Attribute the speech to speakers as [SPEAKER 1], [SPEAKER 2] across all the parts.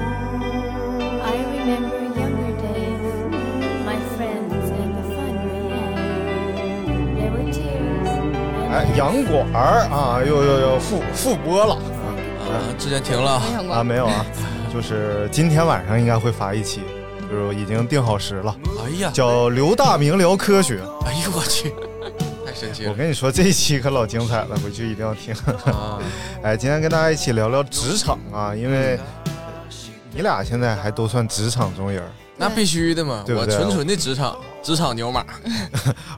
[SPEAKER 1] I remember younger days, my friends and the fun we had. There were tears. and
[SPEAKER 2] 哎，杨果儿啊，又又又复复播了
[SPEAKER 3] 啊，之前停了，
[SPEAKER 2] 啊？没有啊，就是今天晚上应该会发一期，就是已经定好时了，
[SPEAKER 3] 哎呀，
[SPEAKER 2] 叫《刘大明聊科学》。
[SPEAKER 3] 哎呦我去，太神奇
[SPEAKER 2] 我
[SPEAKER 3] 了
[SPEAKER 2] 跟你说，这一期可老精彩了，回去一定要听。
[SPEAKER 3] 啊！
[SPEAKER 2] 哎，今天跟大家一起聊聊职场啊，因为你俩现在还都算职场中人儿，
[SPEAKER 3] 那必须的嘛，
[SPEAKER 2] 对不
[SPEAKER 3] 我
[SPEAKER 2] 对
[SPEAKER 3] 纯纯的职场职场牛马，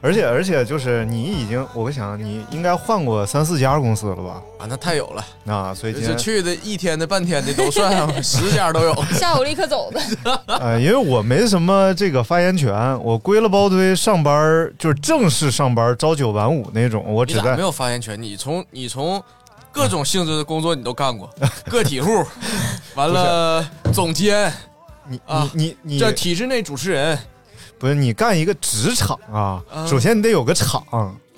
[SPEAKER 2] 而且而且就是你已经，我想你应该换过三四家公司了吧？
[SPEAKER 3] 啊，那太有了，
[SPEAKER 2] 啊，所以
[SPEAKER 3] 就
[SPEAKER 2] 今
[SPEAKER 3] 是
[SPEAKER 2] 天
[SPEAKER 3] 去的一天的、半天的都 算上，十家都有。
[SPEAKER 4] 下午立刻走的，
[SPEAKER 2] 呃，因为我没什么这个发言权，我归了包堆上班儿就是正式上班儿，朝九晚五那种，我
[SPEAKER 3] 你
[SPEAKER 2] 只
[SPEAKER 3] 咋
[SPEAKER 2] 在
[SPEAKER 3] 没有发言权？你从你从各种性质的工作你都干过， 个体户，完了总监，
[SPEAKER 2] 你
[SPEAKER 3] 啊
[SPEAKER 2] 你你
[SPEAKER 3] 这
[SPEAKER 2] 你
[SPEAKER 3] 体制内主持人
[SPEAKER 2] 不是你干一个职场啊，
[SPEAKER 3] 啊
[SPEAKER 2] 首先你得有个厂。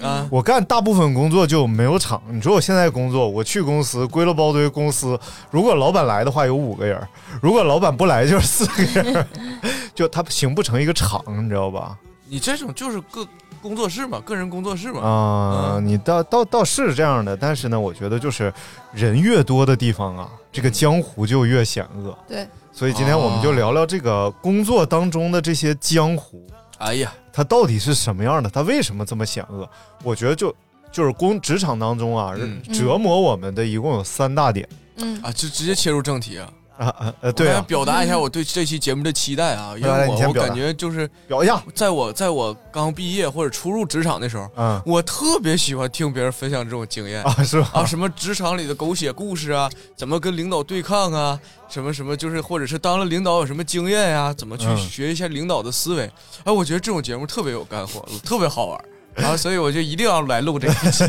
[SPEAKER 3] 啊，
[SPEAKER 2] 我干大部分工作就没有厂。你说我现在工作，我去公司归了包堆公司，如果老板来的话有五个人儿，如果老板不来就是四个人儿， 就他形不成一个厂，你知道吧？
[SPEAKER 3] 你这种就是个工作室嘛，个人工作室嘛。
[SPEAKER 2] 啊、
[SPEAKER 3] 嗯
[SPEAKER 2] 你倒倒倒是这样的，但是呢，我觉得就是人越多的地方啊，这个江湖就越险恶。
[SPEAKER 4] 对，
[SPEAKER 2] 所以今天我们就
[SPEAKER 3] 啊
[SPEAKER 2] 聊聊这个工作当中的这些江湖，
[SPEAKER 3] 哎呀，
[SPEAKER 2] 它到底是什么样的？它为什么这么险恶？我觉得就就是工职场当中啊，
[SPEAKER 3] 嗯
[SPEAKER 2] 折磨我们的一共有三大点
[SPEAKER 4] 嗯，
[SPEAKER 3] 啊，就直接切入正题啊！
[SPEAKER 2] 啊啊呃，对
[SPEAKER 3] 我
[SPEAKER 2] 啊
[SPEAKER 3] 想，表达一下我对这期节目的期待啊，因为
[SPEAKER 2] 来来你
[SPEAKER 3] 我
[SPEAKER 2] 先
[SPEAKER 3] 我
[SPEAKER 2] 表达
[SPEAKER 3] 感觉就是
[SPEAKER 2] 表一下，
[SPEAKER 3] 在我在我刚毕业或者初入职场的时候，
[SPEAKER 2] 嗯
[SPEAKER 3] 我特别喜欢听别人分享这种经验。
[SPEAKER 2] 啊是吧？
[SPEAKER 3] 啊，什么职场里的狗血故事啊，怎么跟领导对抗啊，什么什么，就是或者是当了领导有什么经验呀、怎么去
[SPEAKER 2] 嗯
[SPEAKER 3] 学一下领导的思维。哎，我觉得这种节目特别有干货，特别好玩儿。啊，所以我就一定要来录这一 期。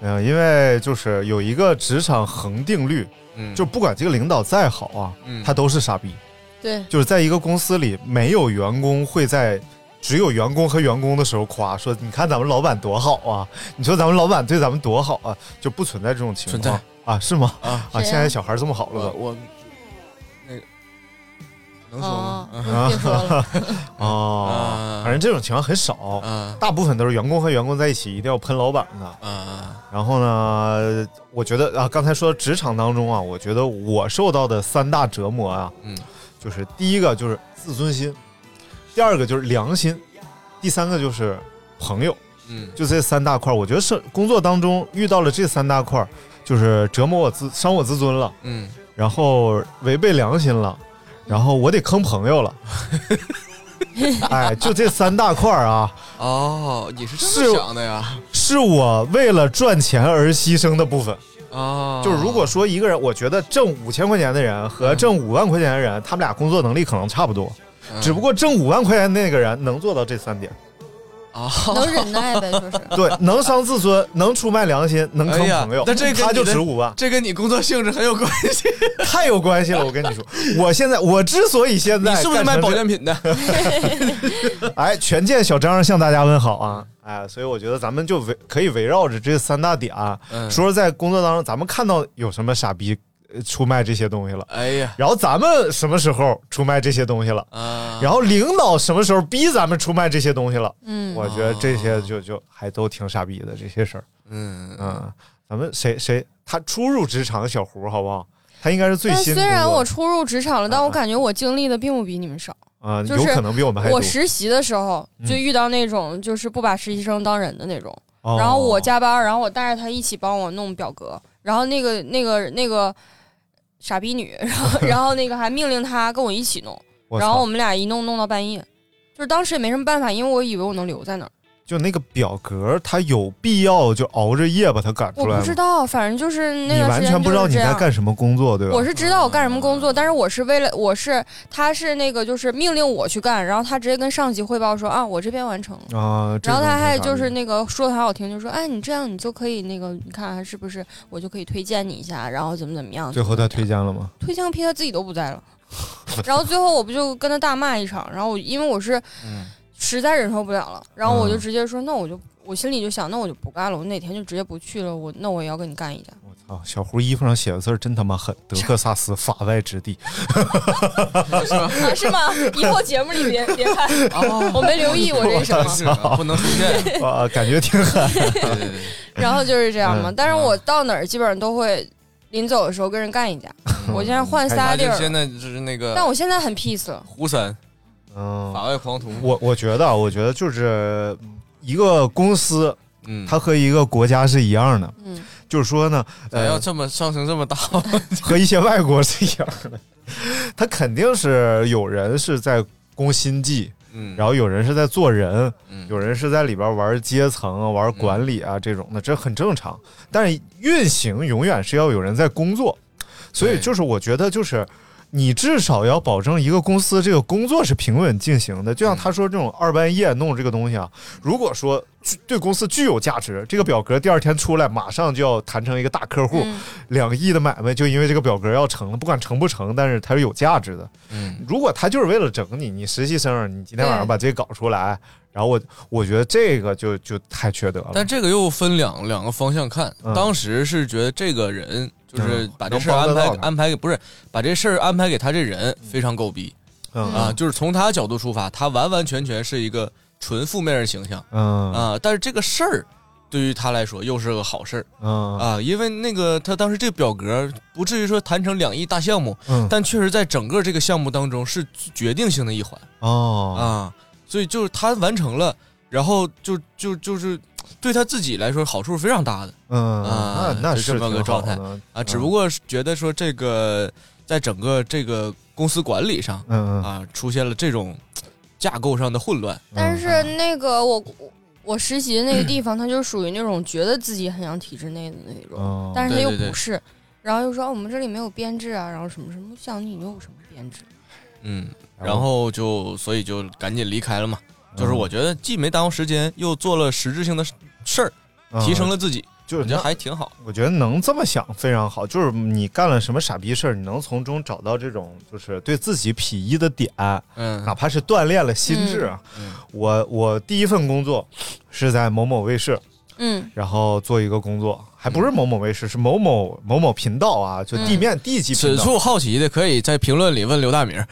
[SPEAKER 2] 嗯，因为就是有一个职场恒定律，
[SPEAKER 3] 嗯，
[SPEAKER 2] 就不管这个领导再好啊，
[SPEAKER 3] 嗯
[SPEAKER 2] 他都是傻逼。
[SPEAKER 4] 对，
[SPEAKER 2] 就是在一个公司里，没有员工会在只有员工和员工的时候夸说：“你看咱们老板多好啊！”你说咱们老板对咱们多好啊，就不存在这种情
[SPEAKER 3] 存
[SPEAKER 2] 况
[SPEAKER 3] 在
[SPEAKER 2] 啊？是吗？
[SPEAKER 3] 啊，
[SPEAKER 2] 啊，
[SPEAKER 4] 谁啊
[SPEAKER 2] 现在小孩这么好
[SPEAKER 3] 我
[SPEAKER 2] 了
[SPEAKER 3] 我那个能 说
[SPEAKER 4] 哦
[SPEAKER 3] 吗？，
[SPEAKER 2] 啊
[SPEAKER 4] 别 说了，
[SPEAKER 2] 都啊
[SPEAKER 3] 啊，
[SPEAKER 2] 反正这种情况很少，
[SPEAKER 3] 啊
[SPEAKER 2] 大部分都是员工和员工在一起一定要喷老板的。
[SPEAKER 3] 啊啊！
[SPEAKER 2] 然后呢，我觉得啊，刚才说职场当中啊，我觉得我受到的三大折磨啊，
[SPEAKER 3] 嗯，
[SPEAKER 2] 就是第一个就是自尊心，第二个就是良心，第三个就是朋友。
[SPEAKER 3] 嗯，
[SPEAKER 2] 就这三大块儿，我觉得是工作当中遇到了这三大块儿，就是折磨我自伤我自尊了，
[SPEAKER 3] 嗯，
[SPEAKER 2] 然后违背良心了，然后我得坑朋友了。哎，就这三大块儿啊，
[SPEAKER 3] 哦，你是这
[SPEAKER 2] 是
[SPEAKER 3] 么想的呀？
[SPEAKER 2] 是我为了赚钱而牺牲的部分。
[SPEAKER 3] 啊，
[SPEAKER 2] 就是如果说一个人，我觉得挣五千块钱的人和挣五万块钱的人，他们俩工作能力可能差不多，
[SPEAKER 3] 嗯
[SPEAKER 2] 只不过挣五万块钱那个人能做到这三 点：
[SPEAKER 3] 啊，
[SPEAKER 4] 能忍耐呗，说是。
[SPEAKER 2] 对，能伤自尊，能出卖良心，能坑
[SPEAKER 3] 哎呀
[SPEAKER 2] 朋友。
[SPEAKER 3] 那这跟
[SPEAKER 2] 他
[SPEAKER 3] 你
[SPEAKER 2] 就
[SPEAKER 3] 的
[SPEAKER 2] 值五万。
[SPEAKER 3] 这跟你工作性质很有关 系。
[SPEAKER 2] 太有关系了，我跟 你说，我现在我之所以现在
[SPEAKER 3] 你是不是
[SPEAKER 2] 干成这
[SPEAKER 3] 卖保健品的？
[SPEAKER 2] 哎，全健小张向大家问好啊！哎，所以我觉得咱们就围可以围绕着这三大点、啊，
[SPEAKER 3] 嗯
[SPEAKER 2] 说说在工作当中咱们看到有什么傻逼呃出卖这些东西了，
[SPEAKER 3] 哎呀，
[SPEAKER 2] 然后咱们什么时候出卖这些东西了，
[SPEAKER 3] 啊，
[SPEAKER 2] 然后领导什么时候逼咱们出卖这些东西了，
[SPEAKER 4] 嗯，
[SPEAKER 2] 我觉得这些就就还都挺傻逼的这些事儿
[SPEAKER 3] 嗯嗯
[SPEAKER 2] 嗯，咱们谁谁他初入职场的 小胡好不好？他应该是最
[SPEAKER 4] 但
[SPEAKER 2] 新
[SPEAKER 4] 虽
[SPEAKER 2] 工作的。
[SPEAKER 4] 然我初入职场了，但
[SPEAKER 2] 啊
[SPEAKER 4] 我感觉我经历的并不比你们少。
[SPEAKER 2] 啊，
[SPEAKER 4] 就是
[SPEAKER 2] 有可能比我们还多。
[SPEAKER 4] 我实习的时候
[SPEAKER 2] 嗯
[SPEAKER 4] 就遇到那种就是不把实习生当人的那种，
[SPEAKER 2] 哦
[SPEAKER 4] 然后我加班，然后我带着他一起帮我弄表格，然后那个那个那个傻逼女，然 后然后那个还命令他跟我一起弄，
[SPEAKER 2] 我操
[SPEAKER 4] 然后我们俩一弄弄到半夜，就是当时也没什么办法，因为我以为我能留在那儿，
[SPEAKER 2] 就那个表格，它有必要就熬着夜把它赶
[SPEAKER 4] 我
[SPEAKER 2] 出来
[SPEAKER 4] 不
[SPEAKER 2] 吗
[SPEAKER 4] 知道，反正就是那
[SPEAKER 2] 你
[SPEAKER 4] 段
[SPEAKER 2] 完
[SPEAKER 4] 时
[SPEAKER 2] 全
[SPEAKER 4] 间
[SPEAKER 2] 不
[SPEAKER 4] 就
[SPEAKER 2] 知道
[SPEAKER 4] 是
[SPEAKER 2] 你
[SPEAKER 4] 这
[SPEAKER 2] 在
[SPEAKER 4] 样。
[SPEAKER 2] 干什嗯么工作，对吧？
[SPEAKER 4] 我是知道我干什么工作，但是我是为了我是他是那个就是命令我去干，然后他直接跟上级汇报说啊我这边完成了。
[SPEAKER 2] 啊，这
[SPEAKER 4] 然后
[SPEAKER 2] 种
[SPEAKER 4] 他
[SPEAKER 2] 没
[SPEAKER 4] 还
[SPEAKER 2] 啥
[SPEAKER 4] 就是
[SPEAKER 2] 理
[SPEAKER 4] 那个说的很好听，就说：“哎，你这样你就可以那个，你看还是不是我就可以推荐你一下，然后怎么怎么样。”
[SPEAKER 2] 最后他推荐了吗？
[SPEAKER 4] 推荐个屁，他自己都不在 了。然后最后我不就跟他大骂一场，然后我因为我是实在忍受不了了，然后我就
[SPEAKER 2] 嗯
[SPEAKER 4] 直接说：“那我就我心里就想，那我就不干了，我哪天就直接不去了，我那我也要跟你干一架。
[SPEAKER 2] 啊，小胡衣服上写的字儿真他妈狠，德克萨斯法外之 地。
[SPEAKER 4] 啊，是吗？以后节目里别别看， 我没留意我这什 么。
[SPEAKER 2] 操
[SPEAKER 3] 不能出现
[SPEAKER 2] 啊，感觉挺狠。
[SPEAKER 4] 然后就是这样嘛。
[SPEAKER 2] 嗯
[SPEAKER 4] 但是我到哪儿基本上都会临走的时候跟人干一架。
[SPEAKER 2] 嗯
[SPEAKER 4] 我现在换仨地
[SPEAKER 3] 哎就
[SPEAKER 4] 儿了，
[SPEAKER 3] 现在就是那个，
[SPEAKER 4] 但我现在很 peace 了。
[SPEAKER 3] 胡三
[SPEAKER 2] 嗯，
[SPEAKER 3] 法外狂徒，
[SPEAKER 2] 我我觉得，啊，我觉得就是一个公司，
[SPEAKER 3] 嗯，
[SPEAKER 2] 它和一个国家是一样的，
[SPEAKER 4] 嗯，
[SPEAKER 2] 就是说呢，
[SPEAKER 3] 咋要
[SPEAKER 2] 呃，
[SPEAKER 3] 哎这么上升这么 大？
[SPEAKER 2] 和一些外国是一样的，它肯定是有人是在攻心计，
[SPEAKER 3] 嗯
[SPEAKER 2] 然后有人是在做人，
[SPEAKER 3] 嗯
[SPEAKER 2] 有人是在里边玩阶层啊、玩管理啊、这种的，这很正常。但是运行永远是要有人在工作，所以就是我觉得就是。你至少要保证一个公司这个工作是平稳进行的，就
[SPEAKER 3] 嗯
[SPEAKER 2] 像他说这种二半夜弄这个东西啊，如果说具对公司具有价值，这个表格第二天出来马上就要谈成一个大客户，
[SPEAKER 4] 嗯
[SPEAKER 2] 两亿的买卖就因为这个表格要成了，不管成不成，但是它是有价值的。
[SPEAKER 3] 嗯，
[SPEAKER 2] 如果他就是为了整你，你实习生，你今天晚上
[SPEAKER 3] 对
[SPEAKER 2] 把这搞出来，然后我我觉得这个就就太缺德了。
[SPEAKER 3] 但这个又分两两个方向看，
[SPEAKER 2] 嗯
[SPEAKER 3] 当时是觉得这个人就是
[SPEAKER 2] 嗯
[SPEAKER 3] 把这
[SPEAKER 2] 能
[SPEAKER 3] 事儿
[SPEAKER 2] 帮
[SPEAKER 3] 安
[SPEAKER 2] 得
[SPEAKER 3] 排
[SPEAKER 2] 到他
[SPEAKER 3] 安排给不是把这事儿安排给他这人非常狗逼，
[SPEAKER 2] 嗯
[SPEAKER 3] 啊，就是从他角度出发，他完完全全是一个纯负面的形象，
[SPEAKER 2] 嗯
[SPEAKER 3] 啊，但是这个事儿对于他来说又是个好事儿。
[SPEAKER 2] 嗯
[SPEAKER 3] 啊，因为那个他当时这个表格不至于说谈成两亿大项目，
[SPEAKER 2] 嗯
[SPEAKER 3] 但确实在整个这个项目当中是决定性的一环
[SPEAKER 2] 哦
[SPEAKER 3] 啊，所以就是他完成了，然后就就就是对他自己来说好处是非常大的，
[SPEAKER 2] 嗯，
[SPEAKER 3] 啊，
[SPEAKER 2] 那那
[SPEAKER 3] 就是这么个
[SPEAKER 2] 挺好
[SPEAKER 3] 状态
[SPEAKER 2] 的
[SPEAKER 3] 啊，只不过是觉得说这个在整个这个公司管理上，
[SPEAKER 2] 嗯
[SPEAKER 3] 啊，出现了这种架构上的混乱，
[SPEAKER 4] 但是
[SPEAKER 2] 嗯
[SPEAKER 4] 那个我我我实习的那个地 方，他就属于那种觉得自己很像体制内的那种，
[SPEAKER 2] 哦
[SPEAKER 4] 但是他
[SPEAKER 3] 对
[SPEAKER 4] 又
[SPEAKER 3] 对对
[SPEAKER 4] 不是，然后又说、哦我们这里没有编制啊，然后什么什么，我想你有什么编制？
[SPEAKER 3] 嗯，然后嗯就所以就赶紧离开了嘛。就是
[SPEAKER 2] 嗯
[SPEAKER 3] 我觉得既没耽误时间，又做了实质性的事儿，
[SPEAKER 2] 嗯
[SPEAKER 3] 提升了自己，
[SPEAKER 2] 就是
[SPEAKER 3] 我觉得
[SPEAKER 2] 那
[SPEAKER 3] 还挺好。
[SPEAKER 2] 我觉得能这么想非常好，就是你干了什么傻逼事儿，你能从中找到这种就是对自己裨益的点，
[SPEAKER 3] 嗯，
[SPEAKER 2] 哪怕是锻炼了心智啊。
[SPEAKER 3] 嗯
[SPEAKER 2] 我我第一份工作是在某某卫视，
[SPEAKER 4] 嗯，
[SPEAKER 2] 然后做一个工作，还
[SPEAKER 3] 嗯
[SPEAKER 2] 不是某某卫视，是某某某某频道啊，就地面地级频
[SPEAKER 3] 此
[SPEAKER 2] 道。
[SPEAKER 3] 处好奇的可以在评论里问刘大明。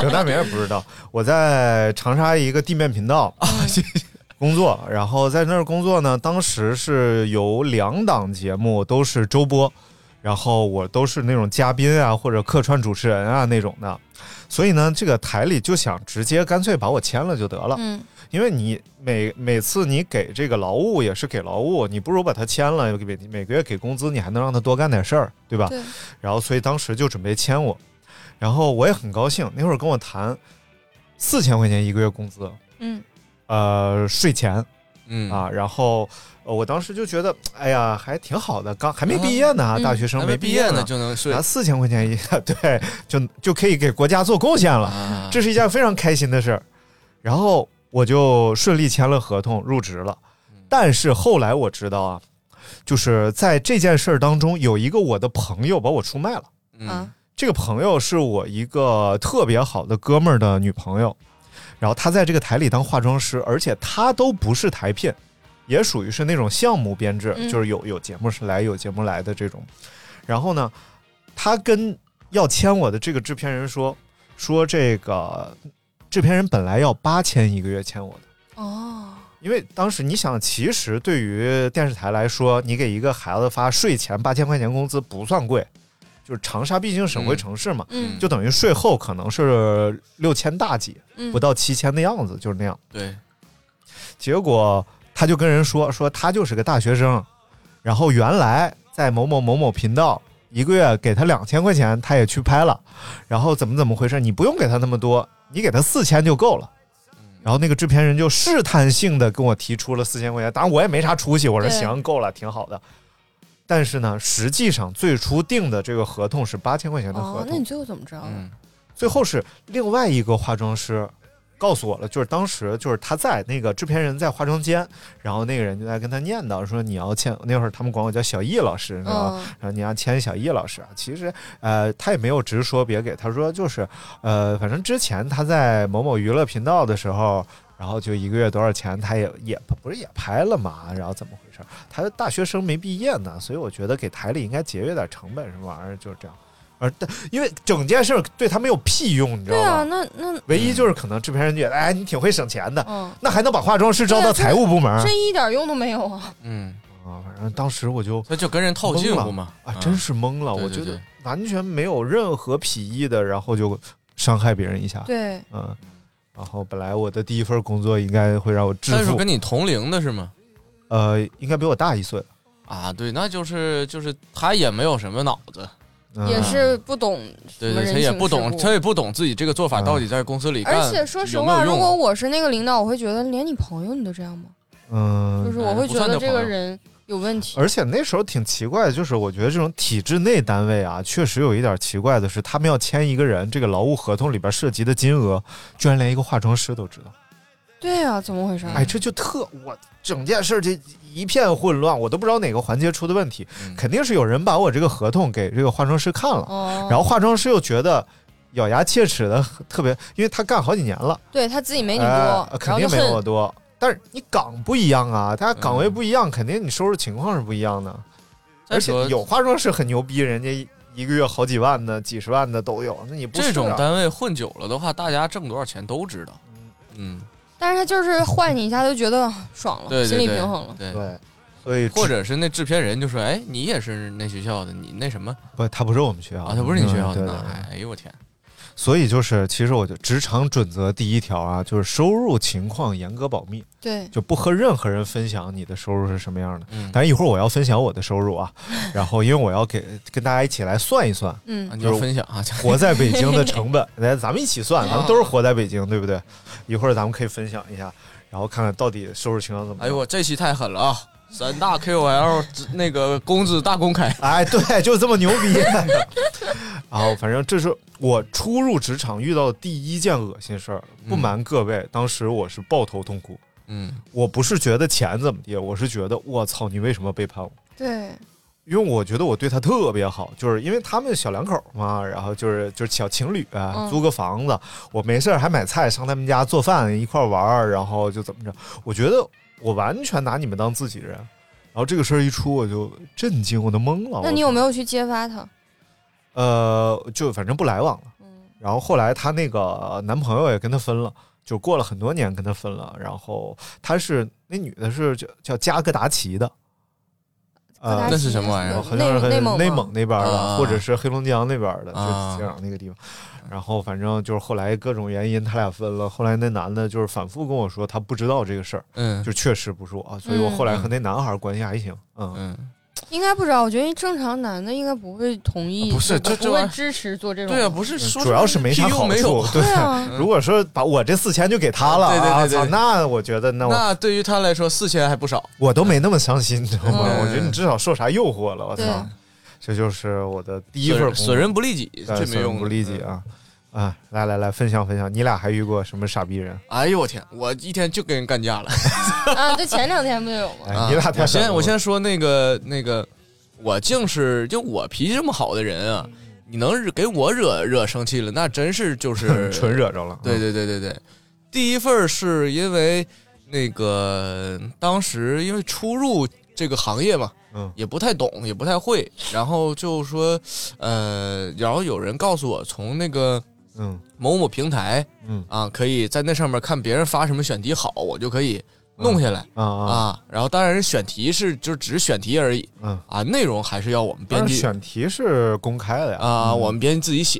[SPEAKER 2] 刘大明也不知道，我在长沙一个地面频道工作，然后在那儿工作呢，当时是有两档节目都是周播，然后我都是那种嘉宾啊或者客串主持人啊那种的，所以呢，这个台里就想直接干脆把我签了就得了，
[SPEAKER 4] 嗯
[SPEAKER 2] 因为你每每次你给这个劳务也是给劳务，你不如把他签了，每每个月给工资，你还能让他多干点事儿，对吧？
[SPEAKER 4] 对
[SPEAKER 2] 然后所以当时就准备签我，然后我也很高兴，那会儿跟我谈四千块钱一个月工资，
[SPEAKER 4] 嗯
[SPEAKER 2] 呃，税前，
[SPEAKER 3] 嗯
[SPEAKER 2] 啊，然后呃我当时就觉得，哎呀，还挺好的，刚还没毕业呢，
[SPEAKER 3] 啊嗯
[SPEAKER 2] 大学生
[SPEAKER 3] 还没
[SPEAKER 2] 毕
[SPEAKER 3] 毕业呢
[SPEAKER 2] 呢
[SPEAKER 3] 就能睡
[SPEAKER 2] 拿四千块钱一 个，对，就就可以给国家做贡献了，
[SPEAKER 3] 啊
[SPEAKER 2] 这是一件非常开心的事儿。然后我就顺利签了合同，入职了。
[SPEAKER 3] 嗯
[SPEAKER 2] 但是后来我知道啊，就是在这件事儿当中，有一个我的朋友把我出卖了。
[SPEAKER 4] 啊
[SPEAKER 3] 嗯，
[SPEAKER 2] 这个朋友是我一个特别好的哥们儿的女朋友，然后她在这个台里当化妆师，而且她都不是台聘，也属于是那种项目编制，
[SPEAKER 3] 嗯
[SPEAKER 2] 就是有有节目是来有节目来的这种。然后呢，她跟要签我的这个制片人说，说这个制片人本来要八千一个月签我的。
[SPEAKER 4] 哦，
[SPEAKER 2] 因为当时你想，其实对于电视台来说，你给一个孩子发税前八千块钱工资不算贵，就是长沙毕竟省会城市嘛，
[SPEAKER 3] 嗯嗯
[SPEAKER 2] 就等于税后可能是六千大几，
[SPEAKER 3] 嗯
[SPEAKER 2] 不到七千的样子，就是那样。
[SPEAKER 3] 对，
[SPEAKER 2] 结果他就跟人说说他就是个大学生，然后原来在某某某某频道一个月给他两千块钱，他也去拍了，然后怎么怎么回事？你不用给他那么多，你给他四千就够了。然后那个制片人就试探性的跟我提出了四千块钱，当然我也没啥出息，我说
[SPEAKER 3] 对
[SPEAKER 2] 行，够了，挺好的。但是呢，实际上最初定的这个合同是八千块钱的合
[SPEAKER 4] 哦，
[SPEAKER 2] 同，
[SPEAKER 4] 那你最后怎么知道
[SPEAKER 3] 嗯
[SPEAKER 4] 的？
[SPEAKER 2] 最后是另外一个化妆师告诉我了，就是当时就是他在那个制片人在化妆间，然后那个人就在跟他念叨说你要签，那会儿他们管我叫小易老师，你知道吗？
[SPEAKER 3] 嗯
[SPEAKER 2] 然后你要签小易老师啊，其实呃他也没有直说别给，他说就是呃反正之前他在某某娱乐频道的时候。然后就一个月多少钱，他也也不是也拍了嘛，然后怎么回事？他大学生没毕业呢，所以我觉得给台里应该节约点成本，什么玩意儿就是这样。而但因为整件事儿对他没有屁用，你知
[SPEAKER 4] 对
[SPEAKER 2] 道吗？
[SPEAKER 4] 啊，那那
[SPEAKER 2] 唯一就是可能制片人觉得，哎，你挺会省钱的，
[SPEAKER 4] 嗯
[SPEAKER 2] 那还能把化妆师
[SPEAKER 4] 啊
[SPEAKER 2] 招到财务部门儿？
[SPEAKER 4] 真一点用都没有啊！
[SPEAKER 3] 嗯，
[SPEAKER 2] 啊，反正当时我就
[SPEAKER 3] 他就跟人套近乎嘛
[SPEAKER 2] 懵了啊，
[SPEAKER 3] 嗯
[SPEAKER 2] 真是懵了，
[SPEAKER 3] 对
[SPEAKER 2] 我觉
[SPEAKER 3] 对
[SPEAKER 2] 得
[SPEAKER 3] 对
[SPEAKER 2] 完全没有任何裨益的，然后就伤害别人一下，
[SPEAKER 4] 对
[SPEAKER 2] 嗯，然后本来我的第一份工作应该会让我致富，
[SPEAKER 3] 但是跟你同龄的是吗？
[SPEAKER 2] 呃，应该比我大一岁，
[SPEAKER 3] 啊，对，那就是就是他也没有什么脑子，
[SPEAKER 2] 嗯
[SPEAKER 4] 也是不懂什
[SPEAKER 3] 对
[SPEAKER 4] 么
[SPEAKER 3] 对，
[SPEAKER 4] 人
[SPEAKER 3] 他也
[SPEAKER 4] 情
[SPEAKER 3] 不
[SPEAKER 4] 世
[SPEAKER 3] 懂，
[SPEAKER 4] 故
[SPEAKER 3] 他也不懂自己这个做法嗯到底在公司里干
[SPEAKER 4] 而
[SPEAKER 3] 有没有用。啊
[SPEAKER 4] 且说实话，如果我是那个领导，我会觉得连你朋友你都这样吗？
[SPEAKER 2] 嗯，
[SPEAKER 4] 就是
[SPEAKER 3] 哎
[SPEAKER 4] 我会觉得这个人有问题。
[SPEAKER 2] 而且那时候挺奇怪的，就是我觉得这种体制内单位啊，确实有一点奇怪的是，他们要签一个人，这个劳务合同里边涉及的金额，居然连一个化妆师都知道。
[SPEAKER 4] 嗯对啊，怎么回事？
[SPEAKER 2] 哎，这就特我整件事这一片混乱，我都不知道哪个环节出的问题，
[SPEAKER 3] 嗯
[SPEAKER 2] 肯定是有人把我这个合同给这个化妆师看了，
[SPEAKER 4] 哦
[SPEAKER 2] 然后化妆师又觉得咬牙切齿的特别，因为他干好几年了，
[SPEAKER 4] 对他自己没你多，
[SPEAKER 2] 哎
[SPEAKER 4] 然
[SPEAKER 2] 肯
[SPEAKER 4] 后就
[SPEAKER 2] 定没
[SPEAKER 4] 恨
[SPEAKER 2] 有我多。但是你岗不一样啊，大家岗位不一样，肯定你收入情况是不一样的。
[SPEAKER 3] 再
[SPEAKER 2] 而且
[SPEAKER 3] 说
[SPEAKER 2] 有化妆师很牛逼，人家一一个月好几万的、几十万的都有，那你不
[SPEAKER 3] 这种
[SPEAKER 2] 是啊
[SPEAKER 3] 单位混久了的话，大家挣多少钱都知道。嗯，
[SPEAKER 4] 但是他就是坏你一下，就觉得爽了，
[SPEAKER 3] 对对对，
[SPEAKER 4] 心理平衡了。
[SPEAKER 3] 对
[SPEAKER 2] 对，所以
[SPEAKER 3] 或者是那制片人就说：“哎，你也是那学校的，你那什么
[SPEAKER 2] 不，他不是我们学校
[SPEAKER 3] 啊？他不是你学校
[SPEAKER 2] 嗯对对对
[SPEAKER 3] 的呢？哎呦我天，
[SPEAKER 2] 所以就是，其实我觉得职场准则第一条啊，就是收入情况严格保密，
[SPEAKER 4] 对
[SPEAKER 2] 就不和任何人分享你的收入是什么样的。
[SPEAKER 3] 嗯
[SPEAKER 2] 但一会儿我要分享我的收入啊，然后因为我要给跟大家一起来算一算，
[SPEAKER 4] 嗯啊你
[SPEAKER 3] 就分享啊
[SPEAKER 2] 活在北京的成本，来咱们一起算，咱们都是活在北京，对不对？一会儿咱们可以分享一下，然后看看到底收入情况怎么
[SPEAKER 3] 哎
[SPEAKER 2] 样。
[SPEAKER 3] 呦我这期太狠了啊！三大 KOL 之那个工资大公开，
[SPEAKER 2] 哎，对，就这么牛逼。啊 然后，反正这是我初入职场遇到的第一件恶心事儿。不瞒各位，当时我是抱头痛哭。
[SPEAKER 3] 嗯，
[SPEAKER 2] 我不是觉得钱怎么地，我是觉得我操，你为什么背叛我？
[SPEAKER 4] 对，
[SPEAKER 2] 因为我觉得我对他特别好，就是因为他们小两口嘛，然后就是就是小情侣、啊
[SPEAKER 4] 嗯
[SPEAKER 2] 租个房子，我没事儿还买菜上他们家做饭，一块儿玩儿，然后就怎么着？我觉得我完全拿你们当自己人。然后这个事儿一出，我就震惊，我都懵了。
[SPEAKER 4] 那你
[SPEAKER 2] 我
[SPEAKER 4] 有没有去揭发他？
[SPEAKER 2] 呃，就反正不来往了。
[SPEAKER 4] 嗯
[SPEAKER 2] 然后后来她那个男朋友也跟她分了，就过了很多年跟她分了。然后她是那女的是叫叫加格达奇的，
[SPEAKER 3] 格
[SPEAKER 2] 呃
[SPEAKER 3] 达，奇那是什么玩意儿
[SPEAKER 2] 好像是
[SPEAKER 3] 内内蒙吗
[SPEAKER 2] 内蒙那边的，
[SPEAKER 3] 啊
[SPEAKER 2] 或者是黑龙江那边的，
[SPEAKER 3] 啊
[SPEAKER 2] 就接壤那个地方。然后反正就是后来各种原因，他俩分了。后来那男的就是反复跟我说他不知道这个事儿，
[SPEAKER 3] 嗯
[SPEAKER 2] 就确实不是我，啊所以我后来和那男孩关系还行，嗯
[SPEAKER 3] 嗯。
[SPEAKER 4] 应该不知道，我觉得正常男的应该不会同意，
[SPEAKER 2] 不是
[SPEAKER 4] 就
[SPEAKER 2] 这这
[SPEAKER 4] 不
[SPEAKER 2] 玩
[SPEAKER 4] 会
[SPEAKER 2] 意儿
[SPEAKER 4] 支持做这种。
[SPEAKER 3] 对啊不是说
[SPEAKER 2] 嗯主要是没啥好
[SPEAKER 3] 屁用没
[SPEAKER 2] 处
[SPEAKER 3] 有。对啊
[SPEAKER 2] 对，如果说把我这四千就给他了，
[SPEAKER 3] 对对对
[SPEAKER 2] 啊
[SPEAKER 3] 对
[SPEAKER 2] 操
[SPEAKER 3] 对
[SPEAKER 2] 那我觉得那我
[SPEAKER 3] 那对于他来说四千还不少。
[SPEAKER 2] 我都没那么伤心，你知道吗？
[SPEAKER 3] 嗯
[SPEAKER 2] 我觉得你至少受啥诱惑了，我操
[SPEAKER 3] 对！
[SPEAKER 2] 这就是我的第一份
[SPEAKER 3] 损
[SPEAKER 2] 工作
[SPEAKER 3] 损人不利己
[SPEAKER 2] 对
[SPEAKER 3] 最没
[SPEAKER 2] 损
[SPEAKER 3] 用
[SPEAKER 2] 人呃不
[SPEAKER 3] 的嗯
[SPEAKER 2] 利己啊啊！来来来，分享分享，你俩还遇过什么傻逼人？
[SPEAKER 3] 哎呦我天，我一天就跟人干架了。
[SPEAKER 4] 啊，对，前两天不就有吗？
[SPEAKER 2] 哎你俩太
[SPEAKER 3] 我
[SPEAKER 2] 狠
[SPEAKER 3] 先
[SPEAKER 2] 了
[SPEAKER 3] 我先说那个那个，我竟是就我脾气这么好的人啊，你能惹给我惹惹生气了，那真是 就是
[SPEAKER 2] 纯惹着了
[SPEAKER 3] 呃对对对对对，第一份儿是因为那个当时因为初入这个行业嘛，
[SPEAKER 2] 嗯，
[SPEAKER 3] 也不太懂，也不太会，然后就说呃，然后有人告诉我从那个
[SPEAKER 2] 嗯
[SPEAKER 3] 某某平台
[SPEAKER 2] 嗯
[SPEAKER 3] 啊，可以在那上面看别人发什么选题好，我就可以弄下来
[SPEAKER 2] 啊
[SPEAKER 3] 啊。然后当然选题是就只选题而已，
[SPEAKER 2] 嗯
[SPEAKER 3] 啊，内容还是要我们编
[SPEAKER 2] 但是
[SPEAKER 3] 辑
[SPEAKER 2] 选题是公开的呀
[SPEAKER 3] 啊，
[SPEAKER 2] 嗯
[SPEAKER 3] 我们编辑自己写。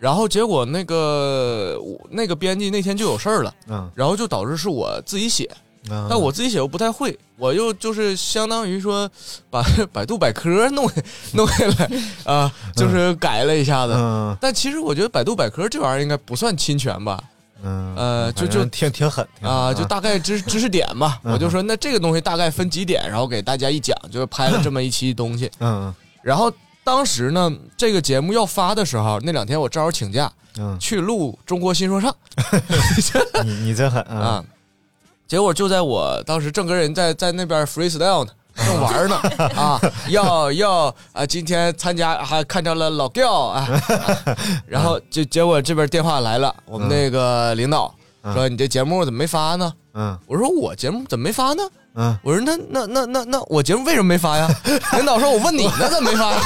[SPEAKER 3] 然后结果那个我那个编辑那天就有事儿了，
[SPEAKER 2] 嗯
[SPEAKER 3] 然后就导致是我自己写，
[SPEAKER 2] 嗯
[SPEAKER 3] 但我自己写又不太会，我又就是相当于说把百度百科弄弄下来啊，就是改了一下子。
[SPEAKER 2] 嗯
[SPEAKER 3] 但其实我觉得百度百科这玩意儿应该不算侵权吧，
[SPEAKER 2] 嗯
[SPEAKER 3] 呃，就
[SPEAKER 2] 反
[SPEAKER 3] 就
[SPEAKER 2] 正挺挺狠挺狠
[SPEAKER 3] 啊，就大概知知识点嘛。
[SPEAKER 2] 嗯
[SPEAKER 3] 我就说那这个东西大概分几点，然后给大家一讲，就是拍了这么一期东西。
[SPEAKER 2] 嗯
[SPEAKER 3] 然后当时呢，这个节目要发的时候，那两天我正好请假
[SPEAKER 2] 嗯，
[SPEAKER 3] 去录《中国新说唱》
[SPEAKER 2] 你你真狠嗯
[SPEAKER 3] 啊，结果就在我当时正跟人在在那边 freestyle 呢。正玩儿呢啊，要要啊！今天参加还、看着了老调啊，啊然后就结果这边电话来了，我们那个领导说你这节目怎么没发呢？
[SPEAKER 2] 嗯
[SPEAKER 3] 我说我节目怎么没发呢？
[SPEAKER 2] 嗯，
[SPEAKER 3] 我说那那那那那我节目为什么没发呀？ 领导说我问你呢，怎么没发呀？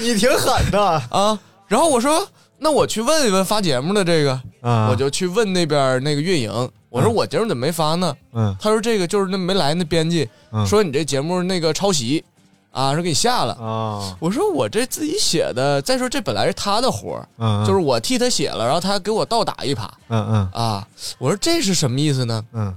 [SPEAKER 2] 你挺狠的
[SPEAKER 3] 啊。然后我说那我去问一问发节目的这个，
[SPEAKER 2] 啊
[SPEAKER 3] 我就去问那边那个运营，我说我节目怎么没发呢？
[SPEAKER 2] 嗯
[SPEAKER 3] 他说这个就是那没来那编辑、
[SPEAKER 2] 嗯
[SPEAKER 3] 说你这节目那个抄袭啊，说给你下了。
[SPEAKER 2] 啊，
[SPEAKER 3] 我说我这自己写的，再说这本来是他的活儿，
[SPEAKER 2] 嗯嗯
[SPEAKER 3] 就是我替他写了，然后他给我倒打一耙，
[SPEAKER 2] 嗯嗯
[SPEAKER 3] 啊，我说这是什么意思呢？
[SPEAKER 2] 嗯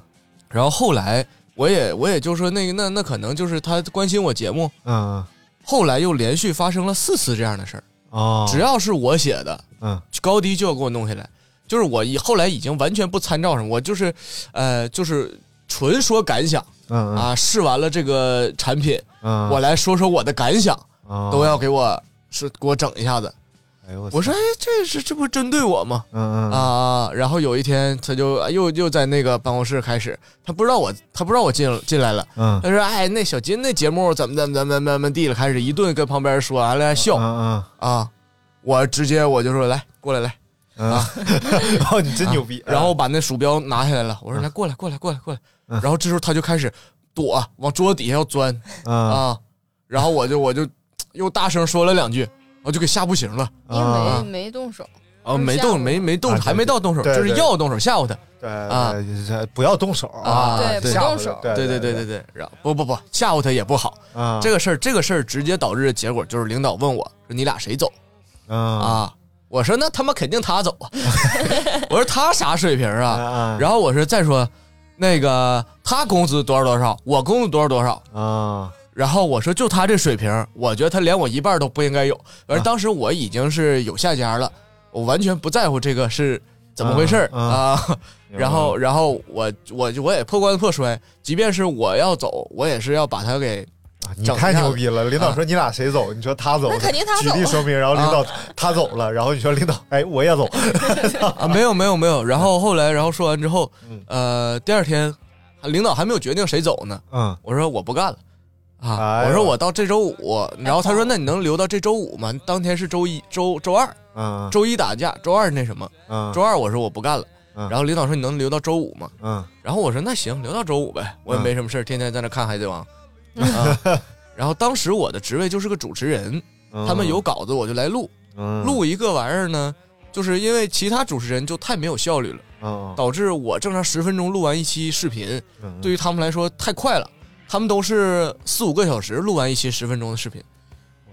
[SPEAKER 3] 然后后来我也我也就说那个那那可能就是他关心我节目，
[SPEAKER 2] 嗯
[SPEAKER 3] 后来又连续发生了四次这样的事儿，
[SPEAKER 2] 哦，
[SPEAKER 3] 只要是我写的，
[SPEAKER 2] 嗯
[SPEAKER 3] 高低就要给我弄下来，就是我以后来已经完全不参照什么，我就是呃就是纯说感想
[SPEAKER 2] 嗯
[SPEAKER 3] 啊，试完了这个产品，
[SPEAKER 2] 嗯
[SPEAKER 3] 我来说说我的感想，
[SPEAKER 2] 哦
[SPEAKER 3] 都要给我是给我整一下子。
[SPEAKER 2] 哎呦
[SPEAKER 3] 我说哎，这是这不是针对我吗？
[SPEAKER 2] 嗯嗯
[SPEAKER 3] 啊，然后有一天他就哎又又在那个办公室开始，他不知道我他不知道我进进来了，
[SPEAKER 2] 嗯
[SPEAKER 3] 他说哎那小金那节目怎么怎么怎么怎么怎么地了，开始一顿跟旁边说，完了还笑，
[SPEAKER 2] 嗯
[SPEAKER 3] 啊，我直接我就说来过来来。 啊！
[SPEAKER 2] 哦，你真牛逼！
[SPEAKER 3] 然后把那鼠标拿下来了，
[SPEAKER 2] 嗯
[SPEAKER 3] 我说来过来过来过来过来。然后这时候他就开始躲，往桌子底下要钻
[SPEAKER 2] 嗯
[SPEAKER 3] 啊。然后我就我就又大声说了两句，然后就给吓不行了。
[SPEAKER 4] 因
[SPEAKER 2] 啊
[SPEAKER 4] 为没动手。
[SPEAKER 3] 啊，没
[SPEAKER 4] 吓唬
[SPEAKER 3] 动，没没动手，还没到动手，
[SPEAKER 2] 对
[SPEAKER 3] 就是
[SPEAKER 2] 对
[SPEAKER 3] 要动手吓唬他。
[SPEAKER 2] 对
[SPEAKER 3] 啊，
[SPEAKER 2] 对不要动手
[SPEAKER 3] 啊，
[SPEAKER 2] 对不动手
[SPEAKER 3] 对
[SPEAKER 2] 对
[SPEAKER 3] 对
[SPEAKER 2] 对
[SPEAKER 3] 对
[SPEAKER 2] 对
[SPEAKER 3] 对对。然后不不不，吓唬他也不好。
[SPEAKER 2] 啊
[SPEAKER 3] 这个事儿，这个事儿直接导致的结果就是领导问我说：“你俩谁走
[SPEAKER 2] 啊
[SPEAKER 3] 啊？”我说：“那他妈肯定他走啊！” 我说：“他啥水平啊？”然后我说：“再说，那个他工资多少多少，我工资多少多少。”
[SPEAKER 2] 啊
[SPEAKER 3] 然后我说，就他这水平，我觉得他连我一半都不应该有。
[SPEAKER 2] 啊
[SPEAKER 3] 而当时我已经是有下家了，我完全不在乎这个是怎么回事儿
[SPEAKER 2] 啊
[SPEAKER 3] 啊。
[SPEAKER 2] 明白
[SPEAKER 3] 然后，然后我我我也破罐子破摔，即便是我要走，我也是要把他 给
[SPEAKER 2] 啊你
[SPEAKER 3] 整一
[SPEAKER 2] 太
[SPEAKER 3] 下啊
[SPEAKER 2] 牛
[SPEAKER 3] 子
[SPEAKER 2] 逼了！领导说你俩谁 走？你说他走，
[SPEAKER 3] 那肯定他
[SPEAKER 2] 举例
[SPEAKER 3] 走
[SPEAKER 2] 说明，然后领导
[SPEAKER 3] 啊
[SPEAKER 2] 他走了，然后你说领 导，哎，我也走。
[SPEAKER 3] 啊，没有没有没有。然后后来，然后说完之后，
[SPEAKER 2] 嗯
[SPEAKER 3] 呃，第二天领导还没有决定谁走呢。
[SPEAKER 2] 嗯，
[SPEAKER 3] 我说我不干了啊，
[SPEAKER 2] 哎呦
[SPEAKER 3] 我说我到这周五，然后他说那你能留到这周五吗？当天是周一周周二，
[SPEAKER 2] 嗯
[SPEAKER 3] 周一打架，周二那什么，
[SPEAKER 2] 嗯
[SPEAKER 3] 周二我说我不干了。
[SPEAKER 2] 嗯
[SPEAKER 3] 然后领导说你能留到周五吗？
[SPEAKER 2] 嗯
[SPEAKER 3] 然后我说那行，留到周五呗，我也
[SPEAKER 2] 嗯
[SPEAKER 3] 没什么事儿，天天在那看《海贼王》啊。 然后当时我的职位就是个主持人，
[SPEAKER 2] 嗯
[SPEAKER 3] 他们有稿子我就来录，
[SPEAKER 2] 嗯
[SPEAKER 3] 录一个玩意儿呢，就是因为其他主持人就太没有效率了，
[SPEAKER 2] 嗯
[SPEAKER 3] 导致我正常十分钟录完一期视频，
[SPEAKER 2] 嗯
[SPEAKER 3] 对于他们来说太快了，他们都是四五个小时录完一期十分钟的视频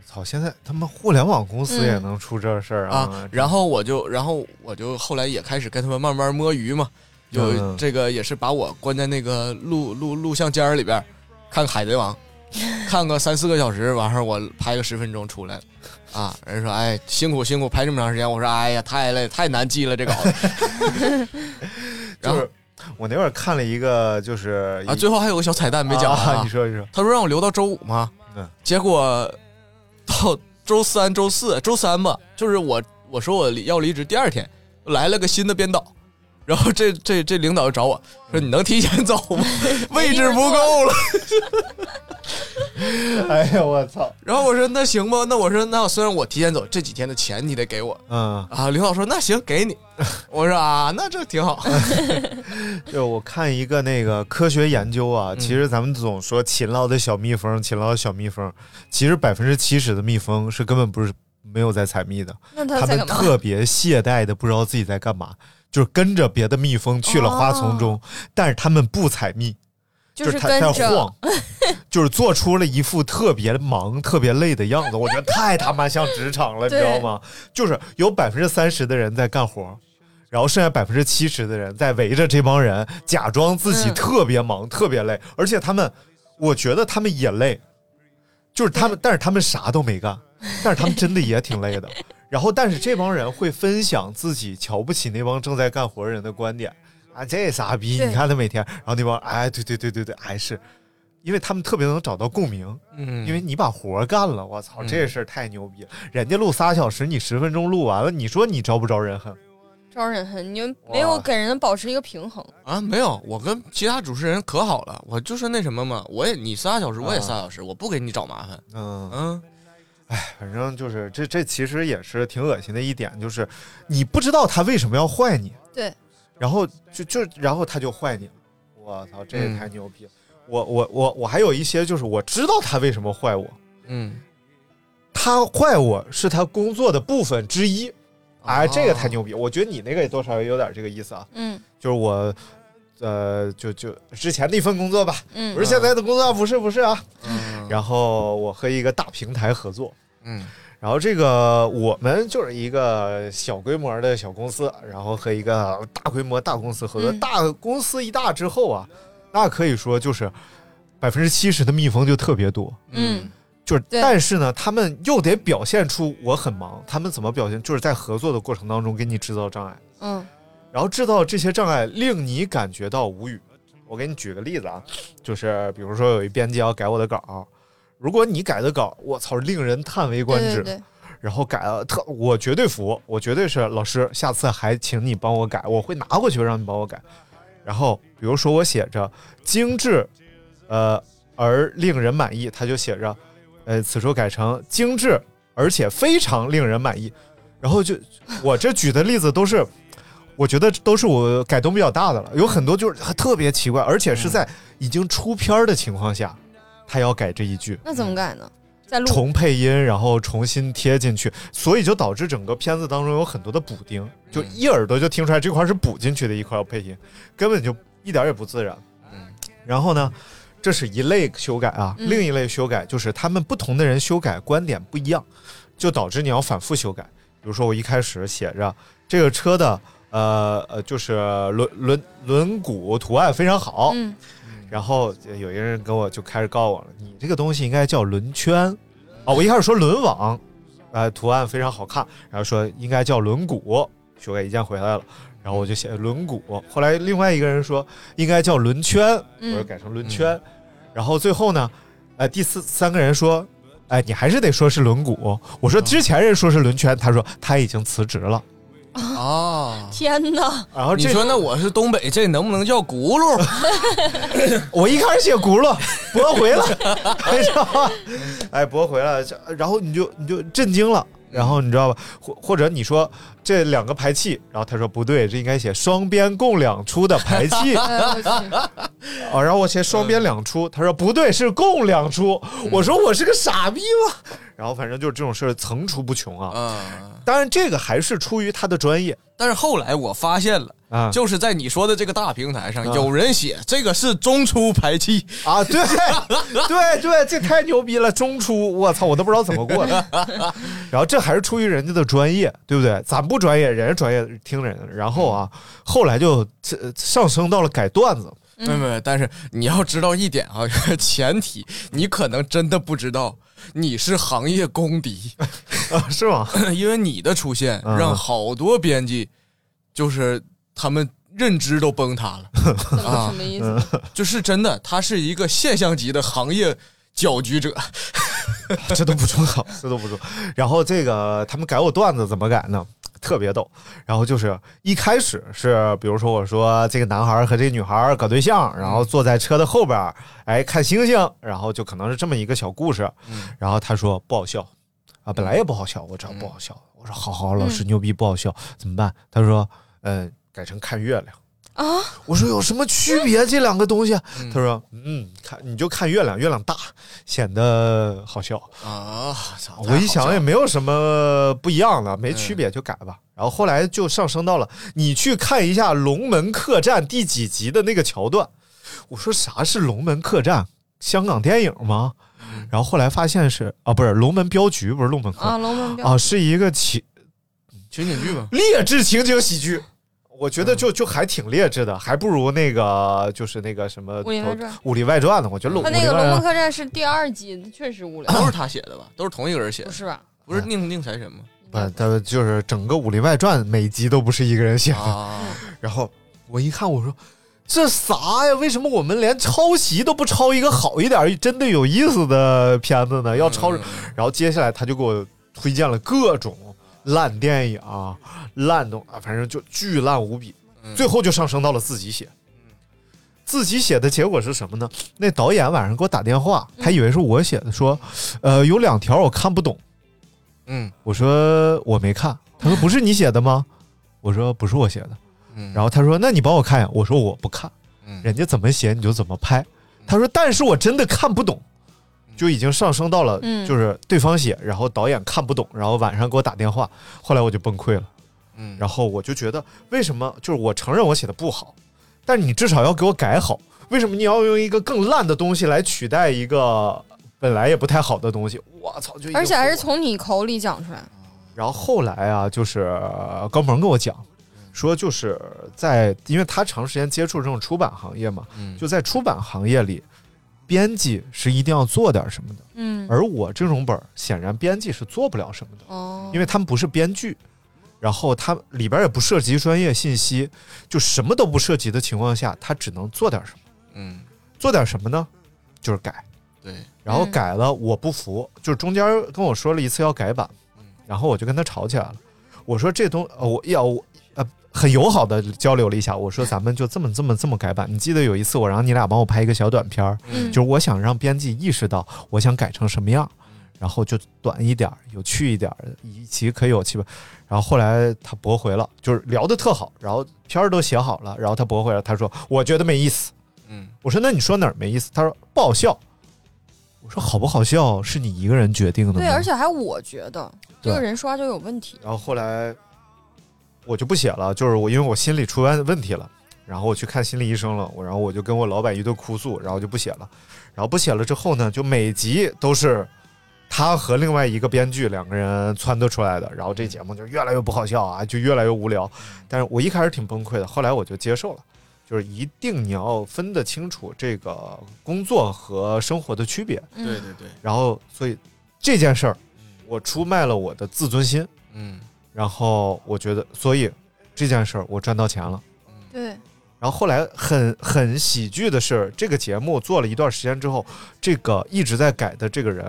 [SPEAKER 2] 操！现在他们互联网公司也
[SPEAKER 3] 嗯
[SPEAKER 2] 能出这事儿
[SPEAKER 3] 啊。然后我就，然后我就后来也开始跟他们慢慢摸鱼嘛，就
[SPEAKER 2] 嗯
[SPEAKER 3] 这个也是把我关在那个录录录像间儿里边儿看《海贼王》， 看个三四个小时，完事儿我拍个十分钟出来了。啊，人说哎辛苦辛苦拍这么长时间，我说哎呀太累太难记了这稿 子
[SPEAKER 2] 就
[SPEAKER 3] 然后
[SPEAKER 2] 是我那会儿看了一个，就是
[SPEAKER 3] 啊，最后还有个小彩蛋没讲完、
[SPEAKER 2] 啊你说你说，
[SPEAKER 3] 他说让我留到周五嘛，
[SPEAKER 2] 嗯
[SPEAKER 3] 结果到周三、周四、周三吧，就是我我说我离要离职第二天，来了个新的编导，然后这 这这领导就找我说你能提前走 吗？位置不够了。
[SPEAKER 2] 哎呀我操！
[SPEAKER 3] 然后我说那行吧，那我说那虽然我提前走，这几天的钱你得给我。
[SPEAKER 2] 嗯，
[SPEAKER 3] 啊，领导说那行给你， 我说啊，那这挺好。
[SPEAKER 2] 对，我看一个那个科学研究啊，其实咱们总说勤劳的小蜜蜂，勤劳的小蜜蜂，其实百分之七十的蜜蜂是根本不是没有在采蜜的，
[SPEAKER 4] 那它
[SPEAKER 2] 它
[SPEAKER 4] 在
[SPEAKER 2] 们
[SPEAKER 4] 干嘛
[SPEAKER 2] 特别懈怠的
[SPEAKER 4] 哦
[SPEAKER 2] 不知道自己在干嘛，就是跟着别的蜜蜂去了花丛中，但是它们不采蜜，
[SPEAKER 4] 就是
[SPEAKER 2] 他在
[SPEAKER 4] 跟着
[SPEAKER 2] 晃，就是做出了一副特别忙、特别累的样子。我觉得太他妈像职场了，你知道吗？就是有百分之三十的人在干活，然后剩下百分之七十的人在围着这帮人，假装自
[SPEAKER 4] 嗯
[SPEAKER 2] 己特别忙、特别累，而且他们，我觉得他们也累，就是他们，但是他们啥都没干，但是他们真的也挺累的。然后，但是这帮人会分享自己瞧不起那帮正在干活人的观点啊，这傻逼，
[SPEAKER 5] 对
[SPEAKER 2] 你看他每天，然后那帮哎，对对对对对，哎是，因为他们特别能找到共鸣，
[SPEAKER 3] 嗯
[SPEAKER 2] 因为你把活儿干了，我操，
[SPEAKER 3] 嗯
[SPEAKER 2] 这事儿太牛逼了，人家录仨小时，你十分钟录完了，你说你招不招人恨？
[SPEAKER 4] 招人恨，你们没有给人保持一个平衡。
[SPEAKER 3] 啊，没有，我跟其他主持人可好了，我就是那什么嘛，我也你仨小时，我也仨小时，我不给你找麻烦。
[SPEAKER 2] 嗯
[SPEAKER 3] 嗯，
[SPEAKER 2] 哎，反正就是这这其实也是挺恶心的一点，就是你不知道他为什么要坏你，
[SPEAKER 4] 对，
[SPEAKER 2] 然后就就然后他就坏你了，我操，这也太牛逼了！我我我我还有一些就是我知道他为什么坏我，
[SPEAKER 3] 嗯，
[SPEAKER 2] 他坏我是他工作的部分之一，
[SPEAKER 3] 哦
[SPEAKER 2] 哎，这个太牛逼！我觉得你那个也多少也有点这个意思啊，
[SPEAKER 4] 嗯，
[SPEAKER 2] 就是我。呃，就就之前那份工作吧，
[SPEAKER 4] 嗯
[SPEAKER 2] 不是现在的工作啊，不是不是啊，
[SPEAKER 3] 哦
[SPEAKER 2] 然后我和一个大平台合作，
[SPEAKER 3] 嗯，
[SPEAKER 2] 然后这个我们就是一个小规模的小公司，然后和一个大规模大公司合作。
[SPEAKER 3] 嗯
[SPEAKER 2] 大公司一大之后啊，那可以说就是百分之七十的蜜蜂就特别多。
[SPEAKER 4] 嗯，
[SPEAKER 2] 就是，
[SPEAKER 4] 对
[SPEAKER 2] 但是呢，他们又得表现出我很忙。他们怎么表现？就是在合作的过程当中给你制造障碍，
[SPEAKER 4] 嗯
[SPEAKER 2] 然后制造这些障碍，令你感觉到无语。我给你举个例子啊，就是比如说有一编辑要改我的稿，如果你改的稿，我操，令人叹为观止。
[SPEAKER 4] 对对对
[SPEAKER 2] 然后改了特，我绝对服，我绝对是老师，下次还请你帮我改，我会拿过去让你帮我改。然后比如说我写着精致，呃，而令人满意，他就写着，呃，此处改成精致而且非常令人满意。然后就我这举的例子都是，我觉得都是我改动比较大的了，有很多就是特别奇怪，而且是在已经出片儿的情况下，他要改这一句。
[SPEAKER 4] 那怎么改呢？再录
[SPEAKER 2] 嗯重配音，然后重新贴进去，所以就导致整个片子当中有很多的补丁，就一耳朵就听出来这块是补进去的一块配音，根本就一点也不自然。然后呢，这是一类修改啊，
[SPEAKER 3] 嗯
[SPEAKER 2] 另一类修改就是他们不同的人修改观点不一样，就导致你要反复修改。比如说我一开始写着这个车的呃呃就是轮轮轮毂图案非常好，
[SPEAKER 4] 嗯
[SPEAKER 2] 然后有一个人跟我就开始告我了，你这个东西应该叫轮圈，啊，我一开始说轮网，呃，图案非常好看，然后说应该叫轮毂，修改意见回来了，然后我就写轮毂，后来另外一个人说应该叫轮圈，我
[SPEAKER 3] 嗯
[SPEAKER 2] 就改成轮圈，然后最后呢，呃，第四三个人说。哎，你还是得说是轮毂。我说之前人说是轮圈，他说他已经辞职了。
[SPEAKER 3] 哦，
[SPEAKER 4] 天哪！
[SPEAKER 2] 然后
[SPEAKER 3] 你
[SPEAKER 2] 这
[SPEAKER 3] 说那我是东北，这能不能叫轱辘？
[SPEAKER 2] 我一开始写轱辘，驳回 了，你知道吗？哎，驳回了，这然后你就你就震惊了，然后你知道吧？或或者你说这两个排气，然后他说不对，这应该写双边共两出的排气。哦，然后我写双边两出，他说不对，是共两出。我说我是个傻逼吗？然后反正就是这种事儿层出不穷啊。当然，这个还是出于他的专业。
[SPEAKER 3] 嗯但是后来我发现了，
[SPEAKER 2] 啊
[SPEAKER 3] 就是在你说的这个大平台上，
[SPEAKER 2] 啊
[SPEAKER 3] 有人写这个是中出排气
[SPEAKER 2] 啊，对对对，这太牛逼了！中出，我操，我都不知道怎么过的。 然后这还是出于人家的专业，对不对？咱不专业，人家专业听人的。然后啊，后来就这上升到了改段子。
[SPEAKER 3] 没有没有，但是你要知道一点啊， 前提你可能真的不知道你是行业公敌，
[SPEAKER 2] 是吗？
[SPEAKER 3] 因为你的出现
[SPEAKER 2] 嗯
[SPEAKER 3] 让好多编辑，就是他们认知都崩塌了啊！
[SPEAKER 4] 什么意思？
[SPEAKER 3] 就是真的，他是一个现象级的行业搅局者。
[SPEAKER 2] 这都不重要，这都不重要。然后这个他们改我段子怎么改呢？特别逗。然后就是一开始是，比如说我说这个男孩和这个女孩搞对象，然后坐在车的后边，哎看星星，然后就可能是这么一个小故事。然后他说不好笑啊，本来也不好笑，我知道不好笑。我说好好，老师
[SPEAKER 3] 嗯
[SPEAKER 2] 牛逼，不好笑怎么办？他说嗯、改成看月亮。
[SPEAKER 4] 啊！
[SPEAKER 2] 我说有什么区别？这两个东西？啊他说：“嗯，看你就看月亮，月亮大，显得好笑。
[SPEAKER 3] 啊！
[SPEAKER 2] 我一想也没有什么不一样的，没区别就改吧。然后后来就上升到了你去看一下《龙门客栈》第几集的那个桥段。我说啥是龙门客栈？香港电影吗？然后后来发现是啊，不是龙门镖局，不是龙门客
[SPEAKER 4] 啊龙门镖
[SPEAKER 2] 啊，是一个情
[SPEAKER 3] 情景剧吧，
[SPEAKER 2] 劣质情景喜剧。我觉得就就还挺劣质的，还不如那个就是那个什么
[SPEAKER 4] 武林外传啊
[SPEAKER 2] 武林外传》呢。我觉得《
[SPEAKER 4] 他那
[SPEAKER 2] 武
[SPEAKER 4] 个
[SPEAKER 2] 林外
[SPEAKER 4] 《龙
[SPEAKER 2] 传
[SPEAKER 4] 门客栈》是第二季，确实无聊。
[SPEAKER 3] 都是他写的吧？都是同一个人写的，
[SPEAKER 4] 不是吧？
[SPEAKER 3] 不是宁宁财神 吗？
[SPEAKER 2] 不，他就是整个《武林外传》每集都不是一个人写的。
[SPEAKER 3] 啊，
[SPEAKER 2] 然后我一看，我说这啥呀？为什么我们连抄袭都不抄一个好一点、真的有意思的片子呢？要抄什么？然后接下来他就给我推荐了各种烂电影、啊、烂东啊，反正就巨烂无比。最后就上升到了自己写。自己写的结果是什么呢？那导演晚上给我打电话，还以为是我写的，说，呃，有两条我看不懂，
[SPEAKER 3] 嗯，
[SPEAKER 2] 我说我没看，他说不是你写的吗？我说不是我写的，
[SPEAKER 3] 嗯
[SPEAKER 2] 然后他说那你帮我看呀，我说我不看，
[SPEAKER 3] 嗯
[SPEAKER 2] 人家怎么写你就怎么拍，他说但是我真的看不懂，就已经上升到了
[SPEAKER 3] 嗯
[SPEAKER 2] 就是对方写，然后导演看不懂，然后晚上给我打电话，后来我就崩溃了，
[SPEAKER 3] 嗯，
[SPEAKER 2] 然后我就觉得为什么就是我承认我写的不好，但你至少要给我改好，为什么你要用一个更烂的东西来取代一个本来也不太好的东西？我操，就已经
[SPEAKER 4] 而且还是从你口里讲出来。
[SPEAKER 2] 然后后来啊，就是呃高鹏跟我讲，说就是在因为他长时间接触这种出版行业嘛，
[SPEAKER 3] 嗯
[SPEAKER 2] 就在出版行业里，编辑是一定要做点什么的。
[SPEAKER 4] 嗯
[SPEAKER 2] 而我这种本儿，显然编辑是做不了什么的，
[SPEAKER 4] 哦，
[SPEAKER 2] 因为他们不是编剧，然后他里边也不涉及专业信息，就什么都不涉及的情况下，他只能做点什么。
[SPEAKER 3] 嗯，
[SPEAKER 2] 做点什么呢？就是改。
[SPEAKER 3] 对，
[SPEAKER 2] 然后改了，我不服，就是中间跟我说了一次要改版，然后我就跟他吵起来了。我说这东，呃我要我呃很友好的交流了一下，我说咱们就这么这么这么改版。你记得有一次我让你俩帮我拍一个小短片儿，
[SPEAKER 3] 嗯
[SPEAKER 2] 就是我想让编辑意识到我想改成什么样，然后就短一点儿，有趣一点儿，以其可有其不。然后后来他驳回了，就是聊得特好，然后片儿都写好了，然后他驳回了，他说我觉得没意思。
[SPEAKER 3] 嗯，
[SPEAKER 2] 我说那你说哪儿没意思？他说不好笑。我说好不好笑是你一个人决定的吗？
[SPEAKER 4] 对，而且还我觉得这
[SPEAKER 2] 对
[SPEAKER 4] 个人刷就有问题。
[SPEAKER 2] 然后后来我就不写了，就是我因为我心里出问问题了，然后我去看心理医生了，我然后我就跟我老板一顿哭诉，然后就不写了。然后不写了之后呢，就每集都是他和另外一个编剧两个人撺掇出来的，然后这节目就越来越不好笑啊，就越来越无聊。但是我一开始挺崩溃的，后来我就接受了。就是一定你要分得清楚这个工作和生活的区别，
[SPEAKER 3] 对
[SPEAKER 4] 嗯
[SPEAKER 3] 对对，
[SPEAKER 2] 然后所以这件事儿，我出卖了我的自尊心，
[SPEAKER 3] 嗯，
[SPEAKER 2] 然后我觉得，所以这件事儿我赚到钱了。
[SPEAKER 3] 嗯
[SPEAKER 4] 对，
[SPEAKER 2] 然后后来很很喜剧的是，这个节目做了一段时间之后，这个一直在改的这个人，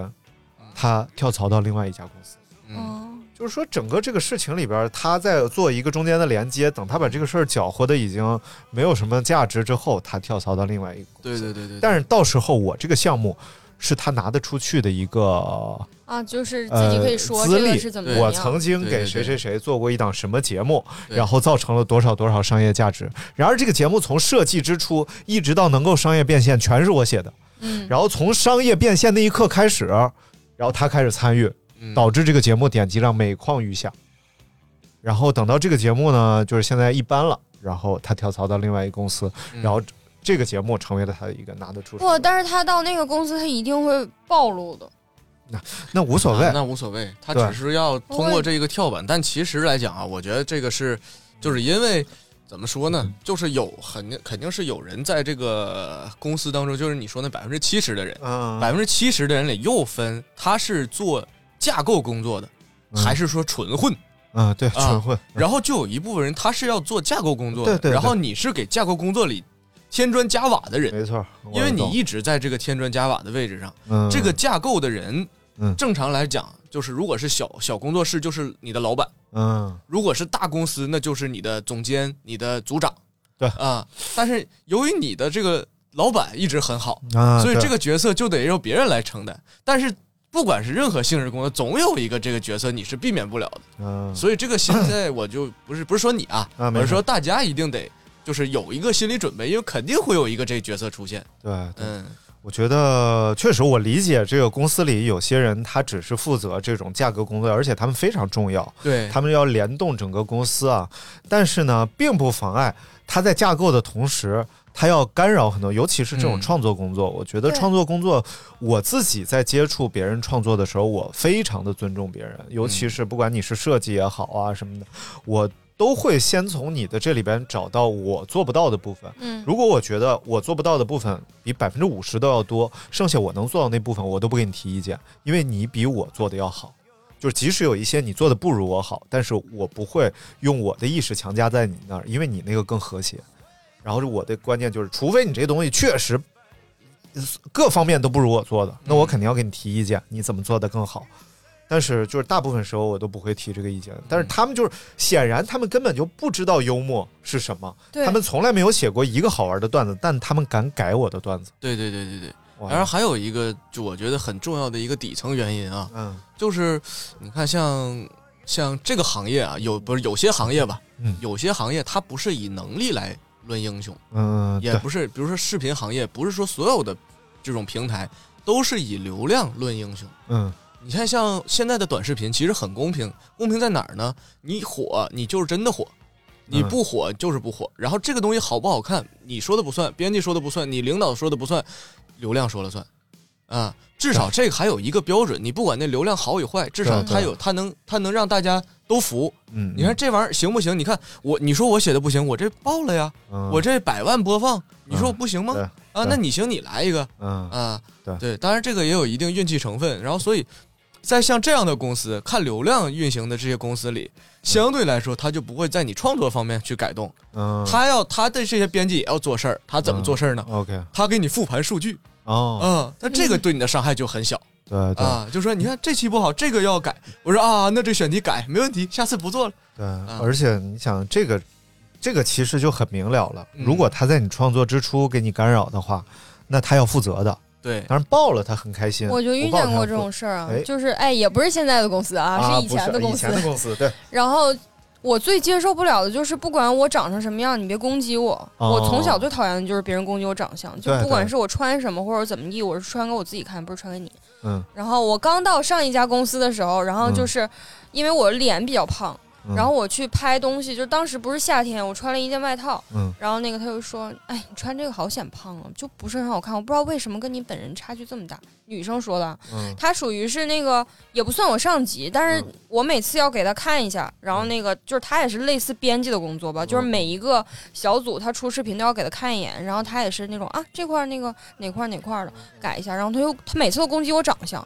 [SPEAKER 3] 嗯
[SPEAKER 2] 他跳槽到另外一家公司。
[SPEAKER 4] 嗯，
[SPEAKER 2] 就是说，整个这个事情里边，他在做一个中间的连接。等他把这个事儿搅和的已经没有什么价值之后，他跳槽到另外一个公司。
[SPEAKER 3] 对对对对，
[SPEAKER 2] 但是到时候我这个项目是他拿得出去的一个
[SPEAKER 4] 啊，就是自己可以说
[SPEAKER 2] 呃、
[SPEAKER 4] 这
[SPEAKER 2] 资历
[SPEAKER 4] 个是怎么样。
[SPEAKER 2] 我曾经
[SPEAKER 3] 对对
[SPEAKER 2] 给
[SPEAKER 3] 对
[SPEAKER 2] 谁谁谁做过一档什么节目，
[SPEAKER 3] 对
[SPEAKER 2] 然后造成了多少多少商业价值。然而这个节目从设计之初一直到能够商业变现，全是我写的。
[SPEAKER 4] 嗯，
[SPEAKER 2] 然后从商业变现那一刻开始，然后他开始参
[SPEAKER 3] 嗯
[SPEAKER 2] 与，导致这个节目点击量每况愈下。然后等到这个节目呢，就是现在一般了，然后他跳槽到另外一个公司，
[SPEAKER 3] 嗯
[SPEAKER 2] 然后这个节目成为了他的一个拿得出手。
[SPEAKER 4] 不，但是他到那个公司，他一定会暴露的。
[SPEAKER 2] 那无所谓
[SPEAKER 3] 啊，那无所谓，他
[SPEAKER 2] 对
[SPEAKER 3] 只是要通过这个跳板，但其实来讲啊，我觉得这个是，就是因为怎么说呢，就是有很肯定是有人在这个公司当中，就是你说那百分之七十的人，
[SPEAKER 2] 嗯
[SPEAKER 3] 百分之七十的人里又分他是做架构工作的，
[SPEAKER 2] 嗯
[SPEAKER 3] 还是说纯混。
[SPEAKER 2] 嗯，对，
[SPEAKER 3] 啊
[SPEAKER 2] 纯混。
[SPEAKER 3] 然后就有一部分人他是要做架构工作的，
[SPEAKER 2] 对对对
[SPEAKER 3] 然后你是给架构工作里添砖加瓦的人，
[SPEAKER 2] 没错，
[SPEAKER 3] 因为你
[SPEAKER 2] 懂
[SPEAKER 3] 一直在这个添砖加瓦的位置上，
[SPEAKER 2] 嗯
[SPEAKER 3] 这个架构的人，
[SPEAKER 2] 嗯
[SPEAKER 3] 正常来讲就是如果是小小工作室，就是你的老板；
[SPEAKER 2] 嗯
[SPEAKER 3] 如果是大公司，那就是你的总监、你的组长。
[SPEAKER 2] 对
[SPEAKER 3] 啊，但是由于你的这个老板一直很好，
[SPEAKER 2] 啊
[SPEAKER 3] 所以
[SPEAKER 2] 对
[SPEAKER 3] 这个角色就得由别人来承担。但是不管是任何性质工作，总有一个这个角色你是避免不了的。
[SPEAKER 2] 嗯，
[SPEAKER 3] 所以 这个现在我就不是不是说你啊，
[SPEAKER 2] 啊没
[SPEAKER 3] 我是
[SPEAKER 2] 事
[SPEAKER 3] 说大家一定得就是有一个心理准备，因为肯定会有一个这角色出现。
[SPEAKER 2] 对，对
[SPEAKER 3] 嗯，
[SPEAKER 2] 我觉得确实我理解这个公司里有些人他只是负责这种价格工作，而且他们非常重要，
[SPEAKER 3] 对
[SPEAKER 2] 他们要联动整个公司啊。但是呢，并不妨碍他在架构的同时，它要干扰很多，尤其是这种
[SPEAKER 3] 嗯
[SPEAKER 2] 创作工作。我觉得
[SPEAKER 4] 对
[SPEAKER 2] 创作工作，我自己在接触别人创作的时候，我非常的尊重别人，
[SPEAKER 3] 嗯
[SPEAKER 2] 尤其是不管你是设计也好啊什么的，我都会先从你的这里边找到我做不到的部分。
[SPEAKER 4] 嗯
[SPEAKER 2] 如果我觉得我做不到的部分比百分之五十都要多，剩下我能做到那部分，我都不给你提意见，因为你比我做的要好。就是即使有一些你做的不如我好，但是我不会用我的意识强加在你那儿，因为你那个更和谐。然后我的观念就是，除非你这东西确实各方面都不如我做的，那
[SPEAKER 3] 嗯
[SPEAKER 2] 我肯定要给你提意见，你怎么做的更好。但是就是大部分时候我都不会提这个意见，但是
[SPEAKER 3] 嗯
[SPEAKER 2] 他们就是显然他们根本就不知道幽默是什么，
[SPEAKER 3] 对
[SPEAKER 2] 他们从来没有写过一个好玩的段子，但他们敢改我的段子。
[SPEAKER 3] 对对对对对。
[SPEAKER 2] 哇
[SPEAKER 3] 然后还有一个，就我觉得很重要的一个底层原因啊，
[SPEAKER 2] 嗯，
[SPEAKER 3] 就是你看像像这个行业啊，有不是有些行业吧，
[SPEAKER 2] 嗯
[SPEAKER 3] 有些行业它不是以能力来论英雄，
[SPEAKER 2] 嗯，
[SPEAKER 3] 也
[SPEAKER 2] 对
[SPEAKER 3] 不是，比如说视频行业，不是说所有的这种平台都是以流量论英雄。
[SPEAKER 2] 嗯，
[SPEAKER 3] 你看，像现在的短视频其实很公平，公平在哪儿呢？你火，你就是真的火；你
[SPEAKER 2] 嗯
[SPEAKER 3] 不火就是不火。然后这个东西好不好看，你说的不算，编辑说的不算，你领导说的不算，流量说了算。啊，至少这个还有一个标准，你不管那流量好与坏，至少
[SPEAKER 2] 对对
[SPEAKER 3] 它有它能它能让大家都服。
[SPEAKER 2] 嗯
[SPEAKER 3] 你看这玩意儿行不行？你看我，你说我写的不行，我这爆了呀，
[SPEAKER 2] 嗯
[SPEAKER 3] 我这百万播放，你说我不行吗？
[SPEAKER 2] 对
[SPEAKER 3] 啊，
[SPEAKER 2] 对
[SPEAKER 3] 那你行，你来一个，
[SPEAKER 2] 嗯
[SPEAKER 3] 啊，
[SPEAKER 2] 对
[SPEAKER 3] 当然这个也有一定运气成分。然后所以，在像这样的公司，看流量运行的这些公司里，相对来说，它就不会在你创作方面去改动，
[SPEAKER 2] 嗯，
[SPEAKER 3] 他要他的这些编辑也要做事儿，他怎么做事儿呢？
[SPEAKER 2] OK
[SPEAKER 3] 他给你复盘数据，
[SPEAKER 2] 哦，
[SPEAKER 3] 啊，那这个对你的伤害就很小。
[SPEAKER 2] 嗯对对
[SPEAKER 3] 啊，就说你看这期不好，这个要改。我说啊，那这选题改没问题，下次不做了。
[SPEAKER 2] 对，而且你想这个，这个其实就很明了了。如果他在你创作之初给你干扰的话，那他要负责的。
[SPEAKER 3] 对，
[SPEAKER 2] 当然爆了他很开心。
[SPEAKER 4] 我就遇
[SPEAKER 2] 不爆
[SPEAKER 4] 见过
[SPEAKER 2] 他
[SPEAKER 4] 这种事儿啊
[SPEAKER 2] 哎，
[SPEAKER 4] 就是哎，也不是现在的公司啊，
[SPEAKER 2] 啊
[SPEAKER 4] 是以前的
[SPEAKER 2] 不是
[SPEAKER 4] 公
[SPEAKER 2] 以
[SPEAKER 4] 司
[SPEAKER 2] 前。的公司对。
[SPEAKER 4] 然后我最接受不了的就是，不管我长成什么样，你别攻击我。
[SPEAKER 2] 哦
[SPEAKER 4] 我从小最讨厌的就是别人攻击我长相，就
[SPEAKER 2] 对
[SPEAKER 4] 不管
[SPEAKER 2] 对
[SPEAKER 4] 是我穿什么或者怎么地，我是穿给我自己看，不是穿给你。
[SPEAKER 2] 嗯
[SPEAKER 4] 然后我刚到上一家公司的时候，然后
[SPEAKER 2] 嗯
[SPEAKER 4] 就是因为我脸比较胖，
[SPEAKER 2] 嗯
[SPEAKER 4] 然后我去拍东西，就当时不是夏天，我穿了一件外套，
[SPEAKER 2] 嗯
[SPEAKER 4] 然后那个他就说：“哎，你穿这个好显胖啊，就不是很好看，我不知道为什么跟你本人差距这么大。”女生说的，
[SPEAKER 2] 嗯
[SPEAKER 4] 她属于是那个也不算我上级，但是我每次要给她看一下，然后那个就是她也是类似编辑的工作吧，就是每一个小组她出视频都要给她看一眼，然后她也是那种啊这块儿那个哪块儿哪块儿的改一下，然后她又她每次都攻击我长相，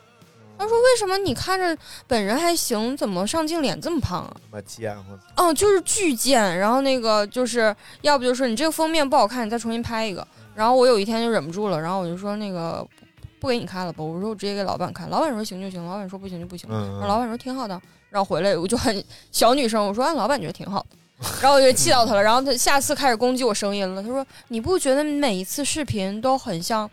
[SPEAKER 4] 她说为什么你看着本人还行，怎么上镜脸这么胖啊？
[SPEAKER 2] 妈贱货！
[SPEAKER 4] 嗯，就是巨贱。然后那个就是要不就说你这个封面不好看，你再重新拍一个。
[SPEAKER 2] 嗯
[SPEAKER 4] 然后我有一天就忍不住了，然后我就说那个不给你看了吧，我说我直接给老板看，老板说行就行，老板说不行就不行。
[SPEAKER 2] 嗯嗯
[SPEAKER 4] 然后老板说挺好的，然后回来我就很小女生，我说啊，老板觉得挺好的。然后我就气到他了，然后他下次开始攻击我声音了。他说：“你不觉得每一次视频都很像，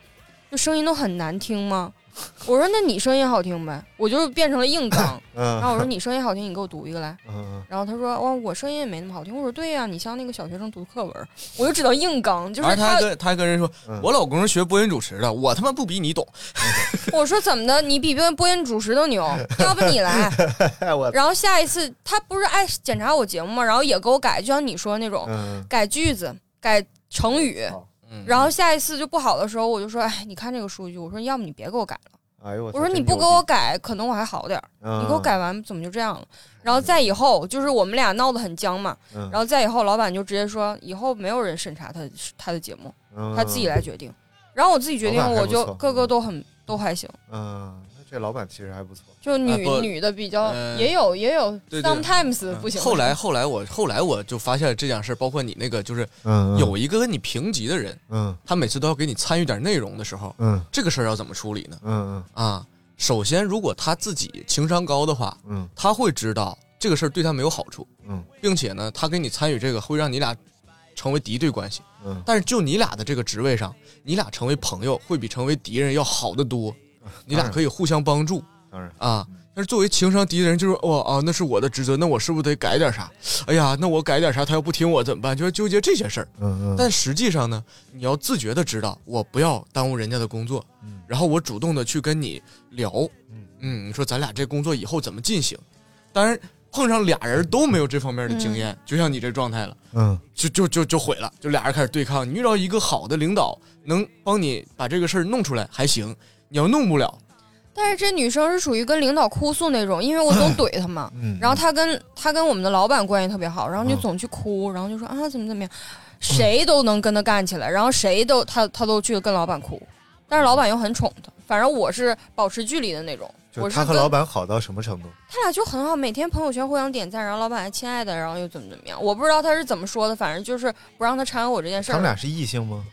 [SPEAKER 4] 就声音都很难听吗？” 我说：“那你声音好听呗。”我就变成了硬刚。
[SPEAKER 2] 嗯
[SPEAKER 4] 然后我说：“你声音好听，你给我读一个来。”
[SPEAKER 2] 嗯
[SPEAKER 4] 然后他说：“哦，我声音也没那么好听。”我说：“对呀、你像那个小学生读课文儿。”我就只能硬刚，就是
[SPEAKER 3] 而他
[SPEAKER 4] 他
[SPEAKER 3] 还，跟他还跟人说，
[SPEAKER 2] 嗯
[SPEAKER 3] 我老公是学播音主持的，我他妈不比你懂。
[SPEAKER 4] 我说怎么的，你比播播音主持都牛，要不你来。
[SPEAKER 2] 哎我
[SPEAKER 4] 然后下一次他不是爱检查我节目嘛，然后也给我改，就像你说那种、
[SPEAKER 2] 嗯
[SPEAKER 4] 改句子、改成语。然后下一次就不好的时候，我就说：“哎，你看这个数据，我说要么你别给我改了。”
[SPEAKER 2] 哎呦我
[SPEAKER 4] 我说你不给我改，可能我还好点儿。
[SPEAKER 2] 嗯
[SPEAKER 4] 你给我改完，怎么就这样了？然后再以后，就是我们俩闹得很僵嘛。
[SPEAKER 2] 嗯
[SPEAKER 4] 然后再以后，老板就直接说，以后没有人审查他他的节目，
[SPEAKER 2] 嗯
[SPEAKER 4] 他自己来决定。然后我自己决定
[SPEAKER 2] 老，板还
[SPEAKER 4] 我
[SPEAKER 2] 不
[SPEAKER 4] 就
[SPEAKER 2] 错
[SPEAKER 4] 个个
[SPEAKER 3] 嗯
[SPEAKER 4] 都很都还行。
[SPEAKER 2] 嗯，那这老板其实还不错。
[SPEAKER 4] 就女
[SPEAKER 3] 哎不
[SPEAKER 4] 女的比较
[SPEAKER 3] 呃
[SPEAKER 4] 也有也有
[SPEAKER 3] 对对嗯
[SPEAKER 4] sometimes 呃不行。
[SPEAKER 3] 后来后来我后来我就发现了这件事，包括你那个就是
[SPEAKER 2] 嗯嗯
[SPEAKER 3] 有一个跟你平级的人，
[SPEAKER 2] 嗯
[SPEAKER 3] 他每次都要给你参与点内容的时候，
[SPEAKER 2] 嗯
[SPEAKER 3] 这个事儿要怎么处理呢？
[SPEAKER 2] 嗯
[SPEAKER 3] 啊，首先如果他自己情商高的话，
[SPEAKER 2] 嗯
[SPEAKER 3] 他会知道这个事儿对他没有好处，
[SPEAKER 2] 嗯
[SPEAKER 3] 并且呢，他跟你参与这个会让你俩成为敌对关系。
[SPEAKER 2] 嗯
[SPEAKER 3] 但是就你俩的这个职位上，你俩成为朋友会比成为敌人要好得多，你俩可以互相帮助。
[SPEAKER 2] 当然
[SPEAKER 3] 啊，但是作为情商低的人，就是哦啊，那是我的职责，那我是不是得改点啥？哎呀，那我改点啥，他要不听我怎么办？就会纠结这些事儿。
[SPEAKER 2] 嗯嗯
[SPEAKER 3] 但实际上呢，你要自觉的知道，我不要耽误人家的工作，然后我主动的去跟你聊，嗯，你说咱俩这工作以后怎么进行？当然，碰上俩人都没有这方面的经验，就像你这状态了，
[SPEAKER 2] 嗯，
[SPEAKER 3] 就就就就毁了，就俩人开始对抗。你遇到一个好的领导，能帮你把这个事儿弄出来还行，你要弄不了，
[SPEAKER 4] 但是这女生是属于跟领导哭诉那种，因为我总怼她 嘛。
[SPEAKER 3] 嗯
[SPEAKER 4] 然后她跟她跟我们的老板关系特别好，然后就总去哭，然后就说啊怎么怎么样，谁都能跟她干起来，然后谁都她她都去跟老板哭，但是老板又很宠她。反正我是保持距离的那种，
[SPEAKER 2] 就
[SPEAKER 4] 我是
[SPEAKER 2] 他和
[SPEAKER 4] 跟
[SPEAKER 2] 老板好到什么程度？
[SPEAKER 4] 他俩就很好，每天朋友圈互相点赞，然后老板还亲爱的，然后又怎么怎么样，我不知道他是怎么说的，反正就是不让他掺和我这件事
[SPEAKER 2] 他
[SPEAKER 4] 儿。
[SPEAKER 2] 们俩是异性吗？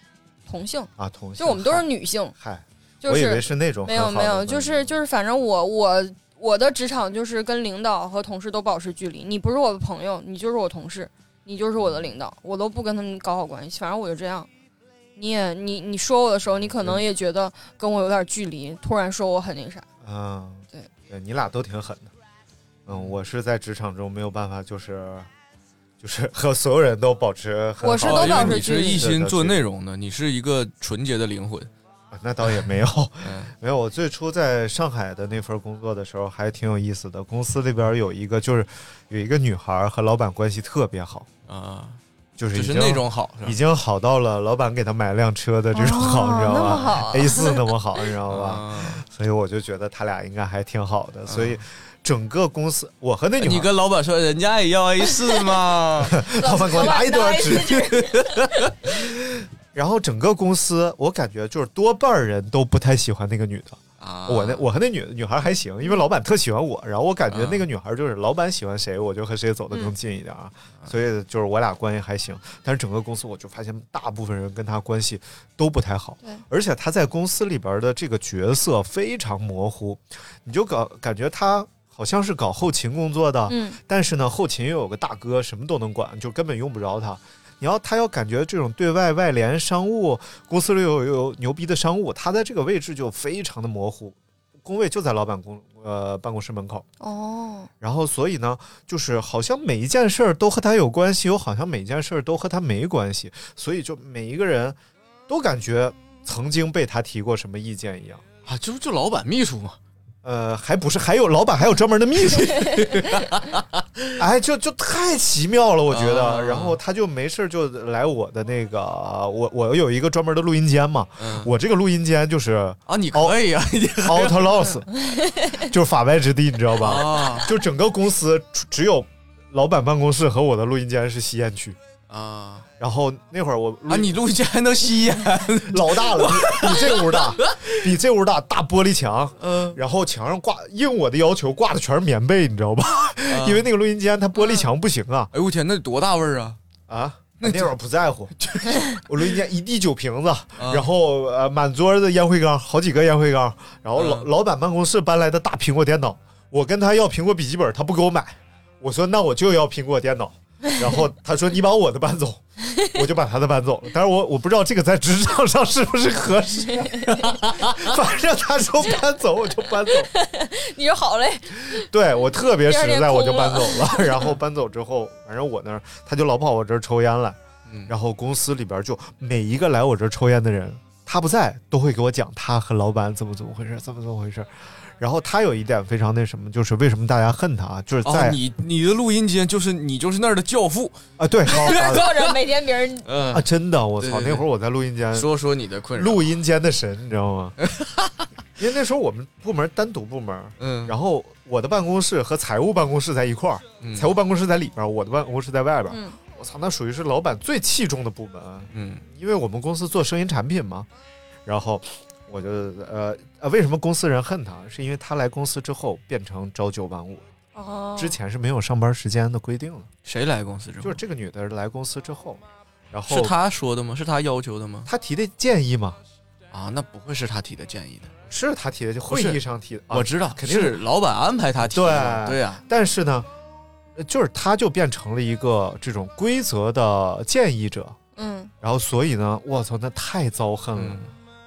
[SPEAKER 4] 同性，
[SPEAKER 2] 啊，同性。
[SPEAKER 4] 就我们都是女性，
[SPEAKER 2] 嗨，
[SPEAKER 4] 就是
[SPEAKER 2] 我以为是那种
[SPEAKER 4] 没有
[SPEAKER 2] 很好
[SPEAKER 4] 没
[SPEAKER 2] 的
[SPEAKER 4] 有，
[SPEAKER 2] 关系
[SPEAKER 4] 就是就是，反正我我我的职场就是跟领导和同事都保持距离，你不是我的朋友，你就是我同事，你就是我的领导，我都不跟他们搞好关系，反正我就这样。你也你你说我的时候，你可
[SPEAKER 2] 嗯
[SPEAKER 4] 能也觉得跟我有点距离，突然说我很那啥，
[SPEAKER 2] 啊，
[SPEAKER 4] 对，
[SPEAKER 2] 你俩都挺狠的。嗯，我是在职场中没有办法，就是就是和所有人都保持很好的。
[SPEAKER 4] 我是都保
[SPEAKER 3] 哦因为
[SPEAKER 4] 持
[SPEAKER 3] 你
[SPEAKER 4] 距
[SPEAKER 3] 是
[SPEAKER 4] 离
[SPEAKER 3] 一心做内容的，你是一个纯洁的灵魂。嗯
[SPEAKER 2] 那倒也没有，没有。我最初在上海的那份工作的时候还挺有意思的，公司里边有一个就是有一个女孩和老板关系特别好
[SPEAKER 3] 啊，
[SPEAKER 2] 就是
[SPEAKER 3] 就
[SPEAKER 2] 已
[SPEAKER 3] 是
[SPEAKER 2] 经
[SPEAKER 3] 那种好是吧哦
[SPEAKER 2] 已经好到了老板给她买辆车的这种好，你知道
[SPEAKER 3] 那么
[SPEAKER 2] 吧
[SPEAKER 3] 好啊嗯
[SPEAKER 2] ？A 四那么好，你知道吧？所以我就觉得他俩应该还挺好的，所以。整个公司，我和那女孩
[SPEAKER 3] 哎你跟老板说人家也要 A 四 吗？
[SPEAKER 2] 老板给我拿一
[SPEAKER 3] 多
[SPEAKER 2] 段纸。 然后整个公司，我感觉就是多半儿人都不太喜欢那个女的。
[SPEAKER 3] 啊
[SPEAKER 2] 我那我和那女女孩还行，因为老板特喜欢我，然后我感觉那个女孩就是老板喜欢谁，我就和谁走得
[SPEAKER 3] 嗯
[SPEAKER 2] 更近一点啊，所以就是我俩关系还行。但是整个公司我就发现大部分人跟她关系都不太好
[SPEAKER 3] 对，
[SPEAKER 2] 而且她在公司里边的这个角色非常模糊，你就搞感觉她好像是搞后勤工作的，
[SPEAKER 3] 嗯
[SPEAKER 2] 但是呢后勤又有个大哥什么都能管，就根本用不着她。你要他要感觉这种对外外联商务公司里有有牛逼的商务，他在这个位置就非常的模糊，工位就在老板公呃办公室门口。
[SPEAKER 4] 哦，
[SPEAKER 2] 然后所以呢，就是好像每一件事儿都和他有关系，又好像每一件事儿都和他没关系，所以就每一个人都感觉曾经被他提过什么意见一样。
[SPEAKER 3] 啊，这不就老板秘书吗？
[SPEAKER 2] 呃，还不是，还有老板，还有专门的 秘书，哎，就就太奇妙了，我觉得。
[SPEAKER 3] 啊
[SPEAKER 2] 然后他就没事儿就来我的那个，我我有一个专门的录音间嘛，
[SPEAKER 3] 嗯
[SPEAKER 2] 我这个录音间就是 啊，
[SPEAKER 3] 你可以啊
[SPEAKER 2] ，out loss，就是法外之地，你知道吧？
[SPEAKER 3] 啊
[SPEAKER 2] 就整个公司只有老板办公室和我的录音间是吸烟区。
[SPEAKER 3] 啊，
[SPEAKER 2] 然后那会儿我
[SPEAKER 3] 啊，你录音间还能吸烟，
[SPEAKER 2] 老大 了，比比这屋大，比这屋大，大玻璃墙，
[SPEAKER 3] 嗯，
[SPEAKER 2] 然后墙上挂，应我的要求挂的全是棉被，你知道吧？因为那个录音间它玻璃墙不行啊。
[SPEAKER 3] 哎呦我天，那多大味儿啊！
[SPEAKER 2] 啊，那那会儿不在乎， 我录音间一地酒瓶子，然后呃满桌子烟灰缸，好几个烟灰缸，然后老、老板办公室搬来的大苹果电脑，我跟他要苹果笔记本，他不给我买，我说那我就要苹果电脑。然后他说：“你把我的搬 走，我就把他的搬走了。但是我我不知道这个在职场上是不是合 适，反正他说搬走我就搬走。
[SPEAKER 4] 你说好嘞，
[SPEAKER 2] 对我特别实
[SPEAKER 4] 第
[SPEAKER 2] 在，
[SPEAKER 4] 二天
[SPEAKER 2] 我就
[SPEAKER 4] 空了
[SPEAKER 2] 搬走了。 然后搬走之后，反正我那儿他就老跑我这儿抽烟来，
[SPEAKER 3] 嗯
[SPEAKER 2] 然后公司里边就每一个来我这儿抽烟的人，他不在都会给我讲他和老板怎么怎么回事，怎么怎么回事。然后他有一点非常那什么，就是为什么大家恨他，就是在、
[SPEAKER 3] 啊，你你的录音间就是你就是那儿的教父
[SPEAKER 2] 啊， 对，好好
[SPEAKER 4] 坐着每天别人
[SPEAKER 3] 嗯
[SPEAKER 2] 啊，真的，我
[SPEAKER 3] 对
[SPEAKER 2] 操，
[SPEAKER 3] 对
[SPEAKER 2] 那
[SPEAKER 3] 对
[SPEAKER 2] 会儿我在录音间
[SPEAKER 3] 说说你的困扰，
[SPEAKER 2] 录音间的神，你知道 吗？因为那时候我们部门单独部门，
[SPEAKER 3] 嗯，
[SPEAKER 2] 然后我的办公室和财务办公室在一块儿，
[SPEAKER 3] 嗯
[SPEAKER 2] 财务办公室在里边儿，我的办公室在外边儿。
[SPEAKER 3] 嗯
[SPEAKER 2] 我操，那属于是老板最器重的部门，啊
[SPEAKER 3] 嗯，
[SPEAKER 2] 因为我们公司做声音产品嘛。然后我就呃呃，为什么公司人恨他？是因为他来公司之后变成朝九晚五，
[SPEAKER 4] 哦
[SPEAKER 2] 之前是没有上班时间的规定的。
[SPEAKER 3] 谁来公司之后？
[SPEAKER 2] 就是这个女的来公司之后，然后
[SPEAKER 3] 是他说的吗？是他要求的吗？
[SPEAKER 2] 他提的建议吗？
[SPEAKER 3] 啊，那不会是他提的建议的，
[SPEAKER 2] 是他提的，就
[SPEAKER 3] 不
[SPEAKER 2] 会
[SPEAKER 3] 是
[SPEAKER 2] 议上提的。啊
[SPEAKER 3] 我知道，
[SPEAKER 2] 肯定
[SPEAKER 3] 是老板安排他提的。
[SPEAKER 2] 对
[SPEAKER 3] 对呀，
[SPEAKER 2] 但是呢，呃就是他就变成了一个这种规则的建议者，
[SPEAKER 4] 嗯，
[SPEAKER 2] 然后所以呢，我操，那太遭恨
[SPEAKER 3] 嗯
[SPEAKER 2] 了。